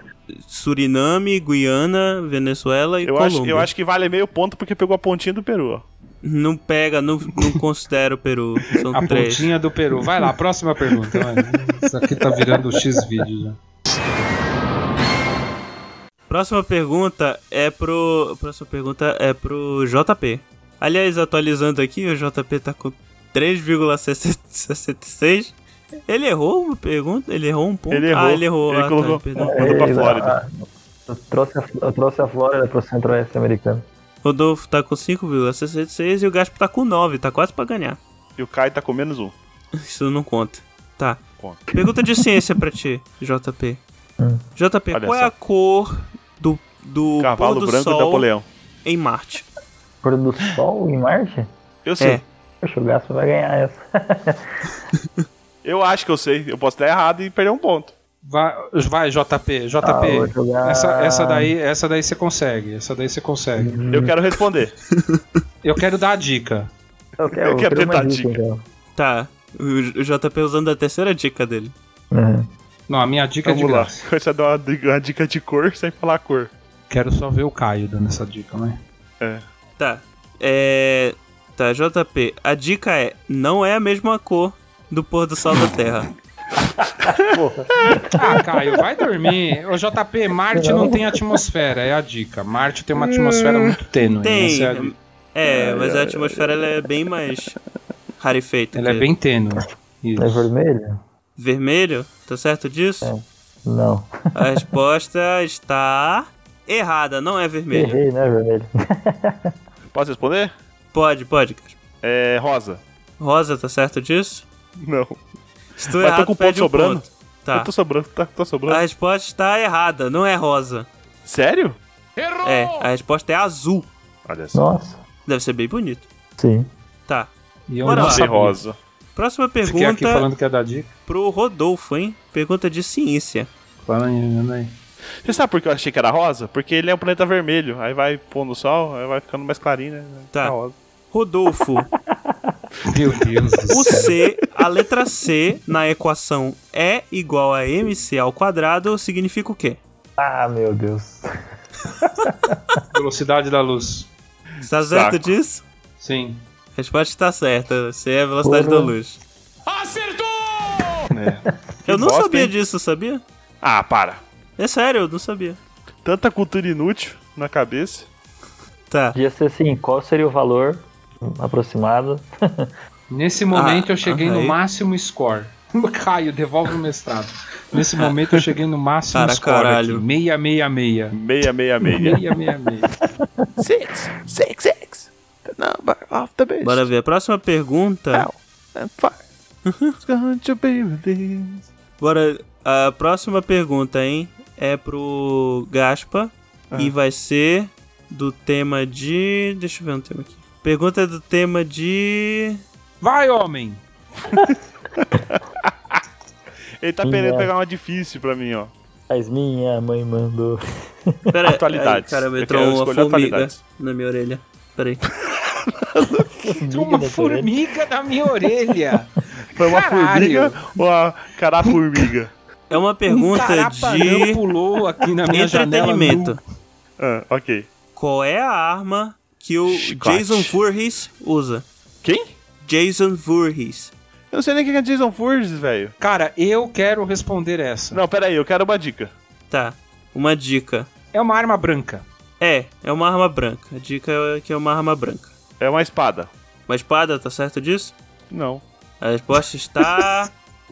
Speaker 1: Suriname, Guiana, Venezuela e
Speaker 4: Eu
Speaker 1: Colômbia.
Speaker 4: acho, eu acho que vale meio ponto porque pegou a pontinha do Peru, ó.
Speaker 1: Não pega, não, não considera o Peru. São
Speaker 3: A
Speaker 1: três.
Speaker 3: pontinha do Peru. Vai lá, próxima pergunta. vai. Isso aqui tá virando X vídeo já.
Speaker 1: Próxima pergunta é pro. Próxima pergunta é pro JP. Aliás, atualizando aqui, o JP tá com 3,66. Ele errou uma pergunta? Ele errou um ponto?
Speaker 4: Ele errou.
Speaker 1: Ah, ele errou.
Speaker 4: Ele
Speaker 1: ah,
Speaker 4: colocou-
Speaker 1: tá, perdão.
Speaker 4: Mandou pra
Speaker 2: Ei,
Speaker 4: Flórida.
Speaker 2: a- Ah, Eu trouxe, a, eu trouxe a Flórida pro centro-oeste americano.
Speaker 1: Rodolfo tá com 5,66 e o Gaspo tá com 9, tá quase pra ganhar.
Speaker 4: E o Kai tá com menos um.
Speaker 1: Isso não conta. Tá.
Speaker 4: Conta.
Speaker 1: Pergunta de ciência pra ti, JP.
Speaker 3: Hum.
Speaker 1: JP,
Speaker 4: Olha
Speaker 1: qual é
Speaker 4: só.
Speaker 1: a cor do, do pôr
Speaker 4: Cavalo
Speaker 1: do
Speaker 4: branco
Speaker 1: sol
Speaker 4: e Napoleão.
Speaker 1: em Marte?
Speaker 2: Pôr do sol em Marte?
Speaker 4: Eu sei.
Speaker 1: É.
Speaker 2: Poxa, o Gaspa vai ganhar essa.
Speaker 4: Eu acho que eu sei. Eu posso estar errado e perder um ponto.
Speaker 3: Vai, vai, JP, JP.
Speaker 2: Ah, vou jogar-
Speaker 3: essa, essa daí, essa daí você consegue. Essa daí você consegue.
Speaker 4: Eu quero responder.
Speaker 3: Eu quero dar a dica.
Speaker 2: eu quero,
Speaker 4: Eu quero
Speaker 2: uma
Speaker 4: tentar dica.
Speaker 2: então.
Speaker 1: Tá. O o JP usando a terceira dica dele.
Speaker 2: Uhum.
Speaker 3: Não, a minha dica é
Speaker 4: Vamos
Speaker 3: de
Speaker 4: lá.
Speaker 3: graça.
Speaker 4: Você dá uma, uma dica de cor sem falar a cor.
Speaker 3: Quero só ver o Caio dando essa dica, né?
Speaker 1: Tá. É. Tá, JP. A dica é: não é a mesma cor do pôr do sol da Terra.
Speaker 3: Ah, Caio, vai dormir. Ô, JP, Marte não tem atmosfera, é a dica. Marte tem uma atmosfera muito tênue.
Speaker 1: Hum, Tem.
Speaker 3: essa é a dica.
Speaker 1: É, mas a atmosfera ela é bem mais rarefeita.
Speaker 3: Ela é
Speaker 1: que-
Speaker 3: bem tênue. Isso.
Speaker 2: É vermelho?
Speaker 1: Vermelho? Tá certo disso?
Speaker 4: É.
Speaker 2: Não.
Speaker 1: A resposta está errada, não é vermelho.
Speaker 2: Errei, né, vermelho?
Speaker 4: Posso responder?
Speaker 1: Pode, pode, cara.
Speaker 4: É rosa.
Speaker 1: Rosa, tá certo disso?
Speaker 4: Não.
Speaker 1: Se tu
Speaker 4: Mas tô
Speaker 1: errar,
Speaker 4: com
Speaker 1: tu perde
Speaker 4: ponto
Speaker 1: um
Speaker 4: sobrando.
Speaker 1: ponto. Tá.
Speaker 4: Eu tô sobrando, tá, tô sobrando.
Speaker 1: A resposta está errada, não é rosa.
Speaker 4: Sério?
Speaker 6: Errou!
Speaker 1: É, a resposta é azul.
Speaker 4: Olha só.
Speaker 2: Nossa.
Speaker 1: Deve ser bem bonito.
Speaker 2: Sim.
Speaker 1: Tá.
Speaker 3: E eu
Speaker 1: Bora
Speaker 3: não
Speaker 1: lá.
Speaker 4: Sem
Speaker 3: sabia.
Speaker 4: rosa.
Speaker 1: Próxima
Speaker 3: Fiquei aqui
Speaker 1: pergunta
Speaker 3: falando que ia dar dica.
Speaker 1: pro Rodolfo, hein? Pergunta de ciência.
Speaker 3: Fala aí, anda aí.
Speaker 4: Você sabe por que eu achei que era rosa? Porque ele é um planeta vermelho. Aí vai pôr no sol, aí vai ficando mais clarinho, né?
Speaker 1: Tá.
Speaker 4: É rosa.
Speaker 1: Rodolfo,
Speaker 3: Meu Deus do
Speaker 1: o
Speaker 3: céu.
Speaker 1: C, a letra C na equação E igual a MC ao quadrado significa o quê?
Speaker 2: Ah, meu Deus.
Speaker 3: Velocidade da luz.
Speaker 1: Está tá certo
Speaker 4: Saco.
Speaker 1: disso?
Speaker 3: Sim.
Speaker 1: A resposta está certa. C é a velocidade
Speaker 2: Porra.
Speaker 1: da luz.
Speaker 6: Acertou!
Speaker 1: eu não
Speaker 4: bosta,
Speaker 1: sabia
Speaker 4: hein?
Speaker 1: disso, sabia?
Speaker 4: É. Ah, para.
Speaker 1: É sério, eu não sabia.
Speaker 4: Tanta cultura inútil na cabeça.
Speaker 1: Tá.
Speaker 2: Podia ser assim, qual seria o valor aproximado?
Speaker 3: Nesse momento
Speaker 1: Ah,
Speaker 3: eu cheguei
Speaker 1: aham,
Speaker 3: no
Speaker 1: aí.
Speaker 3: máximo score. Caio, devolve o mestrado. Nesse momento eu cheguei no máximo
Speaker 1: Cara,
Speaker 3: score.
Speaker 1: caralho.
Speaker 3: Aqui. 666.
Speaker 4: Meia, meia, meia.
Speaker 3: 666.
Speaker 4: six, six, six. The number of the beast.
Speaker 1: Bora ver. A próxima pergunta.
Speaker 4: And five. It's going to be with this.
Speaker 1: Bora. A próxima pergunta, hein? É pro Gaspa. E vai ser do tema de. Deixa eu ver um tema aqui. Pergunta do tema de.
Speaker 3: Vai, homem!
Speaker 4: Ele tá
Speaker 2: Quem
Speaker 4: querendo
Speaker 2: é?
Speaker 4: pegar uma difícil pra mim, ó.
Speaker 2: Mas minha mãe mandou.
Speaker 1: Pera,
Speaker 4: Atualidades.
Speaker 1: Ai, cara,
Speaker 4: Eu
Speaker 1: entrou
Speaker 4: quero
Speaker 1: uma
Speaker 4: escolher
Speaker 1: formiga
Speaker 4: atualidades.
Speaker 1: na minha orelha. Peraí.
Speaker 3: Uma
Speaker 2: Miga da Torelli.
Speaker 3: formiga na minha orelha.
Speaker 4: Foi uma
Speaker 3: Caralho.
Speaker 4: formiga ou a carapurmiga?
Speaker 1: É uma
Speaker 3: Um
Speaker 1: pergunta
Speaker 3: tarapanã
Speaker 1: de
Speaker 3: pulou aqui na minha janela.
Speaker 1: entretenimento.
Speaker 4: ah, ok.
Speaker 1: Qual é a arma que o
Speaker 4: Chicote.
Speaker 1: Jason Voorhees usa?
Speaker 4: Quem?
Speaker 1: Jason Voorhees.
Speaker 4: Eu não sei nem quem é Jason Voorhees, velho.
Speaker 3: Cara, eu quero responder essa.
Speaker 4: Não, pera aí, eu quero uma dica.
Speaker 1: Tá. Uma dica.
Speaker 3: É uma arma branca.
Speaker 1: É, é uma arma branca. A dica é que é uma arma branca.
Speaker 4: É uma espada.
Speaker 1: Uma espada, tá certo disso?
Speaker 4: Não.
Speaker 1: A resposta está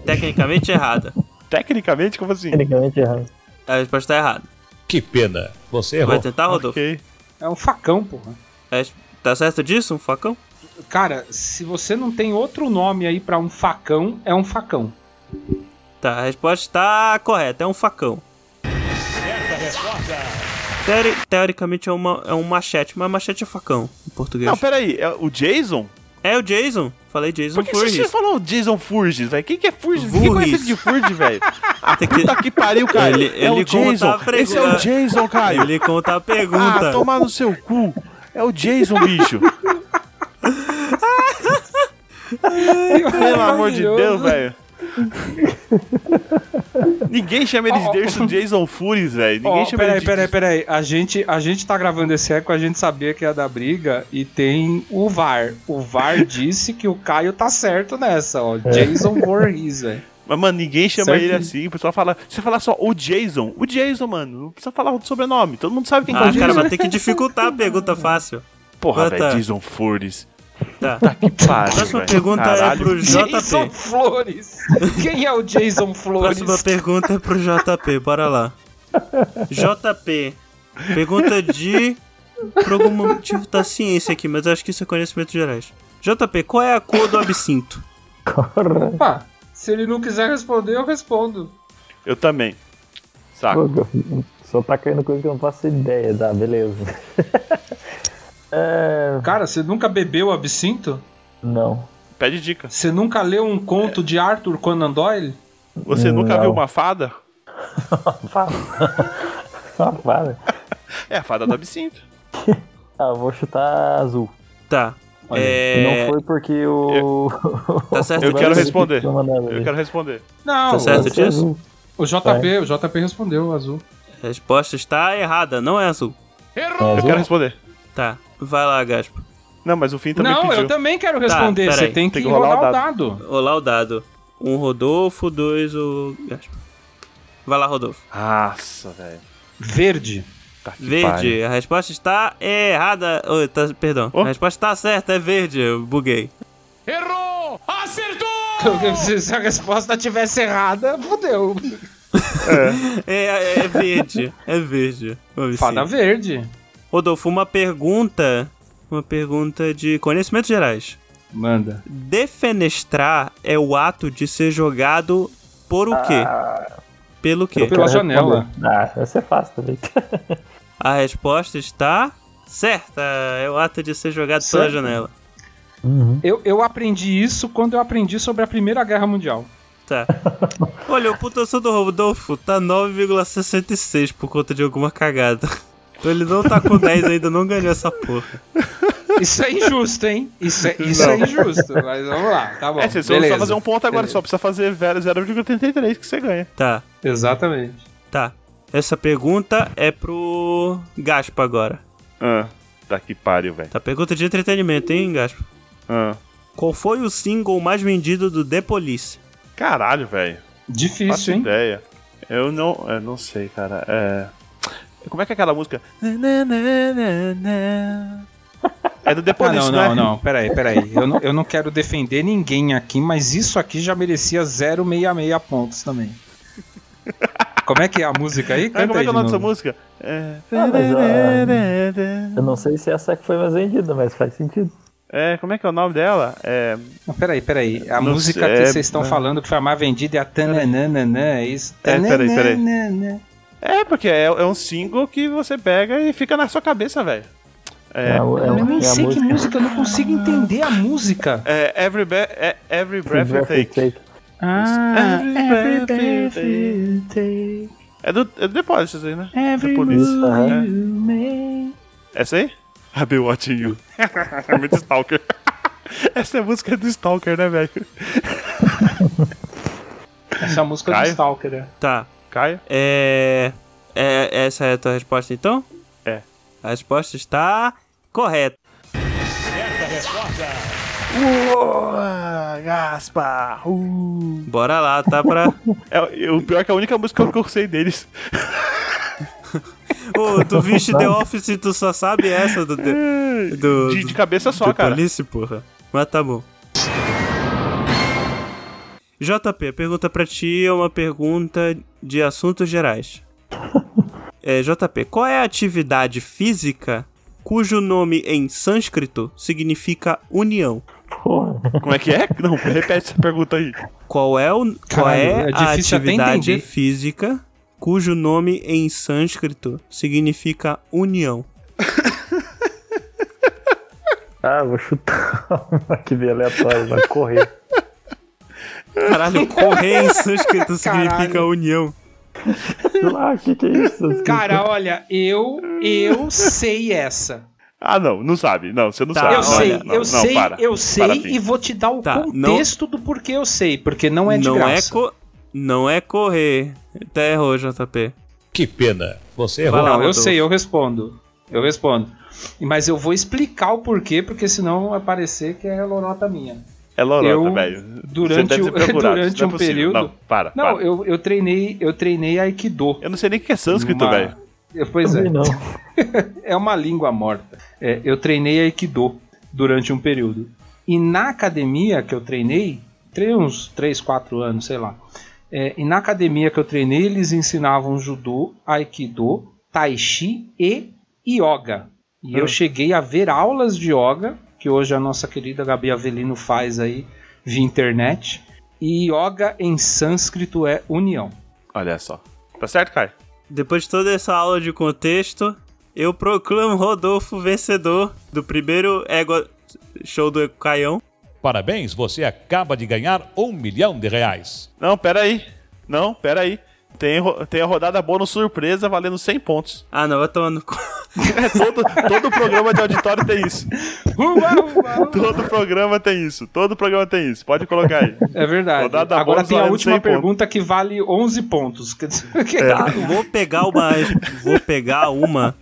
Speaker 1: tecnicamente errada.
Speaker 4: Tecnicamente, como assim?
Speaker 2: Tecnicamente errado.
Speaker 1: A resposta está errada.
Speaker 7: Que pena, você
Speaker 1: Vai
Speaker 7: errou.
Speaker 1: tentar, Rodolfo?
Speaker 4: Ok.
Speaker 3: É um facão, porra.
Speaker 1: A res- Tá certo disso? Um facão?
Speaker 3: Cara, se você não tem outro nome aí pra um facão, é um facão.
Speaker 1: Tá, a resposta está correta. É um facão. Teori- teoricamente é, uma, é um machete, mas machete é facão em português.
Speaker 4: Não, pera aí, é o Jason?
Speaker 1: É o Jason. Falei Jason
Speaker 4: Por que você
Speaker 1: Voorhees.
Speaker 4: falou Jason Furges, velho? Quem que é Furges? Quem
Speaker 1: Voorhees.
Speaker 4: conhece de Furges, velho? Ah,
Speaker 1: Tem que-
Speaker 4: puta que pariu, cara.
Speaker 1: Ele-
Speaker 4: é
Speaker 1: ele
Speaker 4: o Jason.
Speaker 1: contava a
Speaker 4: Esse é o
Speaker 1: pergunta.
Speaker 4: Jason, Caio.
Speaker 1: Ele conta a
Speaker 4: Ah,
Speaker 1: pergunta.
Speaker 4: tomar no seu cu. É o Jason, bicho. Pelo amor de Deus, velho. Ninguém chama ele de Jason, Jason Fures, velho. Ninguém
Speaker 3: Ó,
Speaker 4: chama
Speaker 3: peraí,
Speaker 4: ele
Speaker 3: peraí,
Speaker 4: de...
Speaker 3: peraí. A gente, a gente tá gravando esse eco, a gente sabia que ia dar briga e tem o VAR. O VAR disse que o Caio tá certo nessa, ó. Jason Voorhees, velho.
Speaker 4: Mas, mano, ninguém chama
Speaker 3: Certo.
Speaker 4: ele assim. O pessoal fala... Se você falar só o Jason, o Jason, mano. Não precisa falar o sobrenome. Todo mundo sabe quem que é o
Speaker 1: Ah,
Speaker 4: Jason.
Speaker 1: cara, vai ter que dificultar a pergunta fácil.
Speaker 4: Porra,
Speaker 1: Ah, tá.
Speaker 4: velho, Jason Fures.
Speaker 1: Tá.
Speaker 4: Que pariu,
Speaker 1: Próxima
Speaker 4: velho.
Speaker 1: pergunta é
Speaker 4: Caralho.
Speaker 1: pro
Speaker 3: Jason
Speaker 1: JP.
Speaker 3: Flores. Quem é o Jason Flores?
Speaker 1: Próxima pergunta é pro JP, bora lá. JP, pergunta de. Por algum motivo tá ciência aqui, mas acho que isso é conhecimento gerais. JP, qual é a cor do absinto?
Speaker 2: Corra.
Speaker 3: Opa, se ele não quiser responder, eu respondo.
Speaker 4: Eu também. Saco.
Speaker 2: Só tá caindo coisa que eu não faço ideia. Tá, beleza. É,
Speaker 3: Cara, você nunca bebeu absinto?
Speaker 2: Não.
Speaker 4: Pede dica.
Speaker 3: Você nunca leu um conto de Arthur Conan Doyle?
Speaker 4: Você nunca
Speaker 2: Não.
Speaker 4: viu uma fada?
Speaker 2: Fala. Ah, para.
Speaker 4: É a fada do absinto.
Speaker 2: Ah, eu vou chutar azul.
Speaker 1: Tá.
Speaker 2: Não
Speaker 1: É.
Speaker 2: foi porque o.
Speaker 1: Tá certo
Speaker 4: Eu quero
Speaker 1: disso?
Speaker 4: responder.
Speaker 2: Tinha mandado
Speaker 4: Eu
Speaker 2: ali.
Speaker 4: quero um responder.
Speaker 3: Não,
Speaker 1: Tá certo
Speaker 2: Vai ser
Speaker 1: disso?
Speaker 2: azul.
Speaker 3: o JP, o JP respondeu, o azul.
Speaker 1: A resposta está errada, não é azul.
Speaker 2: É
Speaker 4: Eu
Speaker 2: azul?
Speaker 4: quero responder.
Speaker 1: Tá, vai lá, Gaspa.
Speaker 4: Não, mas o Fim também
Speaker 3: não,
Speaker 4: pediu.
Speaker 3: eu também quero responder.
Speaker 1: peraí,
Speaker 3: você tem, que rolar, o dado.
Speaker 1: Olá o dado. Um Rodolfo, dois o Gaspa. Vai lá, Rodolfo.
Speaker 4: Nossa, velho.
Speaker 3: Verde.
Speaker 4: Tá que pariu.
Speaker 1: Verde, a resposta está errada. Oi, tá- perdão,
Speaker 4: Oh.
Speaker 1: a resposta está certa, é verde, eu buguei.
Speaker 6: Errou! Acertou!
Speaker 3: Se, se a resposta tivesse errada, fodeu.
Speaker 1: É, é verde, é verde. Vamos ver
Speaker 3: Fada
Speaker 1: se-
Speaker 3: verde.
Speaker 1: Rodolfo, uma pergunta. Uma pergunta de conhecimentos gerais.
Speaker 3: Manda.
Speaker 1: Defenestrar é o ato de ser jogado por o quê? Pelo quê?
Speaker 3: Pela
Speaker 2: Quero
Speaker 3: janela.
Speaker 2: responder. Ah, essa é fácil também.
Speaker 1: A resposta está certa. É o ato de ser jogado pela
Speaker 3: Certo.
Speaker 1: janela.
Speaker 3: Eu, eu aprendi isso quando eu aprendi sobre a Primeira Guerra Mundial.
Speaker 1: Tá. Olha, o pontuação do Rodolfo tá 9,66 por conta de alguma cagada. Então ele não tá com 10 ainda, não ganhou essa porra.
Speaker 3: Isso é injusto, hein? Isso é, isso é injusto, mas vamos lá, tá bom.
Speaker 4: é, você só
Speaker 3: beleza.
Speaker 4: precisa fazer um ponto agora,
Speaker 3: Beleza.
Speaker 4: só precisa fazer 0,33 que você ganha.
Speaker 1: Tá,
Speaker 3: Exatamente.
Speaker 1: tá. Essa pergunta é pro Gaspa agora.
Speaker 4: Ah, tá que pariu, velho.
Speaker 1: Tá, pergunta de entretenimento, hein, Gaspa?
Speaker 4: Ah.
Speaker 1: Qual foi o single mais vendido do The Police?
Speaker 4: Caralho, velho. Faço
Speaker 3: Difícil, hein?
Speaker 4: ideia. Eu não. Eu não sei, cara. É. Como é que é aquela música? Na, na, na, na, na. É do
Speaker 3: Ah,
Speaker 4: Depois
Speaker 3: não,
Speaker 4: né?
Speaker 3: não, não, peraí, peraí. Eu não, eu não quero defender ninguém aqui, mas isso aqui já merecia 0,66 pontos também. Como é que é a música aí?
Speaker 4: Ah,
Speaker 3: Canta
Speaker 4: como é
Speaker 3: aí de
Speaker 4: que é o nome dessa
Speaker 3: novo. Ah,
Speaker 4: música? É.
Speaker 2: Eu não sei se essa é que foi mais vendida, mas faz sentido.
Speaker 4: É, como é que é o nome dela? É.
Speaker 3: Não, peraí, peraí. A
Speaker 4: Não
Speaker 3: música
Speaker 4: sei,
Speaker 3: que
Speaker 4: é-
Speaker 3: vocês estão falando que foi a mais vendida é a Tananana, é isso?
Speaker 4: É, peraí, peraí.
Speaker 3: Tananana.
Speaker 4: É, porque é, é um single que você pega e fica na sua cabeça, velho. É,
Speaker 2: a- a-
Speaker 3: Eu nem
Speaker 2: é a
Speaker 3: sei que música, eu não consigo entender a música.
Speaker 4: é Every, Be- é Every Breath You
Speaker 2: Breath You
Speaker 4: Take.
Speaker 2: Take.
Speaker 3: Ah,
Speaker 4: Every
Speaker 3: every
Speaker 4: breath
Speaker 3: breath
Speaker 4: you
Speaker 3: you take,
Speaker 4: É do, é do Depois, isso aí, né?
Speaker 3: every
Speaker 4: Police.
Speaker 3: move
Speaker 2: Aham.
Speaker 3: you make.
Speaker 4: Essa aí? I've been Ah, watching you. é muito Stalker. Essa é a música do Stalker, né, velho?
Speaker 3: Essa é a música do
Speaker 4: Caio?
Speaker 3: Stalker, né?
Speaker 1: Tá,
Speaker 4: Caio?
Speaker 1: é... é. Essa é a tua resposta então?
Speaker 4: É.
Speaker 1: A resposta está correta.
Speaker 3: Ah,
Speaker 4: Uou, Gaspa! Uh.
Speaker 1: Bora lá, tá? Pra.
Speaker 4: É, o pior é que é a única música que eu sei deles.
Speaker 1: Ô, tu viste The Office e tu só sabe essa do. The- do
Speaker 4: De, de cabeça
Speaker 1: The
Speaker 4: só, cara.
Speaker 1: Police, porra. Mas tá bom. JP, a pergunta pra ti é uma pergunta de assuntos gerais. É, JP, qual é a atividade física cujo nome em sânscrito significa união?
Speaker 2: Porra.
Speaker 4: Como é que é? Não, repete essa pergunta aí.
Speaker 1: Qual é, o, qual é,
Speaker 3: Caralho,
Speaker 1: a
Speaker 3: é difícil até
Speaker 1: atividade
Speaker 3: entender.
Speaker 1: física cujo nome em sânscrito significa união?
Speaker 2: Ah, vou chutar uma que veio aleatória, vai correr.
Speaker 1: Caralho, correr em sânscrito significa
Speaker 3: Caralho.
Speaker 1: união.
Speaker 2: Sei lá, o que, que é isso?
Speaker 3: Cara, olha, eu, eu sei essa.
Speaker 4: Ah, não, não sabe. Não, você não
Speaker 1: Tá,
Speaker 3: Eu
Speaker 4: sabe. Não,
Speaker 3: sei,
Speaker 4: não,
Speaker 3: eu
Speaker 4: não,
Speaker 3: sei,
Speaker 4: para.
Speaker 3: eu sei
Speaker 4: Para,
Speaker 3: e
Speaker 4: Fih.
Speaker 3: vou te dar o
Speaker 1: Tá, não-
Speaker 3: contexto do porquê eu sei, porque não é de graça.
Speaker 1: co- não é correr. Até errou, JP.
Speaker 7: Que pena. Você
Speaker 1: Vai
Speaker 7: errou.
Speaker 1: lá,
Speaker 3: Não, eu
Speaker 1: Rodolfo.
Speaker 3: sei, eu respondo. Eu respondo. Mas eu vou explicar o porquê, porque senão vai parecer que é lorota minha.
Speaker 4: É lorota,
Speaker 3: eu-
Speaker 4: velho.
Speaker 3: durante
Speaker 4: Você deve ser
Speaker 3: o-
Speaker 4: procurado,
Speaker 3: durante
Speaker 4: isso não é
Speaker 3: um
Speaker 4: possível.
Speaker 3: período-
Speaker 4: Não, para.
Speaker 3: Não,
Speaker 4: para. Eu...
Speaker 3: eu, eu treinei, eu treinei Aikido.
Speaker 4: não sei nem o que é sânscrito,
Speaker 3: Uma-
Speaker 4: velho.
Speaker 3: Eu- Pois é.
Speaker 2: Também não.
Speaker 3: é uma língua morta. É, eu treinei Aikido durante um período. E na academia que eu treinei, treinei uns 3, 4 anos, sei lá. É, e na academia que eu treinei, eles ensinavam judô, aikido, tai chi e yoga. E
Speaker 4: Ah.
Speaker 3: eu cheguei a ver aulas de yoga, que hoje a nossa querida Gabi Avelino faz aí via internet. E yoga em sânscrito é união.
Speaker 4: Olha só. Tá certo, Caio?
Speaker 1: Depois de toda essa aula de contexto, eu proclamo Rodolfo vencedor do primeiro Ego Show do Caião.
Speaker 7: Parabéns, você acaba de ganhar um milhão de reais.
Speaker 4: Não, pera aí. Não, pera aí. Tem, ro- tem a rodada bônus surpresa valendo 100 pontos.
Speaker 1: Ah, não, vai tomar no cu.
Speaker 4: É, todo, todo programa de auditório tem isso. Todo programa tem isso. Todo programa tem isso. Pode colocar aí.
Speaker 3: É verdade.
Speaker 4: Rodada
Speaker 3: Agora
Speaker 4: bônus
Speaker 3: tem a
Speaker 4: valendo 100
Speaker 3: última
Speaker 4: pontos.
Speaker 3: pergunta que vale 11 pontos. Quer dizer,
Speaker 4: É.
Speaker 3: que-
Speaker 1: Tá, vou pegar uma. vou pegar uma.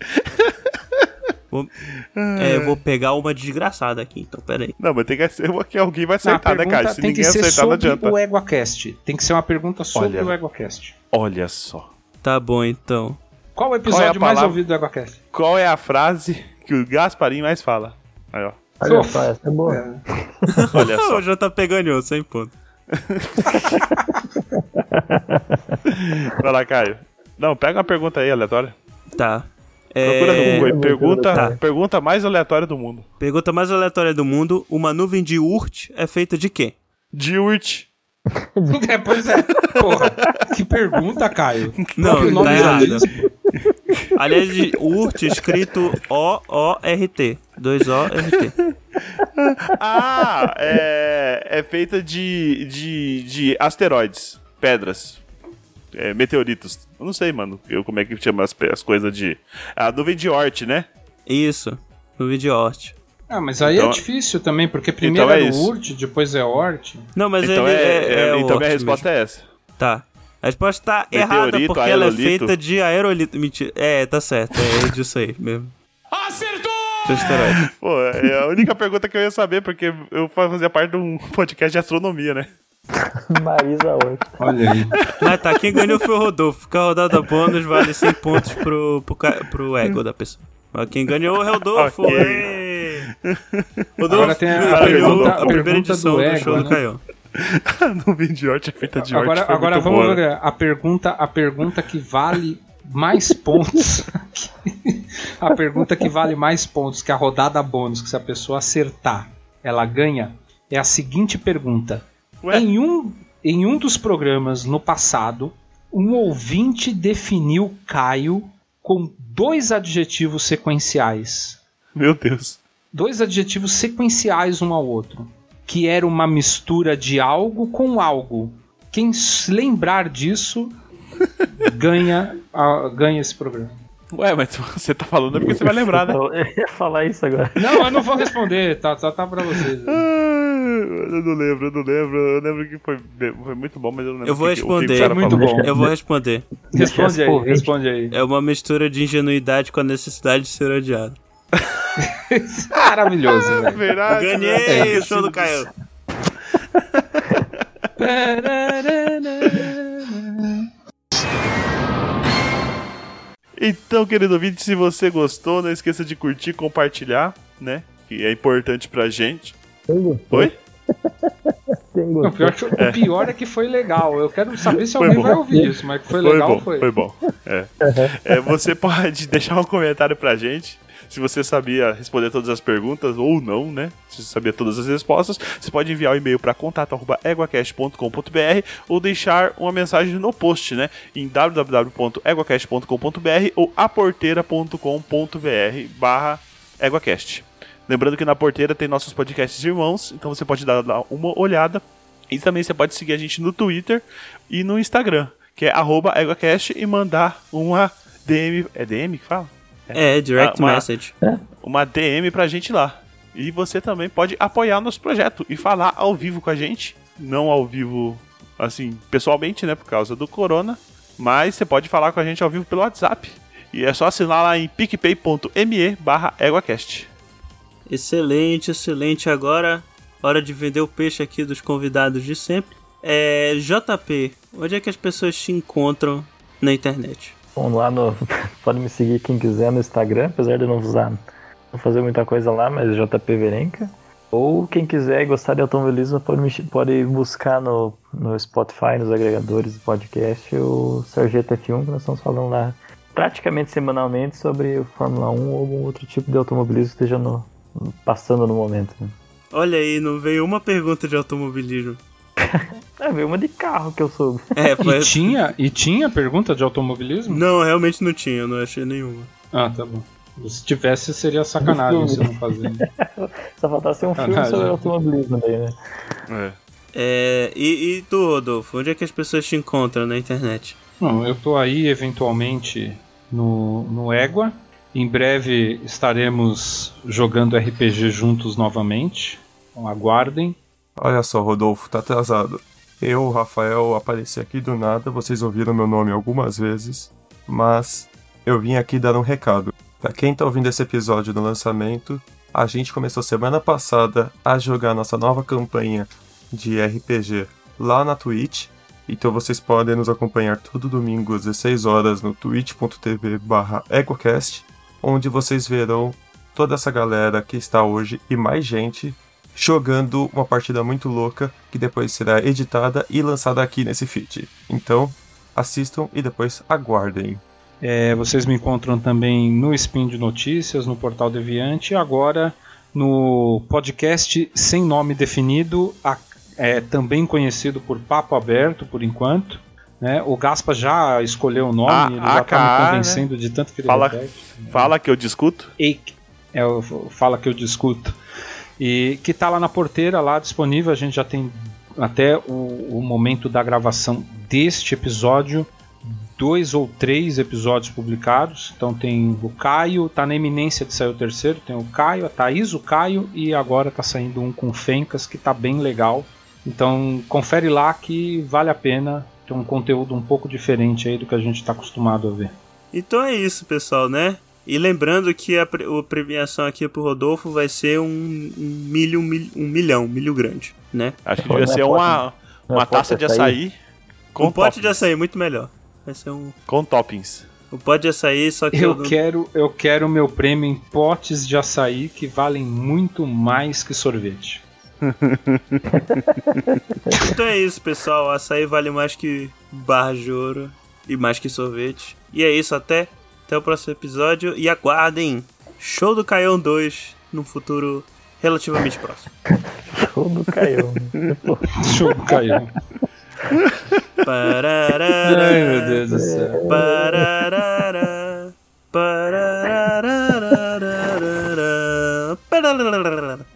Speaker 1: Vou, é, vou pegar uma desgraçada aqui, então, peraí.
Speaker 4: Não, mas tem que ser uma que alguém vai
Speaker 3: Não, Ah, a
Speaker 4: acertar, né,
Speaker 3: pergunta
Speaker 4: Caio? Se
Speaker 3: tem que
Speaker 4: ninguém
Speaker 3: ser
Speaker 4: acertar, não
Speaker 3: sobre
Speaker 4: adianta.
Speaker 3: o EguaCast. Tem que ser uma pergunta sobre
Speaker 4: Olha.
Speaker 3: o EguaCast.
Speaker 4: Olha só.
Speaker 1: Tá bom, então.
Speaker 3: Qual o episódio
Speaker 4: Qual é a
Speaker 3: mais
Speaker 4: palavra?
Speaker 3: ouvido do EguaCast?
Speaker 4: Qual é a frase que o Gasparim mais fala? Aí, ó.
Speaker 2: Olha só, essa é boa.
Speaker 4: Olha
Speaker 1: Ah,
Speaker 4: só.
Speaker 1: o JP ganhou, sem ponto.
Speaker 4: Vai lá, Caio. Não, pega uma pergunta aí, aleatória.
Speaker 1: Tá.
Speaker 4: Procura no Google aí.
Speaker 2: Tá.
Speaker 4: Pergunta, pergunta mais aleatória do mundo.
Speaker 1: Pergunta mais aleatória do mundo: uma nuvem de Oort é feita de quê?
Speaker 4: Dirt.
Speaker 3: É, pois é. Porra, que pergunta, Caio. Qual
Speaker 1: Não,
Speaker 3: que é o
Speaker 1: tá
Speaker 3: nome
Speaker 1: errado.
Speaker 3: deles?
Speaker 1: Aliás, de Urt escrito O-O-R-T. 2-O-R-T.
Speaker 4: Ah, é, é feita de, de, de asteroides, pedras, é, meteoritos. Eu não sei, mano, eu, como é que chama as, pe- as coisas de... A nuvem de Oort, né?
Speaker 1: Isso. Nuvem de Oort.
Speaker 3: Ah, mas aí é
Speaker 4: Então-
Speaker 3: difícil também, porque primeiro
Speaker 4: então é
Speaker 3: é, o
Speaker 4: isso.
Speaker 3: Urt, depois é Ort.
Speaker 1: Não, mas
Speaker 4: então
Speaker 1: ele
Speaker 4: é, é- então
Speaker 1: Oort
Speaker 4: minha resposta é essa.
Speaker 1: mesmo. Tá. A resposta tá
Speaker 4: Meteorito,
Speaker 1: errada porque ela é
Speaker 4: aerolito.
Speaker 1: feita de aerolito. Mentira. É, tá certo. É disso aí mesmo.
Speaker 6: Acertou!
Speaker 1: De asteroide.
Speaker 4: Pô, é a única pergunta que eu ia saber, porque eu fazia parte de um podcast de astronomia, né?
Speaker 2: É. Marisa 8.
Speaker 3: Olha aí.
Speaker 1: Mas tá, quem ganhou foi o Rodolfo. Fica a rodada bônus, vale 100 pontos pro, pro, ca- pro ego da pessoa. Mas quem ganhou é o Rodolfo.
Speaker 4: Ok.
Speaker 1: ê! Rodolfo,
Speaker 3: Agora tem a
Speaker 1: ganhou
Speaker 4: pergunta-
Speaker 1: a primeira
Speaker 3: pergunta do
Speaker 1: edição do,
Speaker 3: ego,
Speaker 1: show do
Speaker 3: né?
Speaker 1: Caião.
Speaker 4: A nuvem de Oort é feita de Oort.
Speaker 3: Agora,
Speaker 4: foi
Speaker 3: agora
Speaker 4: muito
Speaker 3: vamos
Speaker 4: boa, né?
Speaker 3: ver a pergunta, a pergunta que vale mais pontos. a pergunta que vale mais pontos, que é a rodada bônus, que se a pessoa acertar, ela ganha, é a seguinte pergunta.
Speaker 4: Ué?
Speaker 3: Em um, em um dos programas no passado, um ouvinte definiu Caio com dois adjetivos sequenciais.
Speaker 4: Meu Deus.
Speaker 3: Dois adjetivos sequenciais um ao outro. Que era uma mistura de algo com algo. Quem se lembrar disso ganha, a- ganha esse programa.
Speaker 4: Ué, mas você tá falando é porque você vai lembrar, né?
Speaker 2: Eu ia falar isso agora.
Speaker 3: Não, eu não vou responder, tá, tá, tá pra vocês.
Speaker 4: Ah, Eu não lembro, eu não lembro. Eu lembro que foi, foi muito bom, mas eu não lembro
Speaker 1: Eu vou
Speaker 4: o tá que- o que o
Speaker 1: responder. É
Speaker 4: cara
Speaker 3: Muito
Speaker 4: falou.
Speaker 3: bom.
Speaker 1: Eu vou responder.
Speaker 3: Responde aí,
Speaker 2: Corrente.
Speaker 3: responde aí.
Speaker 1: É uma mistura de ingenuidade com a necessidade de ser odiado.
Speaker 3: Maravilhoso, né?
Speaker 4: É
Speaker 3: velho.
Speaker 4: verdade.
Speaker 3: É
Speaker 4: né?
Speaker 1: Ganhei o show do Caio.
Speaker 4: Então, querido ouvinte, se você gostou, não esqueça de curtir, compartilhar, né? Que é importante pra gente. Oi?
Speaker 2: Tem
Speaker 3: Não,
Speaker 2: gosto.
Speaker 3: pior que- o pior é que foi legal. Eu quero saber se
Speaker 4: Foi
Speaker 3: alguém
Speaker 4: bom.
Speaker 3: vai ouvir isso, mas que foi, legal
Speaker 4: bom,
Speaker 3: foi.
Speaker 4: bom. É. É, você pode deixar um comentário pra gente. Se você sabia responder todas as perguntas ou não, né? Se você sabia todas as respostas, você pode enviar o e-mail para contato@eguacast.com.br ou deixar uma mensagem no post, né? Em www.eguacast.com.br ou aporteira.com.br/eguacast. Lembrando que na porteira tem nossos podcasts irmãos, então você pode dar lá uma olhada e também você pode seguir a gente no Twitter e no Instagram, que é arroba EguaCast, e mandar uma DM. É DM que fala?
Speaker 1: É, direct
Speaker 4: Ah, uma-
Speaker 1: message.
Speaker 2: É?
Speaker 4: Uma DM pra gente lá. E você também pode apoiar o nosso projeto e falar ao vivo com a gente. Não ao vivo, assim, pessoalmente, né? Por causa do corona. Mas você pode falar com a gente ao vivo pelo WhatsApp. E é só assinar lá em picpay.me barra EguaCast.
Speaker 1: Excelente, excelente. Agora, hora de vender o peixe aqui dos convidados de sempre. É, JP, onde é que as pessoas te encontram na internet?
Speaker 2: Vamos lá no. Pode me seguir quem quiser no Instagram, apesar de eu não usar. Não fazer muita coisa lá, mas JP Verenca. Ou quem quiser e gostar de automobilismo pode, me, pode buscar no, no Spotify, nos agregadores do podcast, o Sargento F1, que nós estamos falando lá praticamente semanalmente sobre o Fórmula 1 ou algum outro tipo de automobilismo que esteja no- passando no momento. Né?
Speaker 1: Olha aí, não veio uma pergunta de automobilismo.
Speaker 2: É, veio uma de carro que eu soube.
Speaker 1: É, foi.
Speaker 3: E tinha, e tinha pergunta de automobilismo?
Speaker 1: Não, realmente não tinha, eu não achei nenhuma.
Speaker 3: Ah, tá bom. Se tivesse, seria sacanagem se não fazer.
Speaker 2: Só faltasse
Speaker 4: Ah,
Speaker 2: um filme
Speaker 3: Caralho.
Speaker 2: sobre automobilismo daí, né?
Speaker 4: É.
Speaker 1: É, e, e tu, Rodolfo, onde é que as pessoas te encontram na internet?
Speaker 3: Não, eu tô aí eventualmente no, no Égua. Em breve estaremos jogando RPG juntos novamente. Então aguardem.
Speaker 8: Olha só, Rodolfo, tá atrasado. Eu, Rafael, apareci aqui do nada, vocês ouviram meu nome algumas vezes, mas eu vim aqui dar um recado. Pra quem tá ouvindo esse episódio do lançamento, a gente começou semana passada a jogar nossa nova campanha de RPG lá na Twitch. Então vocês podem nos acompanhar todo domingo às 16 horas no twitch.tv barra ecocast, onde vocês verão toda essa galera que está hoje e mais gente jogando uma partida muito louca que depois será editada e lançada aqui nesse feed. Então, assistam e depois aguardem.
Speaker 3: É, vocês me encontram também no Spin de Notícias, no Portal Deviante e agora no podcast Sem Nome Definido, a- é, também conhecido por Papo Aberto por enquanto. né? O Gaspa já escolheu o nome,
Speaker 4: A-
Speaker 3: ele já tá
Speaker 4: AKA,
Speaker 3: me
Speaker 4: né?
Speaker 3: convencendo de tanto que ele
Speaker 4: Fala-
Speaker 3: repete.
Speaker 4: Fala que eu discuto.
Speaker 3: Eik, é o fala que eu discuto. E que tá lá na porteira, lá disponível. A gente já tem até o, o momento da gravação deste episódio, dois ou três episódios publicados. Então tem o Caio, tá na iminência de sair o terceiro, tem o Caio, a Thaís, o Caio e agora tá saindo um com o Fencas que tá bem legal. Então confere lá que vale a pena. Tem um conteúdo um pouco diferente aí do que a gente está acostumado a ver.
Speaker 1: Então é isso, pessoal, né? E lembrando que a, pre- a premiação aqui pro Rodolfo vai ser um, um milho, um, mil- um milhão, um milho grande, né?
Speaker 4: Acho que
Speaker 2: Olha
Speaker 4: devia
Speaker 2: a
Speaker 4: ser
Speaker 2: foto.
Speaker 4: uma,
Speaker 2: Olha a
Speaker 4: uma
Speaker 2: foto
Speaker 4: taça de
Speaker 2: dessa é aí.
Speaker 4: açaí com,
Speaker 1: um pote
Speaker 4: toppings.
Speaker 1: de açaí, muito melhor. Vai ser um,
Speaker 4: com toppings.
Speaker 1: um pote de açaí, só que...
Speaker 3: Eu
Speaker 1: não-
Speaker 3: quero, eu quero o meu prêmio em potes de açaí que valem muito mais que sorvete.
Speaker 1: Então é isso, pessoal. Açaí vale mais que barra de ouro e mais que sorvete. E é isso, até, até o próximo episódio. E aguardem Show do Caião 2 num futuro relativamente próximo.
Speaker 2: Tudo caiu.
Speaker 3: Deixa eu cair.
Speaker 1: Pararara,
Speaker 3: Ai, meu Deus do céu.
Speaker 1: pararara, parararararara, parararararara.